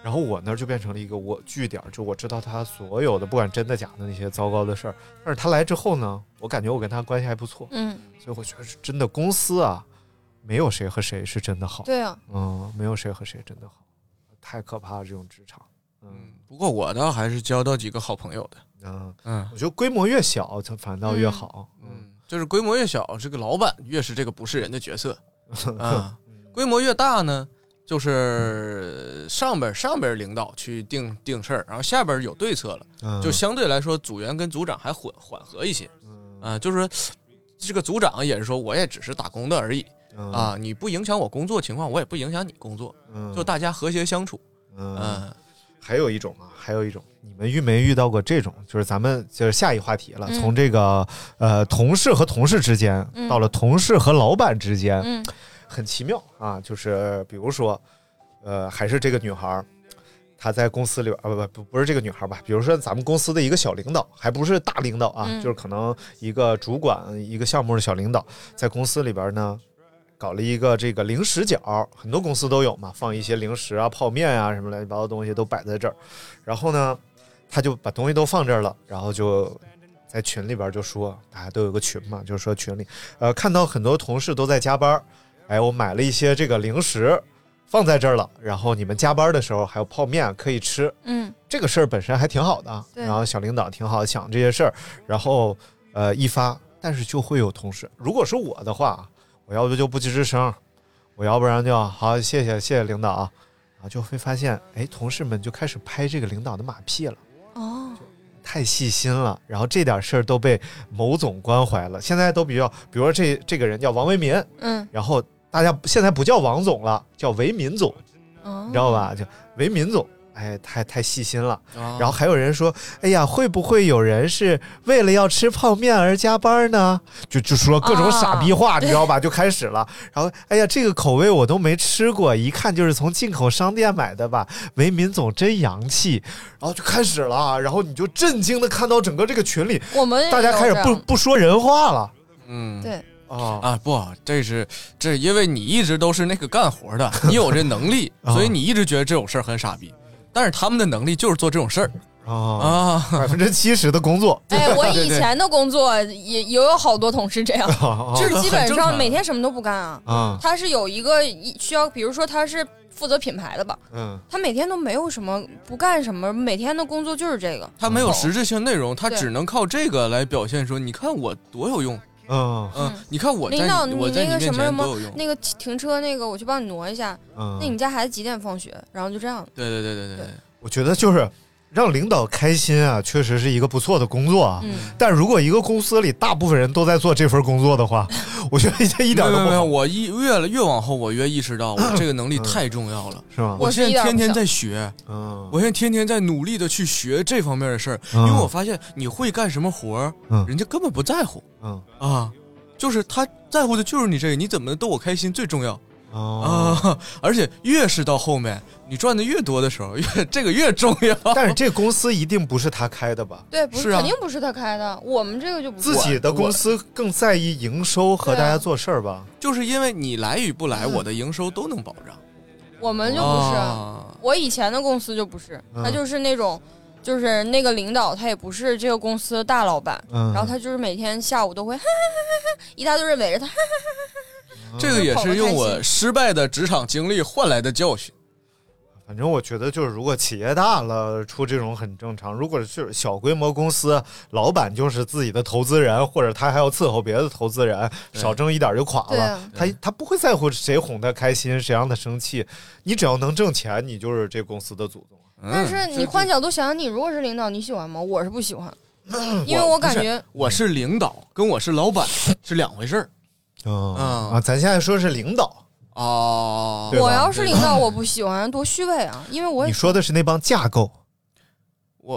[SPEAKER 2] 然后我那儿就变成了一个我据点，就我知道他所有的不管真的假的那些糟糕的事儿。但是他来之后呢，我感觉我跟他关系还不错，
[SPEAKER 4] 嗯，
[SPEAKER 2] 所以我觉得是真的公司啊，没有谁和谁是真的
[SPEAKER 3] 哦
[SPEAKER 2] 好，
[SPEAKER 4] 对啊，
[SPEAKER 2] 嗯，没有谁和谁真的好，太可怕了这种职场。
[SPEAKER 3] 嗯不过我倒还是交到几个好朋友的。
[SPEAKER 2] 嗯
[SPEAKER 3] 嗯，
[SPEAKER 2] 我觉得规模越小，它反倒越好。嗯，
[SPEAKER 3] 就是规模越小，这个老板越是这个不是人的 角色啊。规模越大呢，就是上边上边领导去定定事儿，然后下边有对策
[SPEAKER 2] 嗯
[SPEAKER 3] 了，就相对来说组员跟组长还缓缓和一些，
[SPEAKER 2] 嗯
[SPEAKER 3] 啊，就是说这个组长也是说我也只是打工的而已
[SPEAKER 2] 嗯
[SPEAKER 3] 啊，你不影响我工作情况，我也不影响你工作，
[SPEAKER 2] 嗯
[SPEAKER 3] 就大家和谐相处，
[SPEAKER 2] 嗯，还有一种啊，还有一种，你们遇没遇到过这种？就是咱们就是下一话题了，
[SPEAKER 4] 嗯
[SPEAKER 2] 从这个呃同事和同事之间，
[SPEAKER 4] 嗯
[SPEAKER 2] 到了同事和老板之
[SPEAKER 3] 哎
[SPEAKER 2] 间，
[SPEAKER 4] 嗯
[SPEAKER 2] 很奇妙啊。就是比如说，呃，还是这个女孩儿，她在公司里边啊，不不不是这个女孩儿吧？比如说咱们公司的一个小领导，还不是大领导啊，
[SPEAKER 4] 嗯
[SPEAKER 2] 就是可能一个主管一个项目的小领导，在公司里边呢。搞了一个这个零食角，很多公司都有嘛，放一些零食啊、泡面啊什么乱七八糟的东西都摆在这儿。然后呢，他就把东西都放这儿了，然后就在群里边就说，大家都有个群嘛，就说群里，呃，看到很多同事都在加班儿，哎，我买了一些这个零食放在这儿了，然后你们加班的时候还有泡面可以吃，
[SPEAKER 4] 嗯，
[SPEAKER 2] 这个事儿本身还挺好的啊，
[SPEAKER 4] 对
[SPEAKER 2] 然后小领导挺好想这些事儿，然后呃一发，但是就会有同事，如果是我的话，我要不就不吱吱声，我要不然就好谢谢谢谢领导啊，然后就会发现，哎，同事们就开始拍这个领导的马屁了。
[SPEAKER 4] 哦，
[SPEAKER 2] 太细心了，然后这点事儿都被某总关怀了。现在都比较，比如说这这个人叫王为民，
[SPEAKER 4] 嗯，
[SPEAKER 2] 然后大家现在不叫王总了，叫为民总，
[SPEAKER 4] 哦
[SPEAKER 2] 你知道吧？就为民总，哎，太太细心了。
[SPEAKER 3] 哦
[SPEAKER 2] 然后还有人说，哎呀，会不会有人是为了要吃泡面而加班呢？就就说各种傻逼话，
[SPEAKER 4] 啊
[SPEAKER 2] 你知道 吧？就开始了。然后，哎呀，这个口味我都没吃过，一看就是从进口商店买的吧？为民总真洋气。然后就开始了，然后你就震惊的看到整个这个群里，
[SPEAKER 4] 我们也
[SPEAKER 2] 大家开始
[SPEAKER 4] 哎有这
[SPEAKER 2] 不
[SPEAKER 4] 样
[SPEAKER 2] 不说人话了。
[SPEAKER 3] 嗯，
[SPEAKER 4] 对，
[SPEAKER 2] 啊
[SPEAKER 3] 啊不，这是这是因为你一直都是那个干 活的，你有这能力，
[SPEAKER 2] 啊
[SPEAKER 3] 所以你一直觉得这种事儿很傻逼。但是他们的能力就是做这种事儿，
[SPEAKER 2] 啊， 百分之七十的工作。
[SPEAKER 4] 哎， 我
[SPEAKER 3] 对
[SPEAKER 4] 以
[SPEAKER 3] 对
[SPEAKER 4] 前的工作也也有好多同事这样，
[SPEAKER 2] 哦哦
[SPEAKER 4] 就是基本
[SPEAKER 2] 很正
[SPEAKER 4] 上
[SPEAKER 2] 常
[SPEAKER 4] 每天什么都不干
[SPEAKER 3] 嗯
[SPEAKER 4] 啊。
[SPEAKER 2] 啊
[SPEAKER 4] 他是有一个需要，比如说他是负责品牌的吧，
[SPEAKER 2] 嗯，
[SPEAKER 4] 他每天都没有什么不干什么，每天的工作就是这个。
[SPEAKER 3] 他没有嗯实质性内容，他
[SPEAKER 4] 对
[SPEAKER 3] 只能靠这个来表现说，你看我多有用，
[SPEAKER 2] 嗯
[SPEAKER 3] 嗯，你看我在
[SPEAKER 4] 领导，
[SPEAKER 3] 你
[SPEAKER 4] 你
[SPEAKER 3] 我在
[SPEAKER 4] 那
[SPEAKER 3] 你
[SPEAKER 4] 个什
[SPEAKER 3] 面
[SPEAKER 4] 么什
[SPEAKER 3] 前多
[SPEAKER 4] 么
[SPEAKER 3] 有用，
[SPEAKER 4] 那个停车那个，我去帮你挪一下。
[SPEAKER 2] 嗯
[SPEAKER 4] 那你家孩子几点放学？然后就这样。
[SPEAKER 3] 对对对对对，
[SPEAKER 2] 我觉得就是让领导开心啊，确实是一个不错的工作啊。
[SPEAKER 4] 嗯
[SPEAKER 2] 但如果一个公司里大部分人都在做这份工作的 话，我觉得这一点
[SPEAKER 3] 没
[SPEAKER 2] 都
[SPEAKER 3] 有
[SPEAKER 2] 不
[SPEAKER 3] 没有，
[SPEAKER 2] 好，嗯
[SPEAKER 3] 我一越来越往后，我越意识到我这个能力太重要了。
[SPEAKER 2] 是吗？
[SPEAKER 3] 我
[SPEAKER 4] 是一点
[SPEAKER 3] 现在
[SPEAKER 4] 儿不
[SPEAKER 3] 天天
[SPEAKER 4] 想
[SPEAKER 3] 在学，
[SPEAKER 2] 嗯
[SPEAKER 3] 我现在天天在努力的去学这方面的事儿，
[SPEAKER 2] 嗯
[SPEAKER 3] 因为我发现你会干什么活儿，
[SPEAKER 2] 嗯
[SPEAKER 3] 人家根本不在乎
[SPEAKER 2] 嗯
[SPEAKER 3] 啊，就是他在乎的就是你这个，你怎么逗我开心最重要
[SPEAKER 2] 哦。
[SPEAKER 3] 啊！ 而且越是到后面，你赚的越多的时候，越这个越重要。
[SPEAKER 2] 但是这公司一定不是他开的吧？
[SPEAKER 4] 对，不是
[SPEAKER 3] 是啊
[SPEAKER 4] 肯定不是他开的，我们这个就不是
[SPEAKER 2] 自己的公司更在意营收和大
[SPEAKER 4] 对
[SPEAKER 2] 家
[SPEAKER 4] 啊
[SPEAKER 2] 做事儿吧？
[SPEAKER 3] 就是因为你来与不来，我的营收都能保障。
[SPEAKER 4] 我们嗯就不是。
[SPEAKER 3] 啊
[SPEAKER 4] 我以前的公司就不是，
[SPEAKER 2] 嗯
[SPEAKER 4] 他就是那种，就是那个领导，他也不是这个公司的大老板，
[SPEAKER 2] 嗯
[SPEAKER 4] 然后他就是每天下午都会哈哈哈哈哈，一大堆人围着他，哈
[SPEAKER 3] 这个也是用
[SPEAKER 4] 跑得开
[SPEAKER 3] 我
[SPEAKER 4] 心
[SPEAKER 3] 失败的职场经历换来的教训。
[SPEAKER 2] 反正我觉得就是，如果企业大了出这种很正常；如果是小规模公司，老板就是自己的投资人，或者他还要伺候别的投资人，
[SPEAKER 3] 对
[SPEAKER 2] 少挣一点就垮
[SPEAKER 4] 对
[SPEAKER 2] 了
[SPEAKER 4] 啊。
[SPEAKER 2] 他他不会在乎谁哄他开心，谁让他生气。你只要能挣钱，你就是这公司的祖宗。
[SPEAKER 3] 嗯
[SPEAKER 4] 但是你
[SPEAKER 3] 这
[SPEAKER 4] 换角度想想，你如果是领导，你喜欢吗？我是不喜欢，
[SPEAKER 2] 嗯
[SPEAKER 4] 因为
[SPEAKER 3] 我
[SPEAKER 4] 我感
[SPEAKER 3] 不是
[SPEAKER 4] 觉
[SPEAKER 3] 我是领导，跟我是老板是两回事儿
[SPEAKER 2] 嗯
[SPEAKER 3] 嗯
[SPEAKER 2] 啊，咱现在说是领导，
[SPEAKER 3] 哦
[SPEAKER 2] 对吧
[SPEAKER 4] 我要是领导，我不喜欢，多虚伪啊！因为我
[SPEAKER 2] 你
[SPEAKER 4] 也
[SPEAKER 2] 说的是那帮架构，
[SPEAKER 3] 我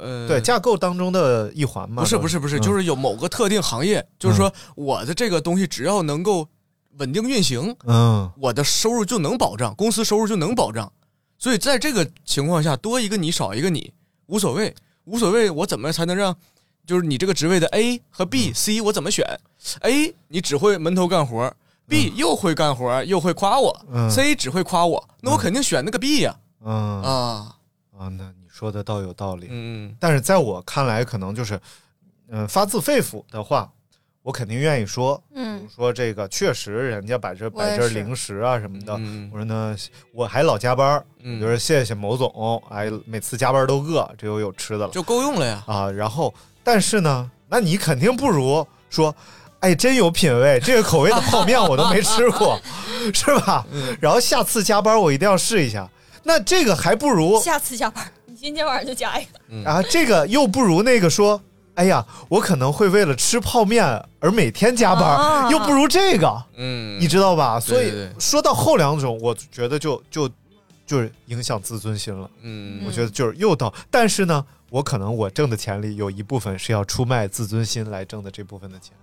[SPEAKER 3] 呃，
[SPEAKER 2] 对架构当中的一环嘛？
[SPEAKER 3] 不是不是不是，
[SPEAKER 2] 嗯
[SPEAKER 3] 就是有某个特定行业，就是说我的这个东西只要能够稳定运行，
[SPEAKER 2] 嗯
[SPEAKER 3] 我的收入就能保障，公司收入就能保障。所以在这个情况下，多一个你少一个你无所谓，无所谓。我怎么才能让，就是你这个职位的 A 和
[SPEAKER 2] 嗯
[SPEAKER 3] B、C 我怎么选？A 你只会闷头干活，B 又会干活又会夸我、
[SPEAKER 2] 嗯
[SPEAKER 3] c 只会夸我，那我肯定选那个 B 呀、
[SPEAKER 2] 嗯啊
[SPEAKER 3] 啊，
[SPEAKER 2] 那你说的倒有道理。
[SPEAKER 3] 嗯
[SPEAKER 2] 但是在我看来，可能就是，嗯、发自肺腑的话，我肯定愿意说，比
[SPEAKER 4] 嗯
[SPEAKER 2] 如，说这个确实人家摆这
[SPEAKER 4] 我也
[SPEAKER 2] 摆这
[SPEAKER 4] 是
[SPEAKER 2] 零食啊什么的，
[SPEAKER 3] 嗯
[SPEAKER 2] 我说呢，我还老加班儿，我
[SPEAKER 3] 嗯
[SPEAKER 2] 就，是谢谢某总，哎，每次加班都饿，这又有吃的了
[SPEAKER 3] 就够用了呀。
[SPEAKER 2] 啊。然后，但是呢，那你肯定不如说。哎，真有品位，这个口味 的泡面我都没吃过，是吧？
[SPEAKER 3] 嗯
[SPEAKER 2] 然后下次加班我一定要试一下。那这个还不如
[SPEAKER 4] 下次加班，你今天晚上就加一个。
[SPEAKER 3] 嗯
[SPEAKER 2] 啊，这个又不如那个说，哎呀，我可能会为了吃泡面而每天加班，
[SPEAKER 4] 啊
[SPEAKER 2] 又不如这个，
[SPEAKER 3] 嗯，
[SPEAKER 2] 你知道吧？所以
[SPEAKER 3] 对对对
[SPEAKER 2] 说到后两种，我觉得就就就是影响自尊心了。
[SPEAKER 3] 嗯
[SPEAKER 2] 我觉得就是又到，但是呢，我可能我挣的钱里有一部分是要出卖自尊心来挣的这部分的钱。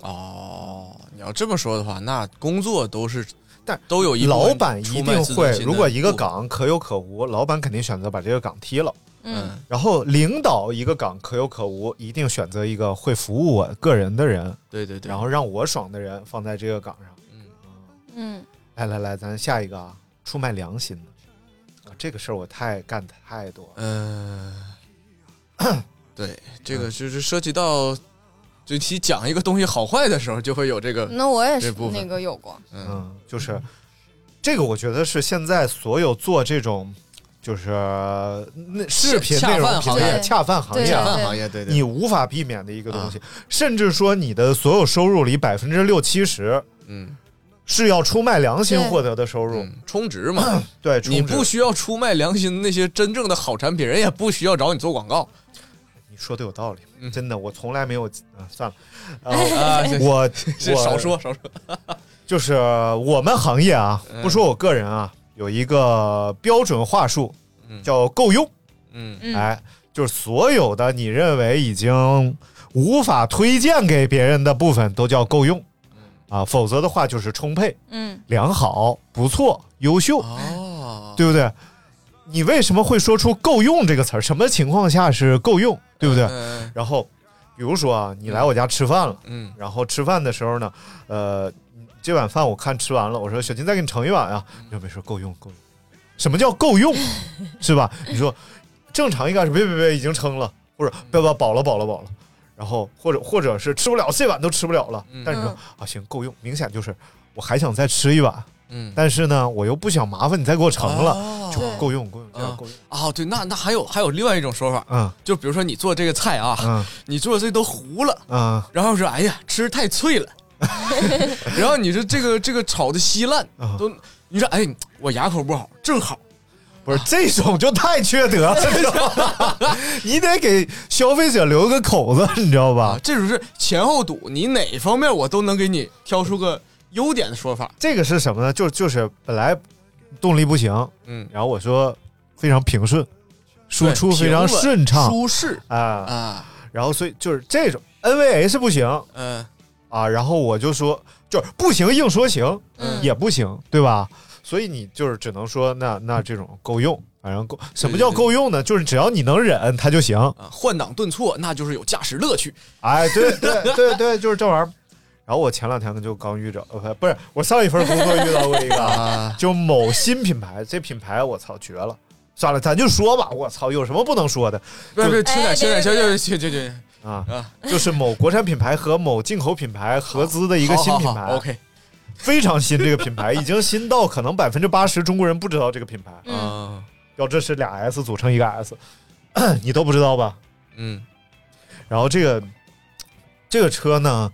[SPEAKER 3] 哦，你要这么说的话，那工作都是，
[SPEAKER 2] 但
[SPEAKER 3] 都有一部分
[SPEAKER 2] 老板一
[SPEAKER 3] 出卖
[SPEAKER 2] 定
[SPEAKER 3] 自
[SPEAKER 2] 会
[SPEAKER 3] 尊，心
[SPEAKER 2] 如
[SPEAKER 3] 的
[SPEAKER 2] 果一个
[SPEAKER 3] 部分，
[SPEAKER 2] 岗可有可无，老板肯定选择把这个岗踢了。
[SPEAKER 3] 嗯，
[SPEAKER 2] 然后领导一个岗可有可无，一定选择一个会服务我个人的人，
[SPEAKER 3] 对对对，
[SPEAKER 2] 然后让我爽的人放在这个岗上。
[SPEAKER 4] 嗯，
[SPEAKER 2] 来来来，咱下一个啊，出卖良心的，啊这个事儿我太干太多了。
[SPEAKER 3] 嗯、 对，这个就是涉及到，就你讲一个东西好坏的时候，就会有这个，
[SPEAKER 4] 那我也
[SPEAKER 3] 这
[SPEAKER 4] 是
[SPEAKER 3] 部分
[SPEAKER 4] 那个有过，
[SPEAKER 2] 嗯，就是这个，我觉得是现在所有做这种就是那视频
[SPEAKER 3] 恰
[SPEAKER 2] 内容
[SPEAKER 3] 饭
[SPEAKER 2] 平
[SPEAKER 3] 行业
[SPEAKER 2] 台恰饭行业
[SPEAKER 3] 恰
[SPEAKER 2] 啊，
[SPEAKER 3] 饭行业，对嗯对，
[SPEAKER 2] 你无法避免的一个东西，甚至说你的所有收入里百分之六七十
[SPEAKER 3] 嗯，
[SPEAKER 2] 是要出卖良心
[SPEAKER 4] 对
[SPEAKER 2] 获得的收入，
[SPEAKER 3] 充值嘛，
[SPEAKER 2] 对，
[SPEAKER 3] 嗯你
[SPEAKER 2] 嗯充值
[SPEAKER 3] 不需要出卖良心那些真正的好产品，人也不需要找你做广 告。
[SPEAKER 2] 你说的有道理，
[SPEAKER 3] 嗯
[SPEAKER 2] 真的，我从来没有啊， 算了，
[SPEAKER 3] 啊
[SPEAKER 2] 呃
[SPEAKER 3] 行
[SPEAKER 2] 我
[SPEAKER 3] 这
[SPEAKER 2] 我
[SPEAKER 3] 少说少说，
[SPEAKER 2] 就是我们行业啊，
[SPEAKER 3] 嗯
[SPEAKER 2] 不说我个人啊，有一个标准话术
[SPEAKER 3] 嗯
[SPEAKER 2] 叫够用，
[SPEAKER 3] 嗯
[SPEAKER 4] 嗯
[SPEAKER 2] 哎，就是所有的你认为已经无法推荐给别人的部分都叫够用，
[SPEAKER 3] 嗯
[SPEAKER 2] 啊，否则的话就是充沛、
[SPEAKER 4] 嗯，
[SPEAKER 2] 良好、不错、优秀，
[SPEAKER 3] 哦，
[SPEAKER 2] 对不对？你为什么会说出“够用”这个词儿？什么情况下是够用，对不对？
[SPEAKER 3] 嗯
[SPEAKER 2] 然后，比如说啊，你来我家吃饭了，
[SPEAKER 3] 嗯
[SPEAKER 2] 然后吃饭的时候呢，呃，这碗饭我看吃完了，我说小金再给你盛一碗啊，你就没说够用够用，什么叫够用， 是吧？你说正常应该是别别别已经撑了，或者不要不要饱了饱了饱了，然后或者或者是吃不了这碗都吃不了了，但是你说
[SPEAKER 4] 嗯
[SPEAKER 2] 啊行够用，明显就是我还想再吃一碗，
[SPEAKER 3] 嗯，
[SPEAKER 2] 但是呢我又不想麻烦你再给我盛了，
[SPEAKER 3] 哦
[SPEAKER 2] 就
[SPEAKER 4] 对
[SPEAKER 2] 够用够用这样
[SPEAKER 3] 啊
[SPEAKER 2] 够用，
[SPEAKER 3] 哦，对，那那还有还有另外一种说法，
[SPEAKER 2] 嗯
[SPEAKER 3] 就比如说你做这个菜啊，
[SPEAKER 2] 嗯
[SPEAKER 3] 你做的这都糊了，
[SPEAKER 2] 嗯
[SPEAKER 3] 然后说哎呀吃太脆 了，然后你说这个这个炒的稀烂
[SPEAKER 2] 啊，
[SPEAKER 3] 都你说哎我牙口不好，正好，
[SPEAKER 2] 不是这种就太缺德了， 你知道吗你得给消费者留个口子， 你知道吧
[SPEAKER 3] 啊，？这种是前后堵，你哪方面我都能给你挑出个优点的说法。
[SPEAKER 2] 这个是什么呢？就就是本来动力不行，
[SPEAKER 3] 嗯，
[SPEAKER 2] 然后我说非常平顺，输出非常
[SPEAKER 3] 平稳
[SPEAKER 2] 顺畅
[SPEAKER 3] 舒适
[SPEAKER 2] 啊，
[SPEAKER 3] 啊，
[SPEAKER 2] 然后所以就是这种 NVH 不行
[SPEAKER 3] 嗯
[SPEAKER 2] 啊，然后我就说就是不行，硬说行
[SPEAKER 4] 嗯
[SPEAKER 2] 也不行，对吧？所以你就是只能说那那这种够用，反正够什么
[SPEAKER 3] 对对
[SPEAKER 2] 叫
[SPEAKER 3] 对
[SPEAKER 2] 够用呢？就是只要你能忍，它就行。
[SPEAKER 3] 啊，换挡顿挫那就是有驾驶乐趣。
[SPEAKER 2] 哎，对对对对，就是这玩意儿。然后我前两天就刚遇着，呃，不是我上一份工作遇到过一个， 啊，就某新品牌，这品牌我操绝了。算了，咱就说吧，我操，有什么不能说的
[SPEAKER 3] 不是不是，轻点
[SPEAKER 4] 哎
[SPEAKER 3] 轻
[SPEAKER 4] 对
[SPEAKER 3] 点，轻
[SPEAKER 4] 对
[SPEAKER 3] 点轻轻轻
[SPEAKER 2] 啊？
[SPEAKER 3] 啊！
[SPEAKER 2] 就是某国产品牌和某进口品牌合资的一个新品
[SPEAKER 3] 好好
[SPEAKER 2] 牌
[SPEAKER 3] 好，OK，
[SPEAKER 2] 非常新，这个品牌已经新到可能百分之八十中国人不知道这个品牌。
[SPEAKER 4] 嗯
[SPEAKER 3] 啊，
[SPEAKER 2] 要这是俩 S 组成一个 S，你都不知道吧？
[SPEAKER 3] 嗯
[SPEAKER 2] 然后这个这个车呢，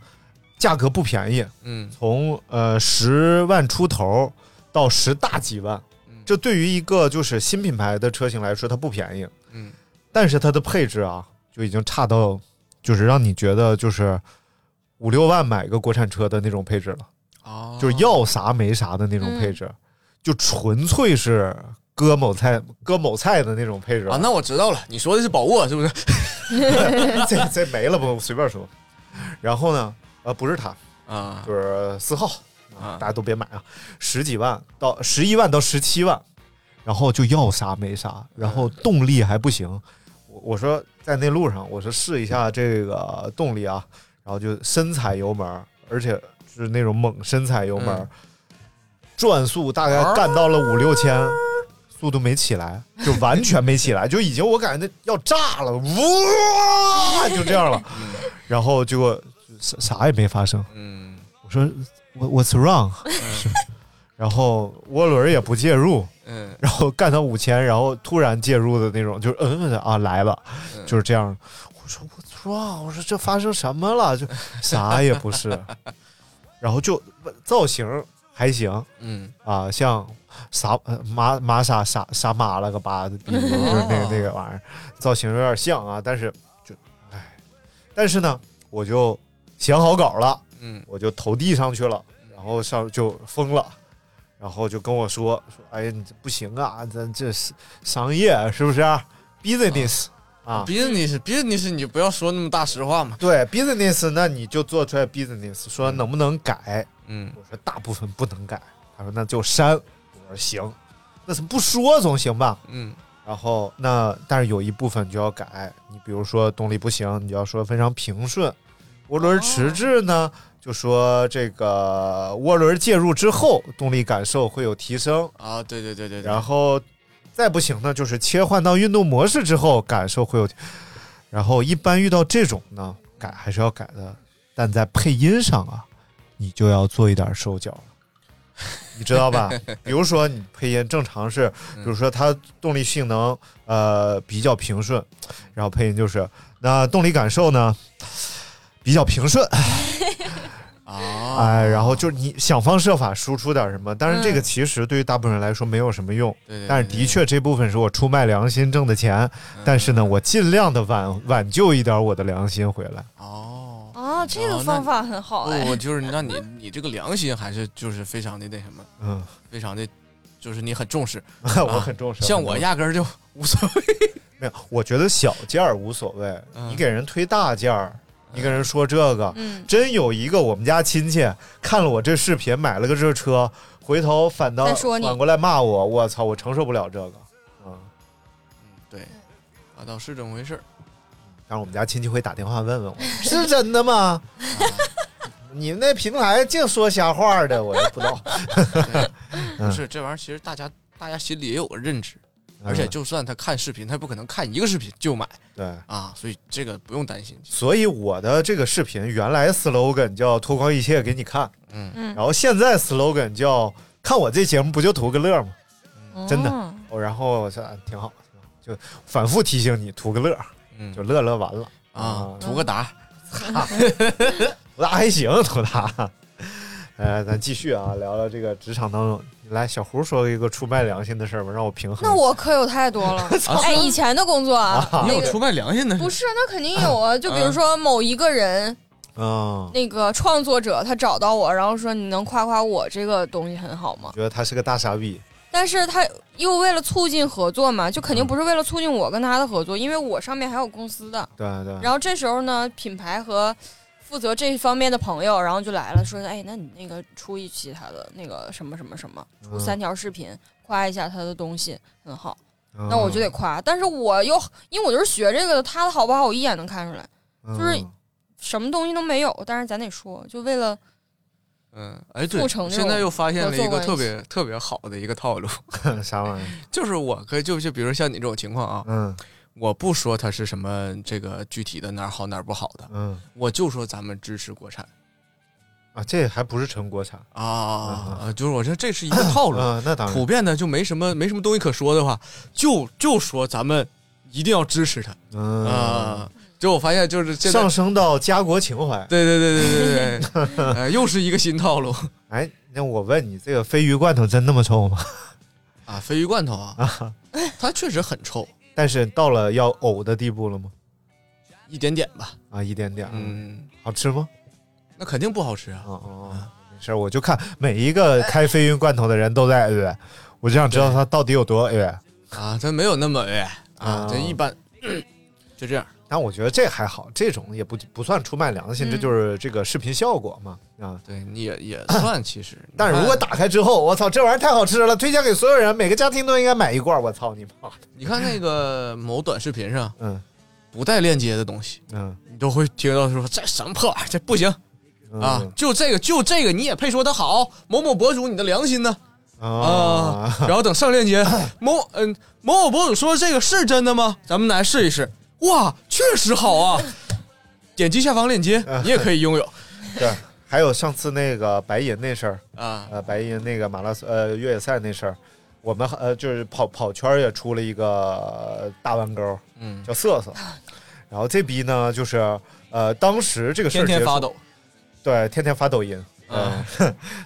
[SPEAKER 2] 价格不便宜，
[SPEAKER 3] 嗯
[SPEAKER 2] 从呃十万出头到十大几万
[SPEAKER 3] 嗯，
[SPEAKER 2] 这对于一个就是新品牌的车型来说，它不便宜，
[SPEAKER 3] 嗯，
[SPEAKER 2] 但是它的配置啊，就已经差到就是让你觉得就是五六万买个国产车的那种配置了，
[SPEAKER 3] 哦，嗯
[SPEAKER 2] 就是要啥没啥的那种配置，就纯粹是割某菜割某菜的那种配置了
[SPEAKER 3] 啊，那我知道了，你说的是宝沃是不是？
[SPEAKER 2] 这这没了不随便说。然后呢，呃，不是它，
[SPEAKER 3] 啊
[SPEAKER 2] 就是四号
[SPEAKER 3] 啊
[SPEAKER 2] 大家都别买啊，十几万到十一万到十七万，然后就要啥没啥，然后动力还不行。我我说在那路上，我说试一下这个动力啊，然后就深踩油门，而且是那种猛深踩油门，
[SPEAKER 3] 嗯
[SPEAKER 2] 转速大概干到了五六千。速度没起来，就完全没起 来，就已经我感觉那要炸了，哇，就这样了。然后结果啥啥也没发生，
[SPEAKER 3] 嗯
[SPEAKER 2] 我说我 What's wrong？、然后涡轮也不介入，
[SPEAKER 3] 嗯，
[SPEAKER 2] 然后干到五千，然后突然介入的那种，就是嗯嗯的啊来了，
[SPEAKER 3] 嗯
[SPEAKER 2] 就是这样。我说我说我说这发生什么了？就啥也不是，然后就造型还行，
[SPEAKER 3] 嗯
[SPEAKER 2] 啊，像傻呃马马傻傻傻马了个巴的，就是那个那个玩意儿，造型有点像啊，但是就唉，但是呢，我就想好稿了，
[SPEAKER 3] 嗯
[SPEAKER 2] 我就投递上去了，然后上就疯了。然后就跟我说说，哎呀，你这不行啊，咱这是商业是不是啊？business 啊
[SPEAKER 3] business business 你就不要说那么大实话嘛。
[SPEAKER 2] 对 business，那你就做出来 business，说能不能改？
[SPEAKER 3] 嗯，
[SPEAKER 2] 我说大部分不能改。他说那就删。我说行，那是不说总行吧？
[SPEAKER 3] 嗯。
[SPEAKER 2] 然后那但是有一部分就要改，你比如说动力不行，你就要说非常平顺；涡轮迟滞呢，就说这个涡轮介入之后动力感受会有提升。
[SPEAKER 3] 啊，对对对对对。
[SPEAKER 2] 然后再不行呢，就是切换到运动模式之后感受会有。然后一般遇到这种呢，改还是要改的，但在配音上啊，你就要做一点手脚了，你知道 吧？比如说你配音正常是，比如说它动力性能呃比较平顺，然后配音就是那动力感受呢比较平顺。
[SPEAKER 3] 啊
[SPEAKER 2] 哎，然后就是你想方设法输出点什么，当然这
[SPEAKER 3] 嗯
[SPEAKER 2] 个其实对于大部分人来说没有什么用，
[SPEAKER 3] 对对嗯
[SPEAKER 2] 但是的确这部分是我出卖良心挣的钱，但是呢，我尽量的挽挽救一点我的良心回来。
[SPEAKER 4] 啊，这个方法很好哎
[SPEAKER 3] 不，。哦我就是那你 你这个良心还是就是非常的那什么，
[SPEAKER 2] 嗯，
[SPEAKER 3] 非常的，就是你很重视，
[SPEAKER 2] 我很重视
[SPEAKER 3] 啊像我压根儿就无所 谓。
[SPEAKER 2] 没有，我觉得小件儿无所谓，
[SPEAKER 3] 嗯
[SPEAKER 2] 你给人推大件儿。你跟人说这个，
[SPEAKER 4] 嗯
[SPEAKER 2] 真有一个我们家亲戚看了我这视频，买了个这车，回头反倒
[SPEAKER 4] 再说你
[SPEAKER 2] 反过来骂我，我操，我承受不了这个。嗯
[SPEAKER 3] 嗯对，啊，倒是这么 回事儿。
[SPEAKER 2] 但是我们家亲戚会打电话问 问我，是真的吗？ 啊你们那平台净说瞎话的，我也不知道。
[SPEAKER 3] 不
[SPEAKER 2] 嗯
[SPEAKER 3] 是这玩意儿，其实大家大家心里也有个认知，而且就算他看视频，他也不可能看一个视频就买
[SPEAKER 2] 对
[SPEAKER 3] 啊，所以这个不用担心。
[SPEAKER 2] 所以我的这个视频原来 slogan 叫“脱光一切给你看”，
[SPEAKER 3] 嗯
[SPEAKER 4] 嗯
[SPEAKER 2] 然后现在 slogan 叫“看我这节目不就图个乐吗？”真的，哦，然后我说啊挺好，挺好就反复提醒你图个乐，
[SPEAKER 4] 嗯
[SPEAKER 2] 就乐乐完了
[SPEAKER 3] 嗯啊，图个达，
[SPEAKER 2] 图达还哎行，图 达。呃，咱继续啊，聊聊这个职场当中，来小胡说一个出卖良心的事儿吧，让我平衡。
[SPEAKER 4] 那我可有太多 了，哎，以前的工作啊，
[SPEAKER 2] 啊
[SPEAKER 4] 那
[SPEAKER 2] 你有
[SPEAKER 4] 个
[SPEAKER 2] 出卖良心的
[SPEAKER 4] 不是，那肯定 有啊。就比如说某一个人，
[SPEAKER 2] 嗯，
[SPEAKER 4] 那个创作者他找到我，然后说你能夸夸我这个东西很好吗？
[SPEAKER 2] 觉得他是个大傻逼，
[SPEAKER 4] 但是他又为了促进合作嘛，就
[SPEAKER 2] 嗯
[SPEAKER 4] 肯定不是为了促进我跟他的合作，因为我上面还有公司的。
[SPEAKER 2] 对对。
[SPEAKER 4] 然后这时候呢，品牌和负责这方面的朋友，然后就来了，说：“哎，那你那个出一期他的那个什么什么什么，出
[SPEAKER 2] 嗯
[SPEAKER 4] 三条视频，夸一下他的东西很好。”
[SPEAKER 2] 嗯
[SPEAKER 4] 那我就得夸，但是我又因为我就是学这个的，他的好不好我一眼能看出来，就是
[SPEAKER 3] 嗯
[SPEAKER 4] 什么东西都没有，但是咱得说，就为了
[SPEAKER 3] 嗯，哎，对
[SPEAKER 4] 促成，这种
[SPEAKER 3] 现在又发现了一
[SPEAKER 4] 合
[SPEAKER 3] 个
[SPEAKER 4] 作
[SPEAKER 3] 特
[SPEAKER 4] 关系
[SPEAKER 3] 别特别好的一个套路，
[SPEAKER 2] 啥玩意儿？
[SPEAKER 3] 就是我可以就就比如像你这种情况啊，
[SPEAKER 2] 嗯，
[SPEAKER 3] 我不说它是什么这个具体的哪儿好哪儿不好的，
[SPEAKER 2] 嗯，
[SPEAKER 3] 我就说咱们支持国产
[SPEAKER 2] 啊，这还不是纯国产
[SPEAKER 3] 啊啊，就是我这这是一个套路，
[SPEAKER 2] 嗯那当然
[SPEAKER 3] 普遍的就没什么没什么东西可说的话，就就说咱们一定要支持它，
[SPEAKER 2] 嗯
[SPEAKER 3] 啊，就我发现就是现在
[SPEAKER 2] 上升到家国情怀。
[SPEAKER 3] 对对对对对对，呃，又是一个新套路
[SPEAKER 2] 哎，那我问你，这个鲱鱼罐头真那么臭吗？
[SPEAKER 3] 啊！鲱鱼罐头啊，它确实很臭，
[SPEAKER 2] 但是到了要呕的地步了吗？
[SPEAKER 3] 一点点吧，
[SPEAKER 2] 啊，一点点。
[SPEAKER 3] 嗯，
[SPEAKER 2] 好吃吗？
[SPEAKER 3] 那肯定不好吃啊。
[SPEAKER 2] 哦哦，没事儿，我就看每一个
[SPEAKER 3] 哎
[SPEAKER 2] 开鲱鱼罐头的人都在呃，我就想知道他到底有多呃。
[SPEAKER 3] 啊，它没有那么哎啊，这一般就这样。
[SPEAKER 2] 但我觉得这还好，这种也不不算出卖良心，
[SPEAKER 3] 嗯
[SPEAKER 2] 这就是这个视频效果嘛。啊，
[SPEAKER 3] 对，你也也算其 实。
[SPEAKER 2] 但是如
[SPEAKER 3] 嗯
[SPEAKER 2] 果打开之后，我操，这玩意儿太好吃了，推荐给所有人，每个家庭都应该买一罐。我操你妈的！
[SPEAKER 3] 你看那个某短视频上，
[SPEAKER 2] 嗯，
[SPEAKER 3] 不带链接的东西，
[SPEAKER 2] 嗯，
[SPEAKER 3] 你都会听到说这什么破玩意儿，这不行啊
[SPEAKER 2] 嗯，
[SPEAKER 3] 就这个就这个你也配说它好？某某博主，你的良心呢？
[SPEAKER 2] 嗯
[SPEAKER 3] 啊，然后等上链接，某嗯某某博主说这个是真的吗？咱们来试一试。 哇，确实好啊！点击下方链接，你也可以拥有。
[SPEAKER 2] 对，还有上次那个白银那事儿
[SPEAKER 3] 啊，
[SPEAKER 2] 呃，白银那个马拉松呃越野赛那事儿，我们呃就是跑跑圈儿也出了一个呃大弯钩，
[SPEAKER 3] 嗯
[SPEAKER 2] 叫瑟瑟。然后这逼呢，就是呃，当时这个 事儿
[SPEAKER 3] 天天
[SPEAKER 2] 结束
[SPEAKER 3] 发抖，
[SPEAKER 2] 对，天天发抖音，
[SPEAKER 3] 嗯，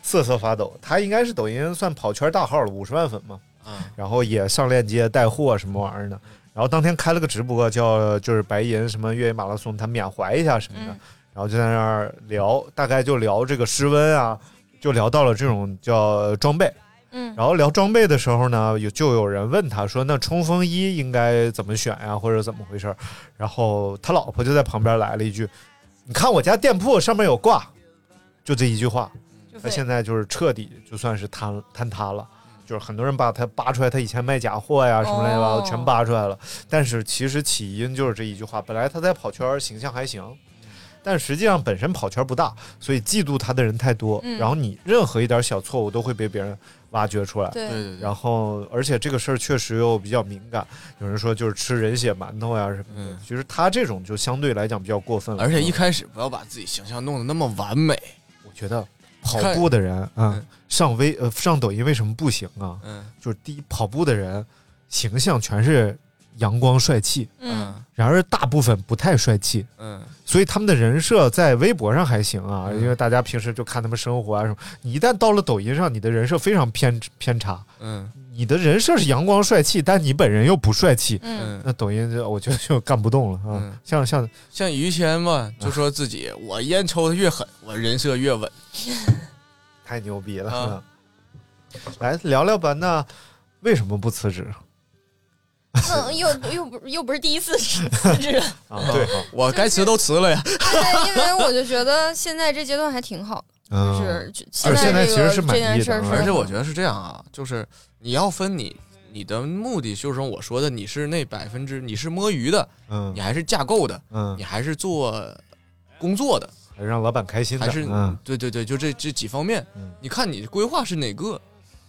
[SPEAKER 2] 瑟瑟发抖。他应该是抖音算跑圈大号了，五十万粉嘛，
[SPEAKER 3] 嗯，
[SPEAKER 2] 然后也上链接带货什么玩意儿的。然后当天开了个直播，叫就是白银什么越野马拉松，他缅怀一下什么的，然后就在那儿聊，大概就聊这个湿温啊，就聊到了这种叫装备。
[SPEAKER 4] 嗯
[SPEAKER 2] 然后聊装备的时候呢，有就有人问他说：“那冲锋衣应该怎么选呀、或者怎么回事儿？”然后他老婆就在旁边来了一句：“你看我家店铺上面有挂。”就这一句话，他现在就是彻底就算是坍坍塌了。就是很多人把他扒出来，他以前卖假货呀什么乱七八糟
[SPEAKER 3] 哦
[SPEAKER 2] 全扒出来了。但是其实起因就是这一句话。本来他在跑圈儿形象还行，但实际上本身跑圈不大，所以嫉妒他的人太多，
[SPEAKER 3] 嗯
[SPEAKER 2] 然后你任何一点小错误都会被别人挖掘出来。
[SPEAKER 3] 对对对
[SPEAKER 2] 然后而且这个事儿确实又比较敏感，有人说就是吃人血馒头呀什么的，其实他这种就相对来讲比较过分了。
[SPEAKER 3] 嗯而且一开始不要把自己形象弄得那么完美，
[SPEAKER 2] 我觉得跑步的人啊、上微呃上抖音为什么不行啊？
[SPEAKER 3] 嗯，
[SPEAKER 2] 就是第一，跑步的人形象全是阳光帅气，
[SPEAKER 3] 嗯，
[SPEAKER 2] 然而大部分不太帅气，
[SPEAKER 3] 嗯，
[SPEAKER 2] 所以他们的人设在微博上还行啊，因为大家平时就看他们生活啊什么。你一旦到了抖音上，你的人设非常偏偏差，
[SPEAKER 3] 嗯，
[SPEAKER 2] 你的人设是阳光帅气，但你本人又不帅气，
[SPEAKER 3] 嗯
[SPEAKER 2] 那抖音就我觉得就干不动了啊。像像
[SPEAKER 3] 像于谦嘛，就说自己我烟抽的越狠，我人设越稳，
[SPEAKER 2] 太牛逼了。啊来聊聊吧，那为什么不辞职？
[SPEAKER 4] 嗯，又又不又不是第一次辞职了，
[SPEAKER 2] 啊，对，
[SPEAKER 3] 我该辞都辞了呀。
[SPEAKER 4] 对，因为我就觉得现在这阶段还挺好的，
[SPEAKER 3] 嗯
[SPEAKER 4] 就是就
[SPEAKER 3] 而
[SPEAKER 4] 现
[SPEAKER 3] 现在
[SPEAKER 4] 这
[SPEAKER 3] 其
[SPEAKER 4] 个
[SPEAKER 3] 实是满
[SPEAKER 4] 这
[SPEAKER 3] 意
[SPEAKER 4] 件事儿是
[SPEAKER 3] 而且我
[SPEAKER 4] 很
[SPEAKER 3] 觉得是这样啊，就是你要分你你的目的，就是我说的，你是那百分之你是摸鱼的，
[SPEAKER 2] 嗯
[SPEAKER 3] 你还是架构的，
[SPEAKER 2] 嗯
[SPEAKER 3] 你还是做工作的，
[SPEAKER 2] 还是让老板开心的，
[SPEAKER 3] 还是、
[SPEAKER 2] 嗯
[SPEAKER 3] 对对对，就这这几方面，你看你的规划是哪个？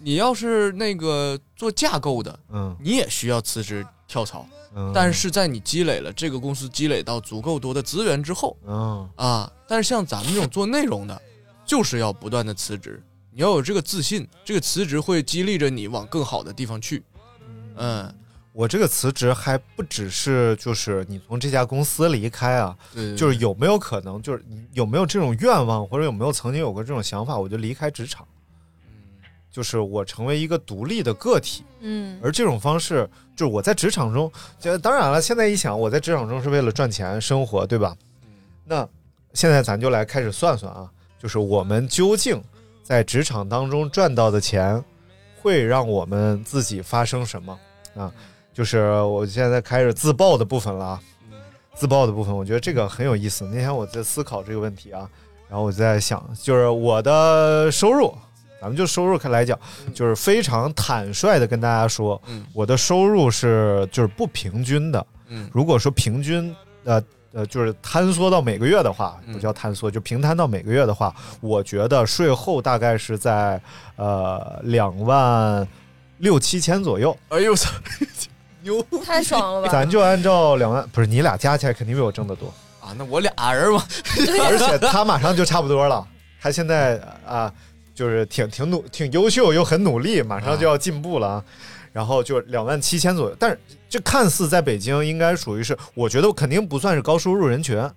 [SPEAKER 3] 你要是那个做架构的，
[SPEAKER 2] 嗯
[SPEAKER 3] 你也需要辞职跳槽，
[SPEAKER 2] 嗯
[SPEAKER 3] 但是在你积累了这个公司积累到足够多的资源之后，
[SPEAKER 2] 嗯
[SPEAKER 3] 啊，但是像咱们这种做内容的，就是要不断的辞职，你要有这个自信，这个辞职会激励着你往更好的地方去。嗯，
[SPEAKER 2] 我这个辞职还不只是就是你从这家公司离开啊，
[SPEAKER 3] 对对对
[SPEAKER 2] 就是有没有可能，就是你有没有这种愿望，或者有没有曾经有过这种想法，我就离开职场，就是我成为一个独立的个体。
[SPEAKER 4] 嗯
[SPEAKER 2] 而这种方式，就是我在职场中，就当然了，现在一想，我在职场中是为了赚钱生活，对吧？那现在咱就来开始算算啊，就是我们究竟在职场当中赚到的钱，会让我们自己发生什么啊？就是我现在开始自曝的部分了啊，自曝的部分，我觉得这个很有意思。那天我在思考这个问题啊，然后我在想，就是我的收入，咱们就收入来讲，就是非常坦率的跟大家说，
[SPEAKER 3] 嗯
[SPEAKER 2] 我的收入是就是不平均的。
[SPEAKER 3] 嗯
[SPEAKER 2] 如果说平均，呃呃，就是坍缩到每个月的话，不叫坍缩，就平摊到每个月的话，我觉得税后大概是在呃两万六七千左右。
[SPEAKER 3] 哎呦我操，牛！
[SPEAKER 4] 太爽了吧？
[SPEAKER 2] 咱就按照两万，不是你俩加起来肯定比我挣得多。
[SPEAKER 3] 啊，那我俩人嘛，
[SPEAKER 2] 而且 他马上就差不多了，他现在啊，就是挺挺努、挺优秀又很努力，马上就要进步了啊。然后就两万七千左右，但是这看似在北京应该属于是，我觉得肯定不算是高收入人群，我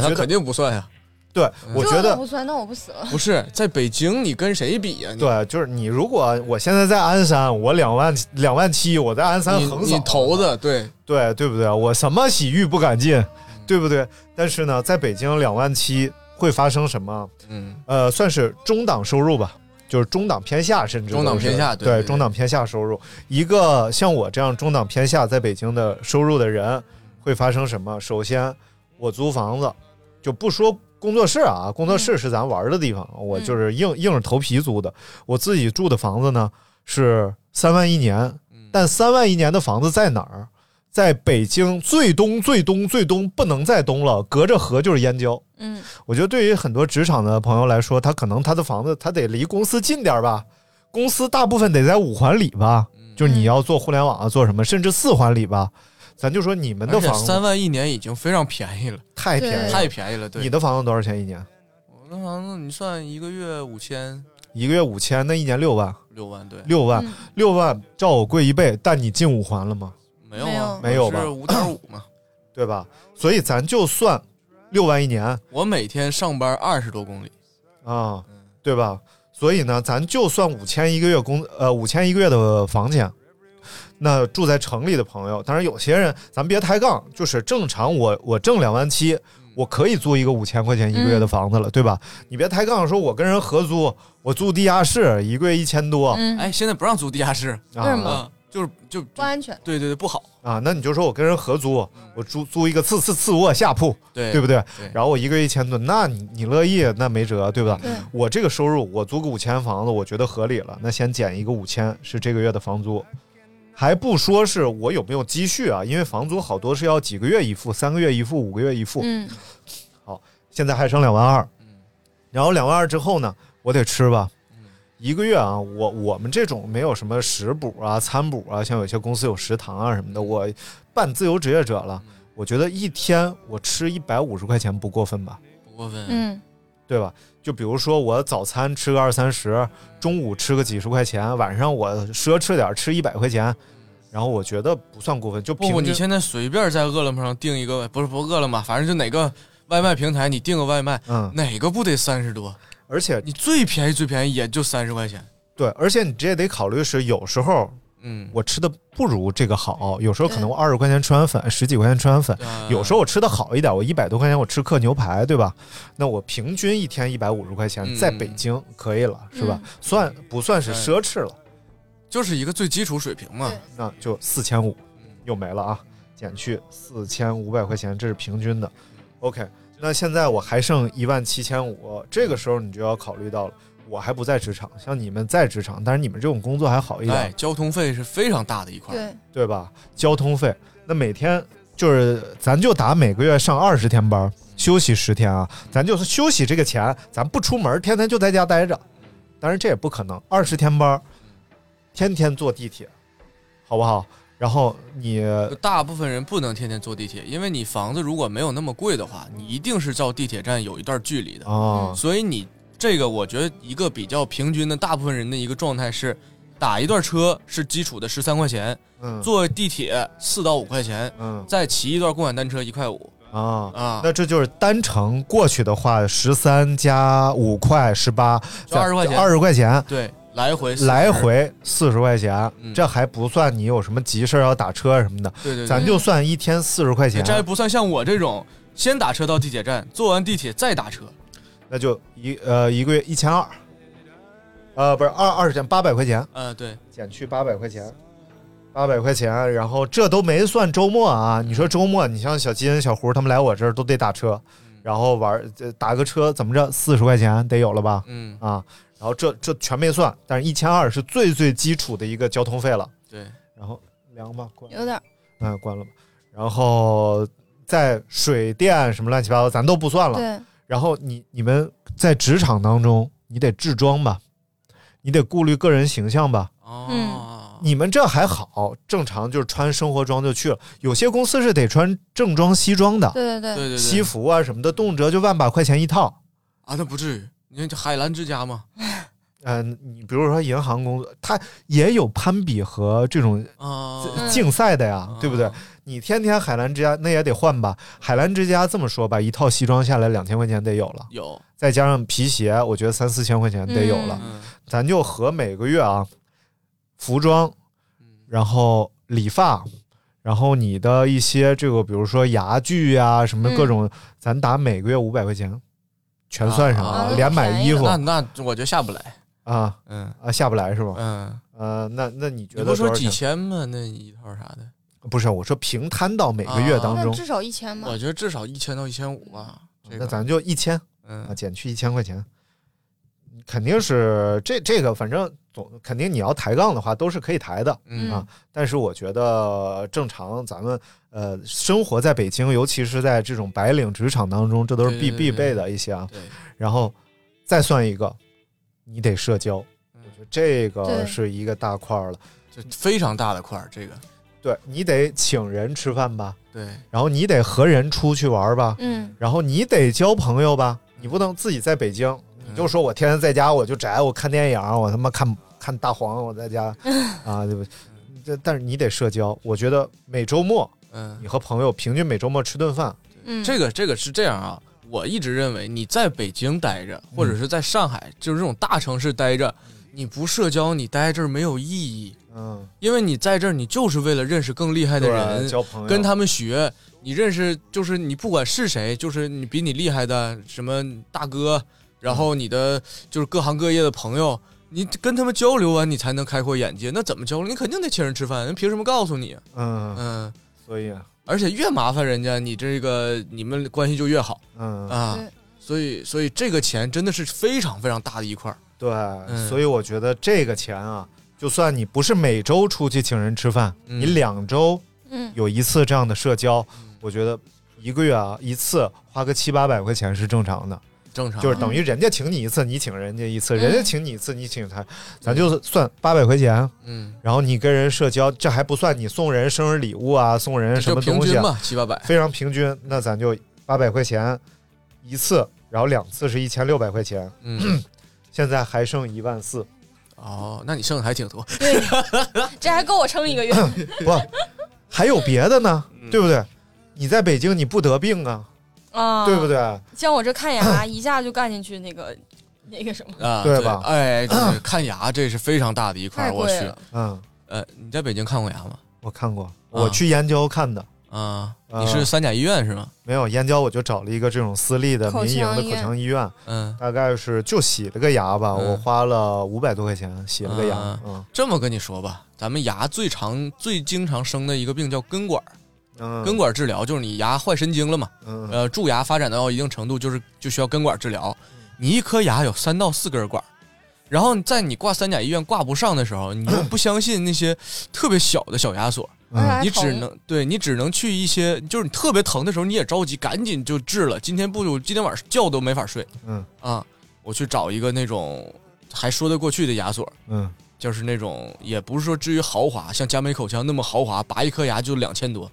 [SPEAKER 2] 觉
[SPEAKER 3] 那
[SPEAKER 2] 得
[SPEAKER 3] 肯定嗯不算呀。
[SPEAKER 2] 对，我觉
[SPEAKER 4] 这
[SPEAKER 2] 得
[SPEAKER 4] 都不算，那我不死了。
[SPEAKER 3] 不是在北京，你跟谁比呀、
[SPEAKER 2] 对，就是你如果我现在在鞍山，我两万两万七，我在鞍山
[SPEAKER 3] 你
[SPEAKER 2] 横扫
[SPEAKER 3] 你头子嗯对
[SPEAKER 2] 对对不对？我什么洗浴不敢进，对不对？但是呢，在北京两万七会发生什么？
[SPEAKER 3] 嗯，
[SPEAKER 2] 呃，算是中档收入吧，就是中档偏下，甚至
[SPEAKER 3] 中档
[SPEAKER 2] 都是
[SPEAKER 3] 偏下对
[SPEAKER 2] 对
[SPEAKER 3] 对对
[SPEAKER 2] 中档偏下收入。一个像我这样中档偏下在北京的收入的人会发生什么？首先，我租房子，就不说。工作室啊，工作室是咱玩的地方，我就是硬硬着头皮租的。我自己住的房子呢是三万一年，
[SPEAKER 3] 嗯
[SPEAKER 2] 但三万一年的房子在哪儿？在北京最东最东最东不能再东了，隔着河就是燕郊。
[SPEAKER 4] 嗯，
[SPEAKER 2] 我觉得对于很多职场的朋友来说，他可能他的房子他得离公司近点儿吧，公司大部分得在五环里吧，
[SPEAKER 3] 嗯
[SPEAKER 2] 就是你要做互联网啊，做什么，甚至四环里吧。咱就说你们的
[SPEAKER 3] 而且
[SPEAKER 2] 房子
[SPEAKER 3] 三万一年已经非常便宜了，
[SPEAKER 2] 太便宜了，
[SPEAKER 3] 太便宜了。对，
[SPEAKER 2] 你的房子多少钱一年？
[SPEAKER 3] 那好像你算一个月五千
[SPEAKER 2] 一个月五千，那一年六万，
[SPEAKER 3] 六万，对，嗯
[SPEAKER 2] 六
[SPEAKER 4] 嗯
[SPEAKER 2] 万，六万，照我贵一倍，但你进五环了吗？
[SPEAKER 3] 没有啊，
[SPEAKER 2] 没有吧
[SPEAKER 3] 是五点五嘛，
[SPEAKER 2] 对吧？所以咱就算六万一年
[SPEAKER 3] 我每天上班二十多公里，
[SPEAKER 2] 啊，对吧？所以呢，咱就算五千一个月工，呃，五千一个月的房钱。那住在城里的朋友，当然有些人，咱别抬杠，就是正常我我挣两万七，我可以租一个五千块钱一个月的房子了，对吧？你别抬杠，说我跟人合租，我租地下室，一个月一千多，
[SPEAKER 4] 嗯
[SPEAKER 3] 哎，现在不让租地下室，
[SPEAKER 2] 为什么
[SPEAKER 3] 啊就是就不
[SPEAKER 4] 安全，
[SPEAKER 3] 对对对，不好。
[SPEAKER 2] 啊，那你就说我跟人合租，我租租一个次次次卧下铺，
[SPEAKER 3] 对
[SPEAKER 2] 不对？
[SPEAKER 3] 对
[SPEAKER 2] 然后我一个月一千多，那你你乐意，那没辙，对吧？
[SPEAKER 3] 对
[SPEAKER 2] 我这个收入，我租个五千房子，我觉得合理了，那先减一个五千是这个月的房租，还不说是我有没有积蓄啊，因为房租好多是要几个月一付，三个月一付，五个月一付。
[SPEAKER 4] 嗯，
[SPEAKER 2] 好，现在还剩两万二，然后两万二之后呢，我得吃吧。一个月啊，我我们这种没有什么食补啊、餐补啊，像有些公司有食堂啊什么的，我半自由职业者了，我觉得一天我吃一百五十块钱不过分吧，
[SPEAKER 3] 不过分。
[SPEAKER 4] 嗯，
[SPEAKER 2] 对吧？就比如说我早餐吃个二三十，中午吃个几十块钱，晚上我奢侈点儿吃一百块钱，然后我觉得不算过分，就
[SPEAKER 3] 不
[SPEAKER 2] 平
[SPEAKER 3] 不，
[SPEAKER 2] 均。
[SPEAKER 3] 你现在随便在饿了么上订一个，不是不是饿了么，反正就哪个外卖平台你订个外卖，
[SPEAKER 2] 嗯
[SPEAKER 3] 哪个不得三十多？
[SPEAKER 2] 而且
[SPEAKER 3] 你最便宜最便宜也就三十块钱。
[SPEAKER 2] 对，而且你这也得考虑是有时候，
[SPEAKER 3] 嗯，
[SPEAKER 2] 我吃的不如这个好，有时候可能我二十块钱吃完粉，十几块钱吃完粉，
[SPEAKER 3] 嗯
[SPEAKER 2] 有时候我吃的好一点，我一百多块钱我吃克牛排，对吧？那我平均一天一百五十块钱，
[SPEAKER 3] 嗯哎
[SPEAKER 2] 在北京可以了，是吧？
[SPEAKER 3] 嗯
[SPEAKER 2] 算不算是奢侈了？
[SPEAKER 3] 就是一个最基础水平嘛。
[SPEAKER 2] 那就四千五，又没了啊，减去四千五百块钱，这是平均的。OK，那现在我还剩一万七千五，这个时候你就要考虑到了，我还不在职场，像你们在职场，但是你们这种工作还好一点，
[SPEAKER 3] 哎，交通费是非常大的一块。
[SPEAKER 4] 对，
[SPEAKER 2] 对吧？交通费，那每天就是咱就打每个月上二十天班，休息十天啊，咱就是休息这个钱，咱不出门，天天就在家待着。当然这也不可能，二十天班，天天坐地铁，好不好？然后你
[SPEAKER 3] 大部分人不能天天坐地铁，因为你房子如果没有那么贵的话，你一定是照地铁站有一段距离的。
[SPEAKER 2] 哦
[SPEAKER 3] 所以你这个，我觉得一个比较平均的大部分人的一个状态是，打一段车是基础的十三块钱，
[SPEAKER 2] 嗯
[SPEAKER 3] 坐地铁四到五块钱，
[SPEAKER 2] 嗯，
[SPEAKER 3] 再骑一段共享单车一块五。
[SPEAKER 2] 啊
[SPEAKER 3] 啊
[SPEAKER 2] 那这就是单程过去的话，十三加五块，十八，
[SPEAKER 3] 就20块钱
[SPEAKER 2] 二十块钱，
[SPEAKER 3] 对，来回40
[SPEAKER 2] 来回四十块钱，
[SPEAKER 3] 嗯
[SPEAKER 2] 这还不算你有什么急事儿要打车什么的，
[SPEAKER 3] 对对对
[SPEAKER 2] 咱就啊算一天四十块钱，
[SPEAKER 3] 这还不算像我这种先打车到地铁站，坐完地铁再打车。
[SPEAKER 2] 那就一呃一个月一千二，呃不是二二十天八百块钱，
[SPEAKER 3] 呃，对，
[SPEAKER 2] 减去八百块钱，八百块钱，然后这都没算周末啊！你说周末，你像小金、小胡他们来我这儿都得打车，然后玩呃打个车怎么着四十块钱得有了吧？
[SPEAKER 3] 嗯
[SPEAKER 2] 啊，然后这这全没算，但是一千二是最最基础的一个交通费了。
[SPEAKER 3] 对，
[SPEAKER 2] 然后凉吧，关
[SPEAKER 4] 有点儿，
[SPEAKER 2] 嗯关了吧，然后再水电什么乱七八糟咱都不算了。
[SPEAKER 4] 对，
[SPEAKER 2] 然后你你们在职场当中，你得置装吧，你得顾虑个人形象吧。
[SPEAKER 3] 哦，
[SPEAKER 2] 你们这还好，正常就是穿生活装就去了。有些公司是得穿正装、西装的，
[SPEAKER 4] 对对对对对对
[SPEAKER 2] 西服啊什么的，动辄就万把块钱一套。
[SPEAKER 3] 啊，那不至于，你看这海澜之家嘛，
[SPEAKER 2] 嗯、你比如说银行工作，它也有攀比和这种
[SPEAKER 3] 啊
[SPEAKER 2] 竞竞赛的
[SPEAKER 4] 嗯
[SPEAKER 2] 呀，啊对不对？你天天海澜之家，那也得换吧。海澜之家这么说吧，一套西装下来两千块钱得有了，
[SPEAKER 3] 有，
[SPEAKER 2] 再加上皮鞋，我觉得三四千块钱得有了。
[SPEAKER 3] 嗯
[SPEAKER 2] 咱就和每个月啊，服装，
[SPEAKER 3] 嗯
[SPEAKER 2] 然后理发，然后你的一些这个，比如说牙具呀、什么
[SPEAKER 3] 嗯
[SPEAKER 2] 各种，咱打每个月五百块钱，全算上
[SPEAKER 3] 啊
[SPEAKER 2] 连买衣服
[SPEAKER 3] 那那我就下不来。
[SPEAKER 2] 啊，
[SPEAKER 3] 嗯
[SPEAKER 2] 啊，下不来是吧？
[SPEAKER 3] 嗯，
[SPEAKER 2] 呃，那那你觉
[SPEAKER 3] 你
[SPEAKER 2] 得
[SPEAKER 3] 不
[SPEAKER 2] 多
[SPEAKER 3] 说
[SPEAKER 2] 少
[SPEAKER 3] 几
[SPEAKER 2] 钱？
[SPEAKER 3] 千吗？那一套啥的，
[SPEAKER 2] 不是，我说平摊到每个月当中，
[SPEAKER 4] 少一千吧
[SPEAKER 3] 我觉得至少一千到一千五吧。啊这
[SPEAKER 2] 那
[SPEAKER 3] 个
[SPEAKER 2] 咱就一千，
[SPEAKER 3] 嗯
[SPEAKER 2] 啊，减去一千块钱，肯定是这这个，反正总肯定你要抬杠的话，都是可以抬的，
[SPEAKER 3] 嗯
[SPEAKER 2] 啊。但是我觉得正常，咱们呃生活在北京，尤其是在这种白领职场当中，这都是必
[SPEAKER 3] 对对对
[SPEAKER 2] 必备的一些啊。然后再算一个，你得社交，我觉得这个
[SPEAKER 3] 对
[SPEAKER 2] 是一个大块儿了。
[SPEAKER 3] 这嗯非常大的块儿，这个
[SPEAKER 2] 对你得请人吃饭吧，
[SPEAKER 3] 对，
[SPEAKER 2] 然后你得和人出去玩吧，
[SPEAKER 4] 嗯，
[SPEAKER 2] 然后你得交朋友吧，你不能自己在北
[SPEAKER 3] 嗯
[SPEAKER 2] 京，你就说我天天在家，我就宅，我看电影，我他妈看看大黄，我在家啊，对不？这但是你得社交，我觉得每周末，
[SPEAKER 3] 嗯，
[SPEAKER 2] 你和朋友平均每周末吃顿饭，
[SPEAKER 4] 嗯，
[SPEAKER 3] 这个这个是这样啊，我一直认为你在北京待着，或
[SPEAKER 2] 嗯
[SPEAKER 3] 者是在上海，就是这种大城市待着，你不社交，你待这儿没有意义。
[SPEAKER 2] 嗯，
[SPEAKER 3] 因为你在这儿，你就是为了认识更厉害的
[SPEAKER 2] 对啊
[SPEAKER 3] 人，
[SPEAKER 2] 交朋友
[SPEAKER 3] 跟他们学。你认识就是你不管是谁，就是你比你厉害的什么大哥，然后你的就是各行各业的朋友，你跟他们交流完，你才能开阔眼界。那怎么交流？你肯定得请人吃饭，人凭什么告诉你？
[SPEAKER 2] 嗯
[SPEAKER 3] 嗯，
[SPEAKER 2] 所以啊
[SPEAKER 3] 而且越麻烦人家，你这个你们关系就越好。
[SPEAKER 2] 嗯
[SPEAKER 3] 啊，所以所以这个钱真的是非常非常大的一块儿。
[SPEAKER 2] 对，
[SPEAKER 3] 嗯
[SPEAKER 2] 所以我觉得这个钱啊，就算你不是每周出去请人吃饭，你两周
[SPEAKER 4] 嗯
[SPEAKER 2] 有一次这样的社交，
[SPEAKER 3] 嗯
[SPEAKER 2] 我觉得一个月啊一次花个七八百块钱是正常的。
[SPEAKER 3] 正常
[SPEAKER 2] 就是等于人家请你一次，你请人家一次，
[SPEAKER 3] 啊嗯
[SPEAKER 2] 人家请你一次，你请他，咱就是算八百块钱，
[SPEAKER 3] 嗯，
[SPEAKER 2] 然后你跟人社交，这还不算你送人生日礼物啊，送人什
[SPEAKER 3] 就
[SPEAKER 2] 么
[SPEAKER 3] 平
[SPEAKER 2] 东西
[SPEAKER 3] 均
[SPEAKER 2] 啊、
[SPEAKER 3] 嘛，七八百。
[SPEAKER 2] 非常平均，那咱就八百块钱一次，然后两次是一千六百块钱，
[SPEAKER 3] 嗯，
[SPEAKER 2] 现在还剩一万四，
[SPEAKER 3] 哦，那你剩的还挺多。
[SPEAKER 4] 这还够我撑一个月。
[SPEAKER 2] 不，还有别的呢，
[SPEAKER 3] 嗯
[SPEAKER 2] 对不对？你在北京你不得病啊，
[SPEAKER 4] 啊，
[SPEAKER 2] 对不对？
[SPEAKER 4] 像我这看牙 一下就干进去那个那个什么，
[SPEAKER 3] 啊，
[SPEAKER 2] 对吧
[SPEAKER 3] 哎，对看牙这是非常大的一块儿，
[SPEAKER 4] 太
[SPEAKER 3] 我
[SPEAKER 4] 贵
[SPEAKER 3] 去
[SPEAKER 4] 了。
[SPEAKER 2] 嗯，
[SPEAKER 3] 呃，你在北京看过牙吗？
[SPEAKER 2] 我看过，我去燕郊看的，
[SPEAKER 3] 啊，
[SPEAKER 2] 啊
[SPEAKER 3] 你是三甲医院是吗？
[SPEAKER 2] 没有燕郊我就找了一个这种私立的民营的口腔医院，
[SPEAKER 3] 嗯，
[SPEAKER 2] 大概是就洗了个牙吧，
[SPEAKER 3] 嗯
[SPEAKER 2] 我花了五百多块钱洗了个牙，
[SPEAKER 3] 啊
[SPEAKER 2] 嗯
[SPEAKER 3] 这么跟你说吧，咱们牙最常、最经常生的一个病叫根管儿。
[SPEAKER 2] 嗯，
[SPEAKER 3] 根管治疗就是你牙坏神经了嘛，
[SPEAKER 2] 嗯
[SPEAKER 3] 呃，蛀牙发展到一定程度，就是就需要根管治疗。
[SPEAKER 2] 嗯
[SPEAKER 3] 你一颗牙有三到四根管儿，然后在你挂三甲医院挂不上的时候，你又不相信那些特别小的小牙所，
[SPEAKER 2] 嗯
[SPEAKER 3] 你只能对你只能去一些，就是你特别疼的时候，你也着急，赶紧就治了。今天不，我今天晚上觉都没法睡
[SPEAKER 2] 嗯
[SPEAKER 3] 啊！我去找一个那种还说得过去的牙所，
[SPEAKER 2] 嗯，
[SPEAKER 3] 就是那种也不是说至于豪华，像佳美口腔那么豪华，拔一颗牙就两千多，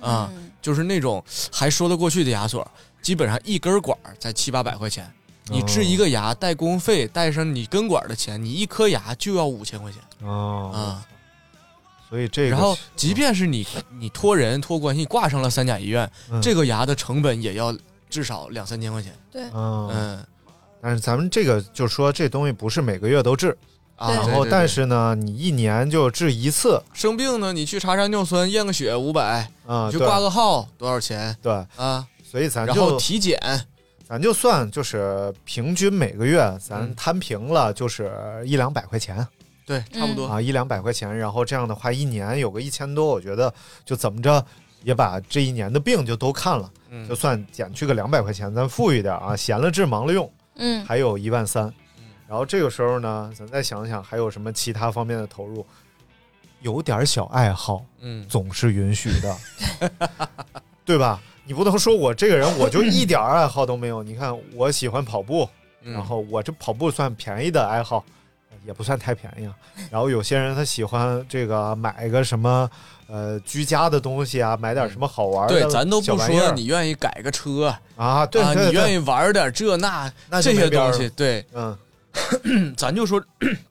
[SPEAKER 4] 嗯
[SPEAKER 3] 啊，就是那种还说得过去的牙所，基本上一根管儿才七八百块钱，你
[SPEAKER 2] 哦
[SPEAKER 3] 治一个牙带工费，带上你根管儿的钱，你一颗牙就要五千块钱
[SPEAKER 2] 哦
[SPEAKER 3] 啊。
[SPEAKER 2] 所以这个
[SPEAKER 3] 然后，即便是你你托人托关系挂上了三甲医院，
[SPEAKER 2] 嗯
[SPEAKER 3] 这个牙的成本也要至少两三千块钱。
[SPEAKER 4] 对
[SPEAKER 2] 嗯
[SPEAKER 3] 嗯，
[SPEAKER 2] 但是咱们这个就说这东西不是每个月都治，
[SPEAKER 3] 啊对
[SPEAKER 2] 然
[SPEAKER 3] 对
[SPEAKER 2] 后
[SPEAKER 3] 对
[SPEAKER 2] 但是呢，你一年就治一次
[SPEAKER 3] 生病呢，你去查查尿酸，验个血五百，
[SPEAKER 2] 啊，
[SPEAKER 3] 你去
[SPEAKER 2] 对
[SPEAKER 3] 挂个号多少钱
[SPEAKER 2] 对，
[SPEAKER 3] 啊？
[SPEAKER 2] 所以咱
[SPEAKER 3] 然后
[SPEAKER 2] 就
[SPEAKER 3] 体检，
[SPEAKER 2] 咱就算就是平均每个月
[SPEAKER 3] 嗯
[SPEAKER 2] 咱摊平了就是一两百块钱。
[SPEAKER 3] 对，差不多。
[SPEAKER 2] 啊，一两百块钱，然后这样的话，一年有个一千多，我觉得就怎么着也把这一年的病就都看了，
[SPEAKER 3] 嗯
[SPEAKER 2] 就算减去个两百块钱，咱富裕点啊，闲了治，忙了用，
[SPEAKER 4] 嗯
[SPEAKER 2] 还有一万三，然后这个时候呢，咱再想想还有什么其他方面的投入，有点小爱好，
[SPEAKER 3] 嗯
[SPEAKER 2] 总是允许的， 对吧？你不能说我这个人我就一点儿爱好都没有，你看我喜欢跑步，
[SPEAKER 3] 嗯
[SPEAKER 2] 然后我这跑步算便宜的爱好，也不算太便宜啊。然后有些人他喜欢这个买个什么呃居家的东西啊，买点什么好玩的小
[SPEAKER 3] 对
[SPEAKER 2] 玩意儿、，
[SPEAKER 3] 咱都不说你愿意改个车
[SPEAKER 2] 啊，对对
[SPEAKER 3] 你愿
[SPEAKER 2] 意
[SPEAKER 3] 意玩点这那
[SPEAKER 2] 那就
[SPEAKER 3] 这
[SPEAKER 2] 没
[SPEAKER 3] 些
[SPEAKER 2] 边儿
[SPEAKER 3] 东西，
[SPEAKER 2] 了
[SPEAKER 3] 对，
[SPEAKER 2] 嗯
[SPEAKER 3] 咱就说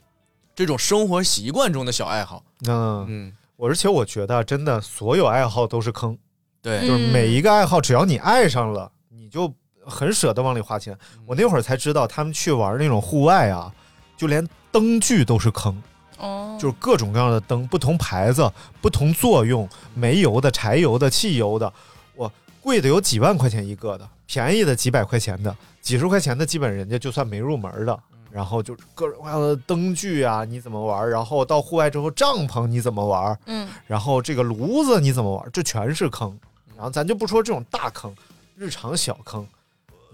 [SPEAKER 3] 这种生活习惯中的小爱好，
[SPEAKER 2] 嗯
[SPEAKER 3] 嗯，
[SPEAKER 2] 我而且我觉得真的所有爱好都是坑，
[SPEAKER 3] 对
[SPEAKER 2] 就是每一个爱好只要你爱上了，你就很舍得往里花钱。我那会儿才知道他们去玩那种户外啊，就连灯具都是坑。
[SPEAKER 4] 哦，
[SPEAKER 2] 就是各种各样的灯，不同牌子、不同作用，煤油的、柴油的、汽油的，我贵的有几万块钱一个的，便宜的几百块钱的，几十块钱的基本人家就算没入门的。然后就是各种各样的灯具啊，你怎么玩？然后到户外之后，帐篷你怎么玩？
[SPEAKER 4] 嗯，
[SPEAKER 2] 然后这个炉子你怎么玩？这全是坑。然后咱就不说这种大坑，日常小坑。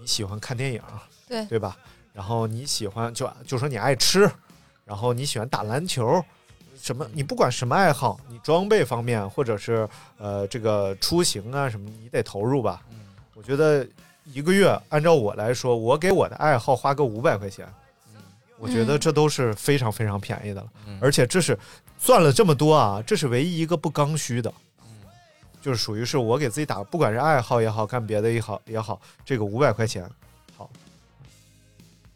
[SPEAKER 2] 你喜欢看电影，啊
[SPEAKER 4] 对
[SPEAKER 2] 对吧？然后你喜欢就就说你爱吃，然后你喜欢打篮球，什么你不管什么爱好，你装备方面或者是呃这个出行啊什么，你得投入吧。我觉得一个月按照我来说，我给我的爱好花个五百块钱，我觉得这都是非常非常便宜的了。而且这是算了这么多啊，这是唯一一个不刚需的。就是属于是我给自己打，不管是爱好也好，干别的也好也好，这个五百块钱，好，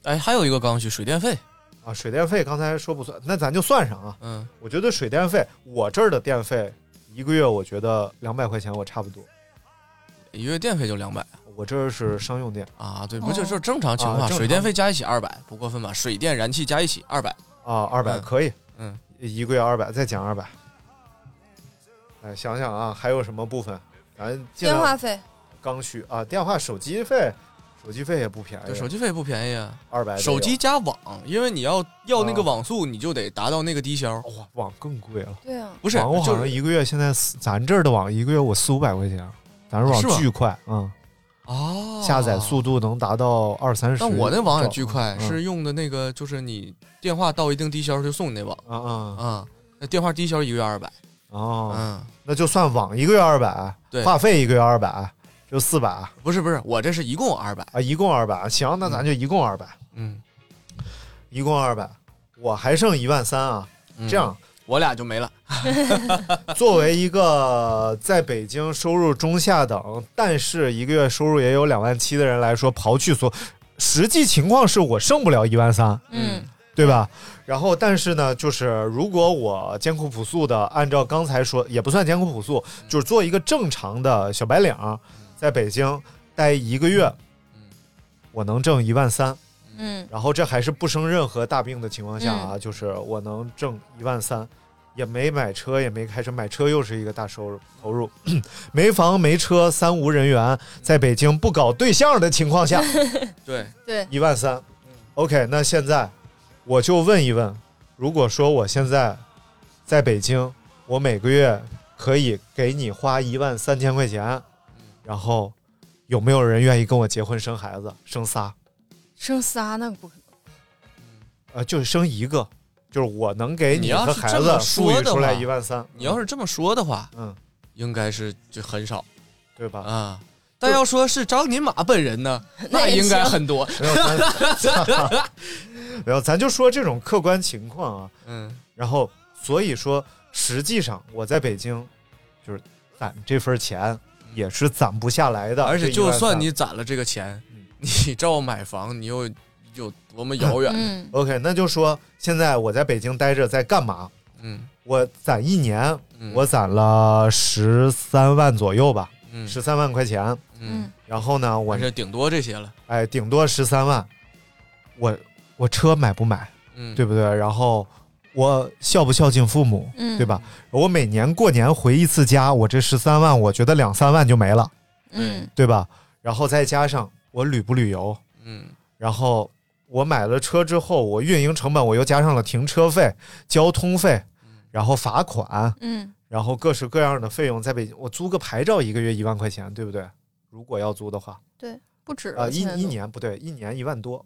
[SPEAKER 3] 哎，还有一个刚需，水电费
[SPEAKER 2] 啊，水电费刚才说不算，那咱就算上啊。
[SPEAKER 3] 嗯，
[SPEAKER 2] 我觉得水电费，我这儿的电费一个月，我觉得两百块钱我差不多。
[SPEAKER 3] 一个月电费就两百，
[SPEAKER 2] 我这是商用电
[SPEAKER 3] 啊，对，不就就是正常情
[SPEAKER 2] 啊
[SPEAKER 3] 况
[SPEAKER 2] 正
[SPEAKER 3] 下，
[SPEAKER 2] 常
[SPEAKER 3] 水电费加一起二百，不过分吧？水电燃气加一起二百，
[SPEAKER 2] 啊，二百
[SPEAKER 3] 嗯
[SPEAKER 2] 可以，
[SPEAKER 3] 嗯，
[SPEAKER 2] 一个月二百，再减二百。哎，想想啊，还有什么部分？咱尽
[SPEAKER 4] 电
[SPEAKER 2] 量
[SPEAKER 4] 话费，
[SPEAKER 2] 刚需啊，电话、手机费，手机费也不便宜，
[SPEAKER 3] 对，手机费不便宜啊，
[SPEAKER 2] 二百，
[SPEAKER 3] 手机加网，因为你要要那
[SPEAKER 2] 啊
[SPEAKER 3] 个网速，你就得达到那个低消。
[SPEAKER 2] 哇，网更贵了。
[SPEAKER 4] 对啊，
[SPEAKER 3] 不是
[SPEAKER 2] 网我好
[SPEAKER 3] 就
[SPEAKER 2] 像
[SPEAKER 3] 是
[SPEAKER 2] 一个月现在四咱这儿的网一个月我四五百块钱，咱这
[SPEAKER 3] 啊
[SPEAKER 2] 网
[SPEAKER 3] 是吗
[SPEAKER 2] 巨快，嗯，
[SPEAKER 3] 哦，
[SPEAKER 2] 下载速度能达到二三十兆。
[SPEAKER 3] 但我那网也巨快，
[SPEAKER 2] 嗯
[SPEAKER 3] 是用的那个，就是你电话到一定低消就送你那网
[SPEAKER 2] 啊啊
[SPEAKER 3] 啊，那电话低消一个月二百，
[SPEAKER 2] 哦，
[SPEAKER 3] 嗯，
[SPEAKER 2] 那就算网一个月二百，
[SPEAKER 3] 对
[SPEAKER 2] 话费一个月二百，就四百啊，
[SPEAKER 3] 不是不是，我这是一共二百，
[SPEAKER 2] 一共二百。行，那咱就一共二百，
[SPEAKER 3] 嗯，
[SPEAKER 2] 一共二百，我还剩一万三啊。
[SPEAKER 3] 嗯
[SPEAKER 2] 这样，
[SPEAKER 3] 我俩就没了。
[SPEAKER 2] 作为一个在北京收入中下等，但是一个月收入也有两万七的人来说，刨去所实际情况是我剩不了一万三，
[SPEAKER 4] 嗯，
[SPEAKER 2] 对吧？然后，但是呢，就是如果我艰苦朴素的按照刚才说，也不算艰苦朴素，就是做一个正常的小白领儿，在北京待一个月，我能挣一万三。
[SPEAKER 4] 嗯，
[SPEAKER 2] 然后这还是不生任何大病的情况下啊，就是我能挣一万三，也没买车，也没开车，买车又是一个大收入投入， 没房没车，三无人员，在北京不搞对象的情况下，
[SPEAKER 3] 对，
[SPEAKER 4] 对，
[SPEAKER 2] 一万三。OK，那现在我就问一问，如果说我现在在北京，我每个月可以给你花一万三千块钱，然后有没有人愿意跟我结婚生孩子，生仨？
[SPEAKER 4] 生仨那个不可能，
[SPEAKER 2] 呃，就是生一个，就是我能给
[SPEAKER 3] 你要
[SPEAKER 2] 和
[SPEAKER 3] 是
[SPEAKER 2] 孩
[SPEAKER 3] 这
[SPEAKER 2] 子
[SPEAKER 3] 么
[SPEAKER 2] 赋
[SPEAKER 3] 说
[SPEAKER 2] 予
[SPEAKER 3] 的
[SPEAKER 2] 出
[SPEAKER 3] 话，
[SPEAKER 2] 来一万三，
[SPEAKER 3] 你要是这么说的话，
[SPEAKER 2] 嗯，
[SPEAKER 3] 应该是就很少
[SPEAKER 2] 对吧？
[SPEAKER 3] 啊。但要说是张尼玛本人呢， 那应该很多。
[SPEAKER 2] 没有，咱没有，咱就说这种客观情况啊。
[SPEAKER 3] 嗯，
[SPEAKER 2] 然后所以说，实际上我在北京就是攒这份钱也是攒不下来的，
[SPEAKER 3] 而且
[SPEAKER 2] 这一嗯
[SPEAKER 3] 就
[SPEAKER 2] 万
[SPEAKER 3] 算
[SPEAKER 2] 三
[SPEAKER 3] 你攒了这个钱，你照买房，你又有多么遥远？
[SPEAKER 4] 嗯
[SPEAKER 2] OK，那就说现在我在北京待着在干嘛？
[SPEAKER 3] 嗯，
[SPEAKER 2] 我攒一年，我攒了十三万左右吧，
[SPEAKER 3] 嗯
[SPEAKER 2] 十三万块钱，
[SPEAKER 3] 嗯，
[SPEAKER 2] 然后呢，我
[SPEAKER 3] 反正顶多这些了。
[SPEAKER 2] 哎，顶多十三万，我我车买不买，
[SPEAKER 3] 嗯
[SPEAKER 2] 对不对？然后我孝不孝敬父母，
[SPEAKER 3] 嗯
[SPEAKER 2] 对吧？我每年过年回一次家，我这十三万，我觉得两三万就没了，
[SPEAKER 4] 嗯，
[SPEAKER 2] 对吧？然后再加上我旅不旅游，
[SPEAKER 3] 嗯，
[SPEAKER 2] 然后我买了车之后，我运营成本我又加上了停车费、交通费，然后罚款，
[SPEAKER 4] 嗯，
[SPEAKER 2] 然后各式各样的费用，在北京我租个牌照一个月一万块钱，对不对？如果要租的话，
[SPEAKER 4] 对，不止
[SPEAKER 2] 啊，一
[SPEAKER 4] 现在都
[SPEAKER 2] 一年不对，一年一万多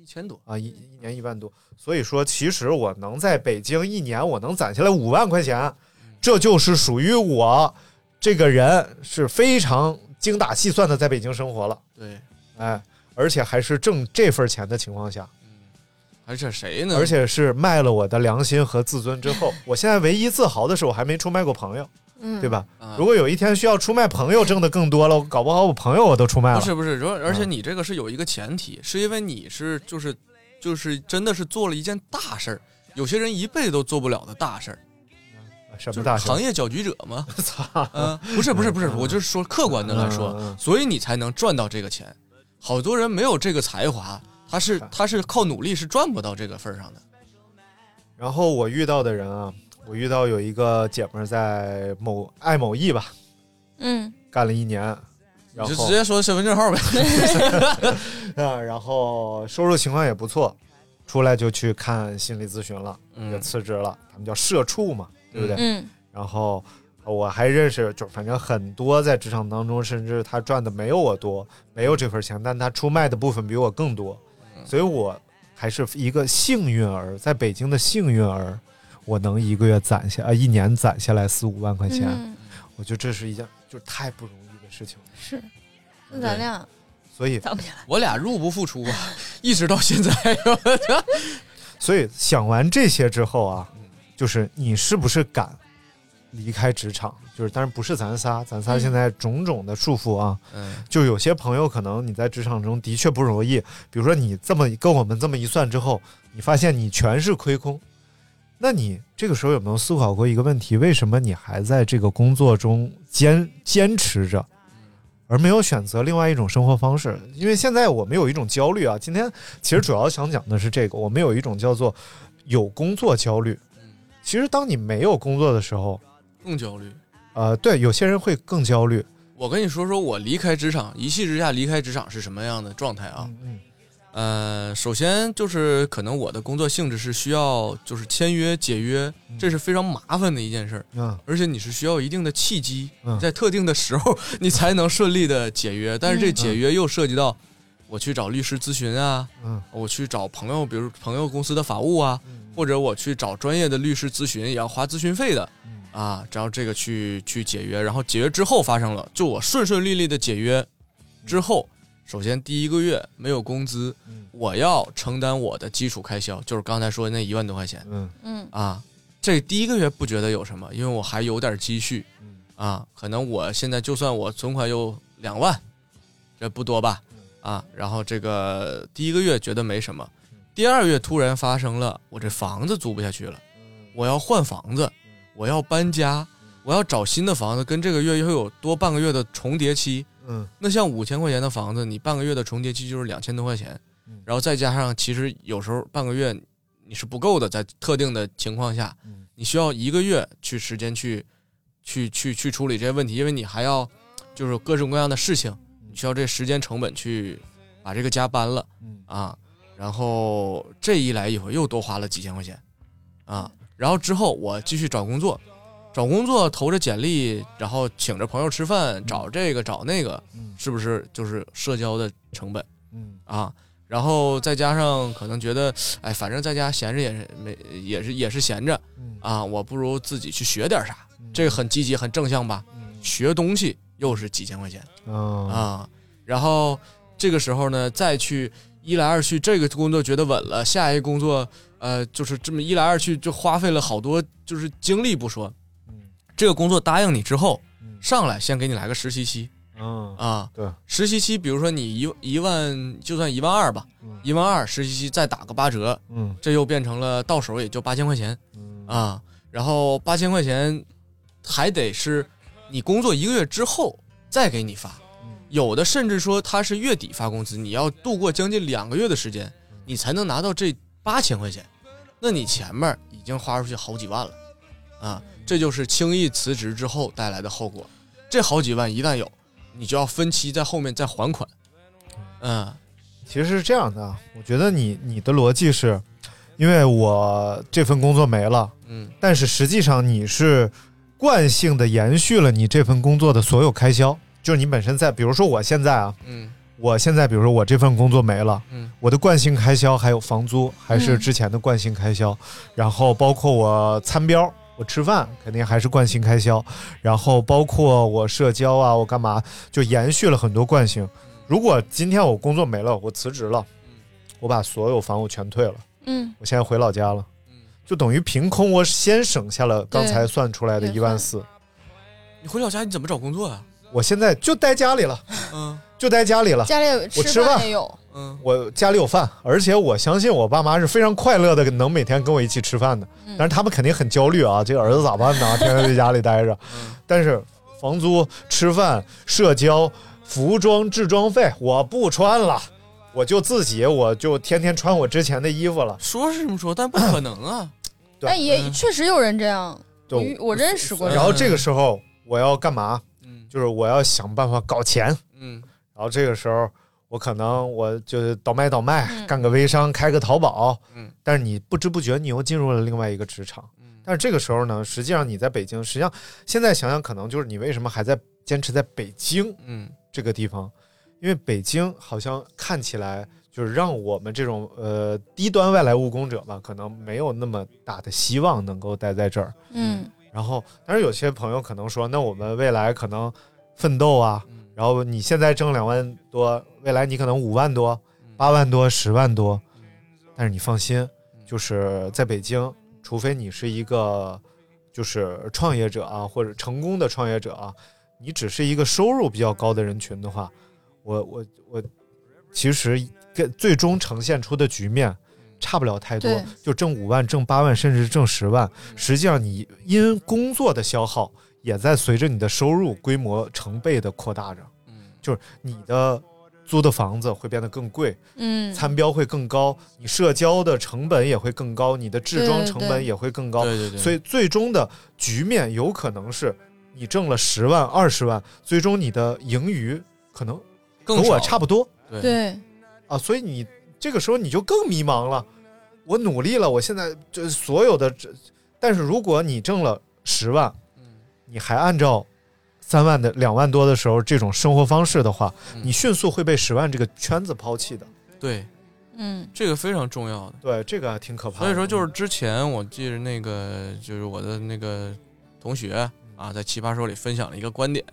[SPEAKER 3] 一千多
[SPEAKER 2] 啊，一一年一万多。所以说，其实我能在北京一年，我能攒下来五万块钱，
[SPEAKER 3] 嗯
[SPEAKER 2] 这就是属于我这个人是非常精打细算的在北京生活了，
[SPEAKER 3] 对，
[SPEAKER 2] 哎，而且还是挣这份钱的情况下，
[SPEAKER 3] 而且谁呢？
[SPEAKER 2] 而且是卖了我的良心和自尊之后，我现在唯一自豪的是我还没出卖过朋友，
[SPEAKER 4] 嗯
[SPEAKER 2] 对吧
[SPEAKER 3] 啊？
[SPEAKER 2] 如果有一天需要出卖朋友挣的更多了，我搞不好我朋友我都出卖
[SPEAKER 3] 不
[SPEAKER 2] 了。嗯
[SPEAKER 3] 是不是，如果而且你这个是有一个前提，是因为你是就是就是真的是做了一件大事儿，有些人一辈子都做不了的大事儿，
[SPEAKER 2] 什
[SPEAKER 3] 就
[SPEAKER 2] 么
[SPEAKER 3] 是
[SPEAKER 2] 大事？
[SPEAKER 3] 行业搅局者嘛。嗯，不是不是不是，我就是说客观的来
[SPEAKER 2] 嗯
[SPEAKER 3] 说，所以你才能赚到这个钱。好多人没有这个才华，他是他是靠努力是赚不到这个份儿上的。
[SPEAKER 2] 然后我遇到的人啊，我遇到有一个姐们儿在某爱某艺吧
[SPEAKER 4] 嗯，
[SPEAKER 2] 干了一年，
[SPEAKER 3] 你
[SPEAKER 2] 然
[SPEAKER 3] 就
[SPEAKER 2] 后
[SPEAKER 3] 直接说身份 证号呗。
[SPEAKER 2] 啊，然后收入情况也不错，出来就去看心理咨询了，
[SPEAKER 3] 嗯
[SPEAKER 2] 也辞职了，他们叫社畜嘛，对不对？
[SPEAKER 4] 嗯。
[SPEAKER 2] 然后呃我还认识，就反正很多在职场当中，甚至他赚的没有我多，没有这份钱，但他出卖的部分比我更多，所以我还是一个幸运儿，在北京的幸运儿，我能一个月攒下，啊，一年攒下来四五万块钱，
[SPEAKER 4] 嗯
[SPEAKER 2] 我觉得这是一件就太不容易的事情了。
[SPEAKER 4] 是，那咱俩
[SPEAKER 2] 所以
[SPEAKER 4] 攒不下来。
[SPEAKER 3] 我俩入不敷出啊，一直到现在。
[SPEAKER 2] 所以想完这些之后啊，就是你是不是敢离开职场，就是但是不是咱仨，咱仨现在种种的束缚啊，
[SPEAKER 3] 嗯，
[SPEAKER 2] 就有些朋友可能你在职场中的确不容易，比如说你这么跟我们这么一算之后，你发现你全是亏空，那你这个时候有没有思考过一个问题？为什么你还在这个工作中坚坚持着，而没有选择另外一种生活方式？因为现在我们有一种焦虑啊，今天其实主要想讲的是这个，我们有一种叫做有工作焦虑。其实当你没有工作的时候，
[SPEAKER 3] 更焦虑。
[SPEAKER 2] 呃，对，有些人会更焦虑。
[SPEAKER 3] 我跟你说说我离开职场，一气之下离开职场是什么样的状态啊？
[SPEAKER 2] 嗯
[SPEAKER 3] 呃，首先就是可能我的工作性质是需要就是签约解约，这是非常麻烦的一件事儿，
[SPEAKER 2] 嗯
[SPEAKER 3] 而且你是需要一定的契机，
[SPEAKER 2] 嗯
[SPEAKER 3] 在特定的时候 你才能顺利的解约，但是这解约又涉及到我去找律师咨询啊，
[SPEAKER 2] 嗯
[SPEAKER 3] 我去找朋友，比如朋友公司的法务啊，或者我去找专业的律师咨询，也要花咨询费的，啊，然后这个去去解约，然后解约之后发生了，就我顺顺利利的解约之后，首先第一个月没有工资，我要承担我的基础开销，就是刚才说的那一万多块钱，
[SPEAKER 2] 嗯
[SPEAKER 4] 嗯
[SPEAKER 3] 啊，这第一个月不觉得有什么，因为我还有点积蓄，啊，可能我现在就算我存款有两万，这不多吧，啊，然后这个第一个月觉得没什么，第二月突然发生了，我这房子租不下去了，我要换房子，我要搬家，我要找新的房子，跟这个月又有多半个月的重叠期，
[SPEAKER 2] 嗯，
[SPEAKER 3] 那像五千块钱的房子，你半个月的重叠期就是两千多块钱，然后再加上其实有时候半个月你是不够的，在特定的情况下，你需要一个月去时间去去去去处理这些问题，因为你还要就是各种各样的事情，你需要这时间成本去把这个家搬了，啊，然后这一来一回又多花了几千块钱，啊，然后之后我继续找工作，找工作投着简历，然后请着朋友吃饭，找这个找那个，是不是就是社交的成本？
[SPEAKER 2] 嗯
[SPEAKER 3] 啊，然后再加上可能觉得，哎，反正在家闲着也是没，也是也是闲着，
[SPEAKER 2] 嗯
[SPEAKER 3] 啊，我不如自己去学点啥，这个很积极很正向吧？学东西又是几千块钱，
[SPEAKER 2] 嗯
[SPEAKER 3] 啊，然后这个时候呢，再去一来二去，这个工作觉得稳了，下一个工作，呃，就是这么一来二去，就花费了好多就是精力不说，
[SPEAKER 2] 嗯
[SPEAKER 3] 这个工作答应你之后，上来先给你来个实习期，
[SPEAKER 2] 嗯
[SPEAKER 3] 啊，
[SPEAKER 2] 对，
[SPEAKER 3] 实习期，比如说你一一万，就算一万二吧，一万二实习期再打个八折，
[SPEAKER 2] 嗯，
[SPEAKER 3] 这又变成了到手也就八千块钱，啊，然后八千块钱还得是你工作一个月之后再给你发，有的甚至说他是月底发工资，你要度过将近两个月的时
[SPEAKER 2] 嗯
[SPEAKER 3] 间，你才能拿到这八千块钱，那你前面已经花出去好几万了，啊，
[SPEAKER 2] 嗯
[SPEAKER 3] 这就是轻易辞职之后带来的后果。这好几万一旦有，你就要分期在后面再还款。嗯，
[SPEAKER 2] 其实是这样的啊，我觉得你你的逻辑是，因为我这份工作没了，
[SPEAKER 3] 嗯，
[SPEAKER 2] 但是实际上你是惯性的延续了你这份工作的所有开销，就是你本身在，比如说我现在啊，
[SPEAKER 3] 嗯，
[SPEAKER 2] 我现在比如说我这份工作没了，
[SPEAKER 3] 嗯，
[SPEAKER 2] 我的惯性开销还有房租，还是
[SPEAKER 3] 嗯
[SPEAKER 2] 之前的惯性开销，然后包括我餐标。我吃饭肯定还是惯性开销，然后包括我社交啊，我干嘛就延续了很多惯性。
[SPEAKER 3] 嗯
[SPEAKER 2] 如果今天我工作没了，我辞职了，我把所有房我全退了，
[SPEAKER 4] 嗯
[SPEAKER 2] 我现在回老家了，
[SPEAKER 3] 嗯
[SPEAKER 2] 就等于凭空我先省下了刚才算出来的一万四，
[SPEAKER 3] 你回老家你怎么找工作啊？
[SPEAKER 2] 我现在就待家里了，
[SPEAKER 3] 嗯，
[SPEAKER 2] 就待家里了，
[SPEAKER 4] 家里
[SPEAKER 2] 啊我吃
[SPEAKER 4] 饭
[SPEAKER 2] 饭
[SPEAKER 4] 也有，
[SPEAKER 3] 嗯，
[SPEAKER 2] 我家里有饭，而且我相信我爸妈是非常快乐的，能每天跟我一起吃饭的。但是他们肯定很焦虑啊，这个儿子咋办呢？天天在家里待着。但是房租、吃饭、社交、服装、置装费，我不穿了，我就自己，我就天天穿我之前的衣服了。
[SPEAKER 3] 说是这么说，但不可能啊。
[SPEAKER 2] 对
[SPEAKER 4] 但哎也确实有人这样，
[SPEAKER 2] 就
[SPEAKER 4] 我遇我认识过这
[SPEAKER 2] 然
[SPEAKER 4] 样。
[SPEAKER 2] 后这个时候我要干嘛？嗯就是我要想办法搞钱。
[SPEAKER 3] 嗯，
[SPEAKER 2] 然后这个时候我可能我就倒卖倒卖，干个微商，开个淘宝。
[SPEAKER 3] 嗯，
[SPEAKER 2] 但是你不知不觉你又进入了另外一个职场。但是这个时候呢，实际上你在北京，实际上现在想想，可能就是你为什么还在坚持在北京？
[SPEAKER 3] 嗯，
[SPEAKER 2] 这个地方，因为北京好像看起来就是让我们这种呃低端外来务工者吧，可能没有那么大的希望能够待在这儿。
[SPEAKER 4] 嗯
[SPEAKER 2] 然后，但是有些朋友可能说，那我们未来可能奋斗啊，然后你现在挣两万多，未来你可能五万多、八万多、十万多，但是你放心，就是在北京，除非你是一个就是创业者啊，或者成功的创业者啊，你只是一个收入比较高的人群的话，我我我，其实跟最终呈现出的局面差不了太多
[SPEAKER 5] 对，
[SPEAKER 2] 就挣五万、挣八万，甚至挣十万。实际上，你因工作的消耗也在随着你的收入规模成倍的扩大着，
[SPEAKER 3] 嗯
[SPEAKER 2] 就是你的。租的房子会变得更贵，
[SPEAKER 4] 嗯
[SPEAKER 2] 餐标会更高，你社交的成本也会更高，你的置装成
[SPEAKER 4] 对
[SPEAKER 2] 本
[SPEAKER 4] 对
[SPEAKER 2] 也会更高，
[SPEAKER 3] 嗯对对对
[SPEAKER 2] 所以最终的局面有可能是你挣了十万、二十万，最终你的盈余可能
[SPEAKER 3] 更
[SPEAKER 2] 和我
[SPEAKER 3] 少
[SPEAKER 2] 差不多，
[SPEAKER 3] 对
[SPEAKER 5] 对
[SPEAKER 2] 啊，所以你这个时候你就更迷茫了。我努力了，我现在这所有的这，但是如果你挣了十万，
[SPEAKER 3] 嗯
[SPEAKER 2] 你还按照三万的两万多的时候这种生活方式的话，
[SPEAKER 3] 嗯
[SPEAKER 2] 你迅速会被十万这个圈子抛弃的。
[SPEAKER 3] 对，
[SPEAKER 4] 嗯，
[SPEAKER 3] 这个非常重要的。
[SPEAKER 2] 对，这个还挺可怕的。
[SPEAKER 3] 所以说，就是之前我记得那个，就是我的那个同学
[SPEAKER 2] 嗯
[SPEAKER 3] 啊，在《奇葩说》里分享了一个观点，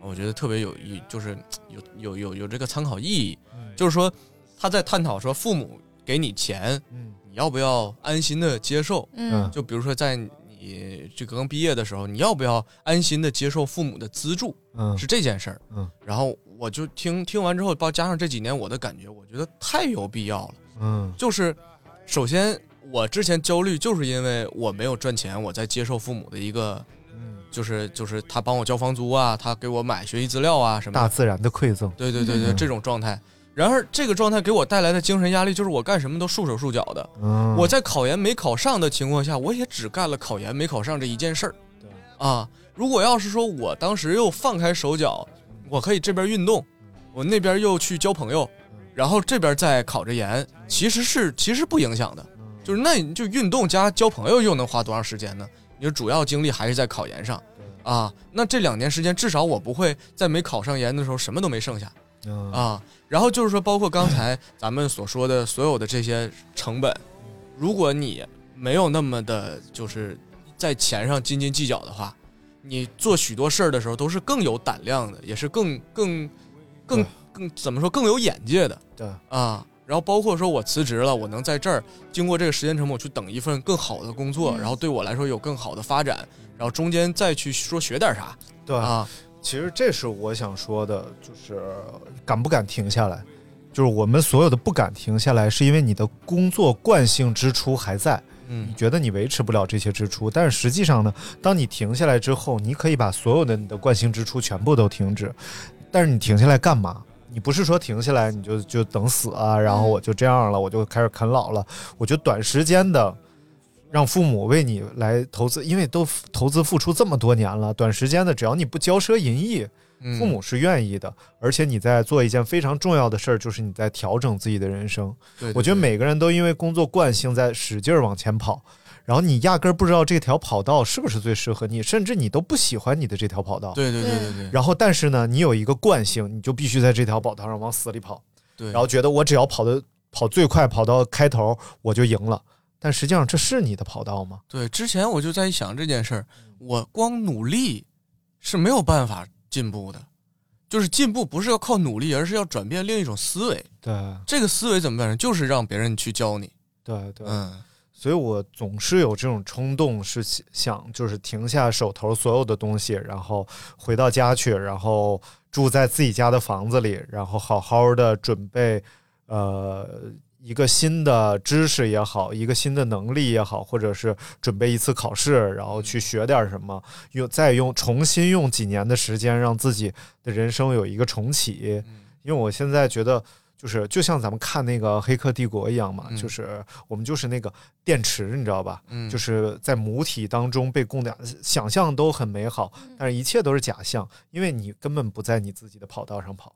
[SPEAKER 3] 我觉得特别有意，就是有有有有这个参考意义。就是说，他在探讨说，父母给你钱，你要不要安心的接受？
[SPEAKER 5] 嗯
[SPEAKER 3] 就比如说在你这个刚毕业的时候，你要不要安心的接受父母的资助？
[SPEAKER 2] 嗯
[SPEAKER 3] 是这件事儿。
[SPEAKER 2] 嗯，
[SPEAKER 3] 然后我就听听完之后，包加上这几年我的感觉，我觉得太有必要了。
[SPEAKER 2] 嗯
[SPEAKER 3] 就是首先我之前焦虑，就是因为我没有赚钱，我在接受父母的一个，
[SPEAKER 2] 嗯
[SPEAKER 3] 就是就是他帮我交房租啊，他给我买学习资料啊什么的。
[SPEAKER 2] 大自然的馈赠。
[SPEAKER 3] 对对对对，
[SPEAKER 2] 嗯
[SPEAKER 3] 这种状态。然而，这个状态给我带来的精神压力，就是我干什么都束手束脚的。
[SPEAKER 2] 嗯
[SPEAKER 3] 我在考研没考上的情况下，我也只干了考研没考上这一件事儿。啊，如果要是说我当时又放开手脚，我可以这边运动，我那边又去交朋友，然后这边再考着研，其实是其实不影响的。就是那你就运动加交朋友又能花多长时间呢？你的主要精力还是在考研上。啊，那这两年时间，至少我不会在没考上研的时候什么都没剩下。
[SPEAKER 2] 嗯
[SPEAKER 3] 啊，然后就是说，包括刚才咱们所说的所有的这些成本，如果你没有那么的，就是在钱上斤斤计较的话，你做许多事儿的时候都是更有胆量的，也是更更更更怎么说更有眼界的
[SPEAKER 2] 对
[SPEAKER 3] 啊。然后包括说我辞职了，我能在这儿经过这个时间成本我去等一份更好的工作，
[SPEAKER 2] 嗯
[SPEAKER 3] 然后对我来说有更好的发展，然后中间再去说学点啥，
[SPEAKER 2] 对
[SPEAKER 3] 啊，
[SPEAKER 2] 其实这是我想说的，就是呃敢不敢停下来，就是我们所有的不敢停下来，是因为你的工作惯性支出还在，
[SPEAKER 3] 嗯
[SPEAKER 2] 你觉得你维持不了这些支出，但是实际上呢，当你停下来之后，你可以把所有的你的惯性支出全部都停止，但是你停下来干嘛？你不是说停下来你就就等死啊，然后我就这样了，我就开始啃老了。我觉得短时间的让父母为你来投资，因为都付投资付出这么多年了，短时间的只要你不骄奢淫逸，
[SPEAKER 3] 嗯
[SPEAKER 2] 父母是愿意的。而且你在做一件非常重要的事儿，就是你在调整自己的人生。
[SPEAKER 3] 对对
[SPEAKER 2] 我觉得每个人都因为工作惯性在使劲儿往前跑。然后你压根儿不知道这条跑道是不是最适合你，甚至你都不喜欢你的这条跑道。
[SPEAKER 3] 对对对对对
[SPEAKER 2] 然后，但是呢，你有一个惯性，你就必须在这条跑道上往死里跑。
[SPEAKER 3] 对
[SPEAKER 2] 然后觉得我只要跑的跑最快，跑到开头我就赢了。但实际上，这是你的跑道吗？
[SPEAKER 3] 对，之前我就在想这件事儿，
[SPEAKER 2] 嗯
[SPEAKER 3] 我光努力是没有办法进步的，就是进步不是要靠努力，而是要转变另一种思维。
[SPEAKER 2] 对
[SPEAKER 3] 这个思维怎么转变？就是让别人去教你。
[SPEAKER 2] 对对，
[SPEAKER 3] 嗯。
[SPEAKER 2] 所以我总是有这种冲动，是想就是停下手头所有的东西，然后回到家去，然后住在自己家的房子里，然后好好的准备，呃，一个新的知识也好，一个新的能力也好，或者是准备一次考试，然后去学点什么，用再用重新用几年的时间，让自己的人生有一个重启。因为我现在觉得，就是就像咱们看那个《黑客帝国》一样嘛，就是我们就是那个电池，你知道吧？
[SPEAKER 3] 嗯
[SPEAKER 2] 就是在母体当中被供养，想象都很美好，但是一切都是假象，因为你根本不在你自己的跑道上跑。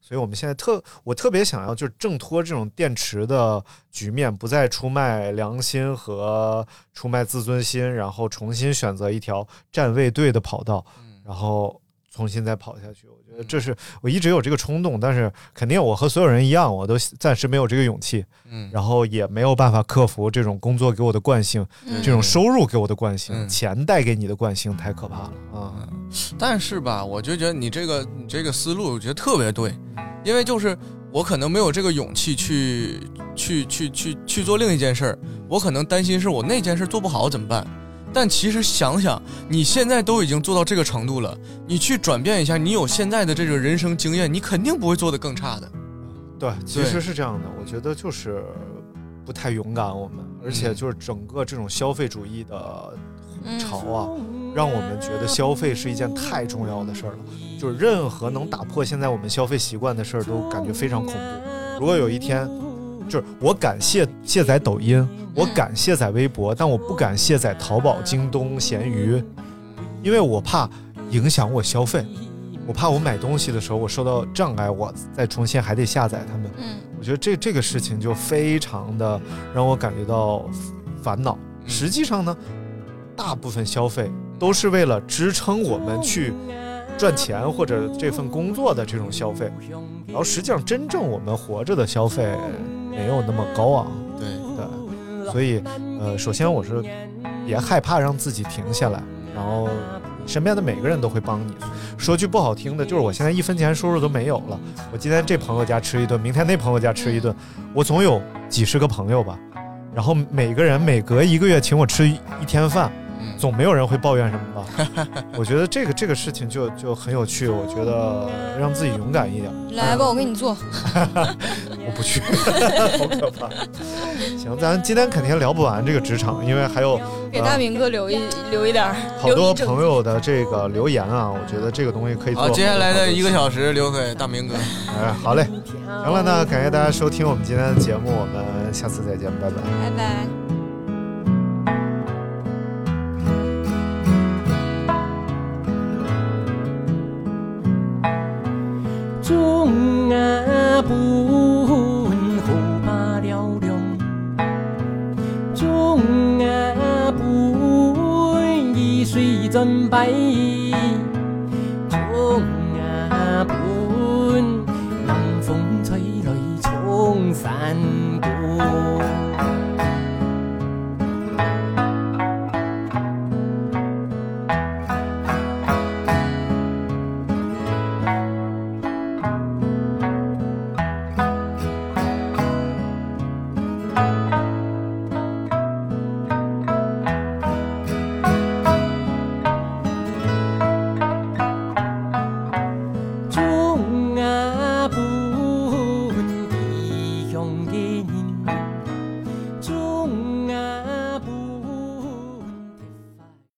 [SPEAKER 2] 所以我们现在特，我特别想要就是挣脱这种电池的局面，不再出卖良心和出卖自尊心，然后重新选择一条站卫队的跑道，
[SPEAKER 3] 嗯
[SPEAKER 2] 然后重新再跑下去。我觉得这是我一直有这个冲动，但是肯定我和所有人一样，我都暂时没有这个勇气，
[SPEAKER 3] 嗯
[SPEAKER 2] 然后也没有办法克服这种工作给我的惯性，
[SPEAKER 3] 嗯
[SPEAKER 2] 这种收入给我的惯性，
[SPEAKER 3] 嗯
[SPEAKER 2] 钱带给你的惯性太可怕了啊！
[SPEAKER 3] 但是吧，我就觉得你这个你这个思路，我觉得特别对，因为就是我可能没有这个勇气去去去去去做另一件事儿，我可能担心是我那件事做不好怎么办。但其实想想，你现在都已经做到这个程度了，你去转变一下，你有现在的这个人生经验，你肯定不会做得更差的。
[SPEAKER 2] 对，其实是这样的，我觉得就是不太勇敢，我们，而且就是整个这种消费主义的
[SPEAKER 4] 嗯
[SPEAKER 2] 潮啊，让我们觉得消费是一件太重要的事儿了，就是任何能打破现在我们消费习惯的事儿都感觉非常恐怖。如果有一天，就是我敢卸卸载抖音，我敢卸载微博，但我不敢卸载淘宝、京东、闲鱼，因为我怕影响我消费，我怕我买东西的时候我受到障碍，我再重新还得下载它们。
[SPEAKER 4] 嗯，
[SPEAKER 2] 我觉得这这个事情就非常的让我感觉到烦恼。实际上呢，大部分消费都是为了支撑我们去赚钱或者这份工作的这种消费，然后实际上真正我们活着的消费没有那么高昂。
[SPEAKER 3] 对
[SPEAKER 2] 对，所以呃，首先我是别害怕让自己停下来，然后身边的每个人都会帮你。说句不好听的，就是我现在一分钱收入都没有了，我今天这朋友家吃一顿，明天那朋友家吃一顿，我总有几十个朋友吧。然后每个人每隔一个月请我吃一一天饭，总没有人会抱怨什么 吧？我觉得这个这个事情就就很有趣，我觉得让自己勇敢一点。哎
[SPEAKER 4] 来吧，我给你做。
[SPEAKER 2] 我不去， 好可怕。行，咱今天肯定聊不完这个职场，因为还有
[SPEAKER 4] 给大
[SPEAKER 2] 呃
[SPEAKER 4] 明哥留一留一点儿，
[SPEAKER 2] 好
[SPEAKER 4] 留
[SPEAKER 2] 多
[SPEAKER 4] 一整
[SPEAKER 2] 朋友的这个留言啊，我觉得这个东西可以做
[SPEAKER 3] 好，
[SPEAKER 2] 很多。
[SPEAKER 3] 接下来的一个小时留给大明哥。
[SPEAKER 2] 哎，好嘞，行了，那感谢大家收听我们今天的节目，我们下次再见，拜拜。
[SPEAKER 4] 拜拜。
[SPEAKER 5] 中啊本好把了量，中啊本已随真摆。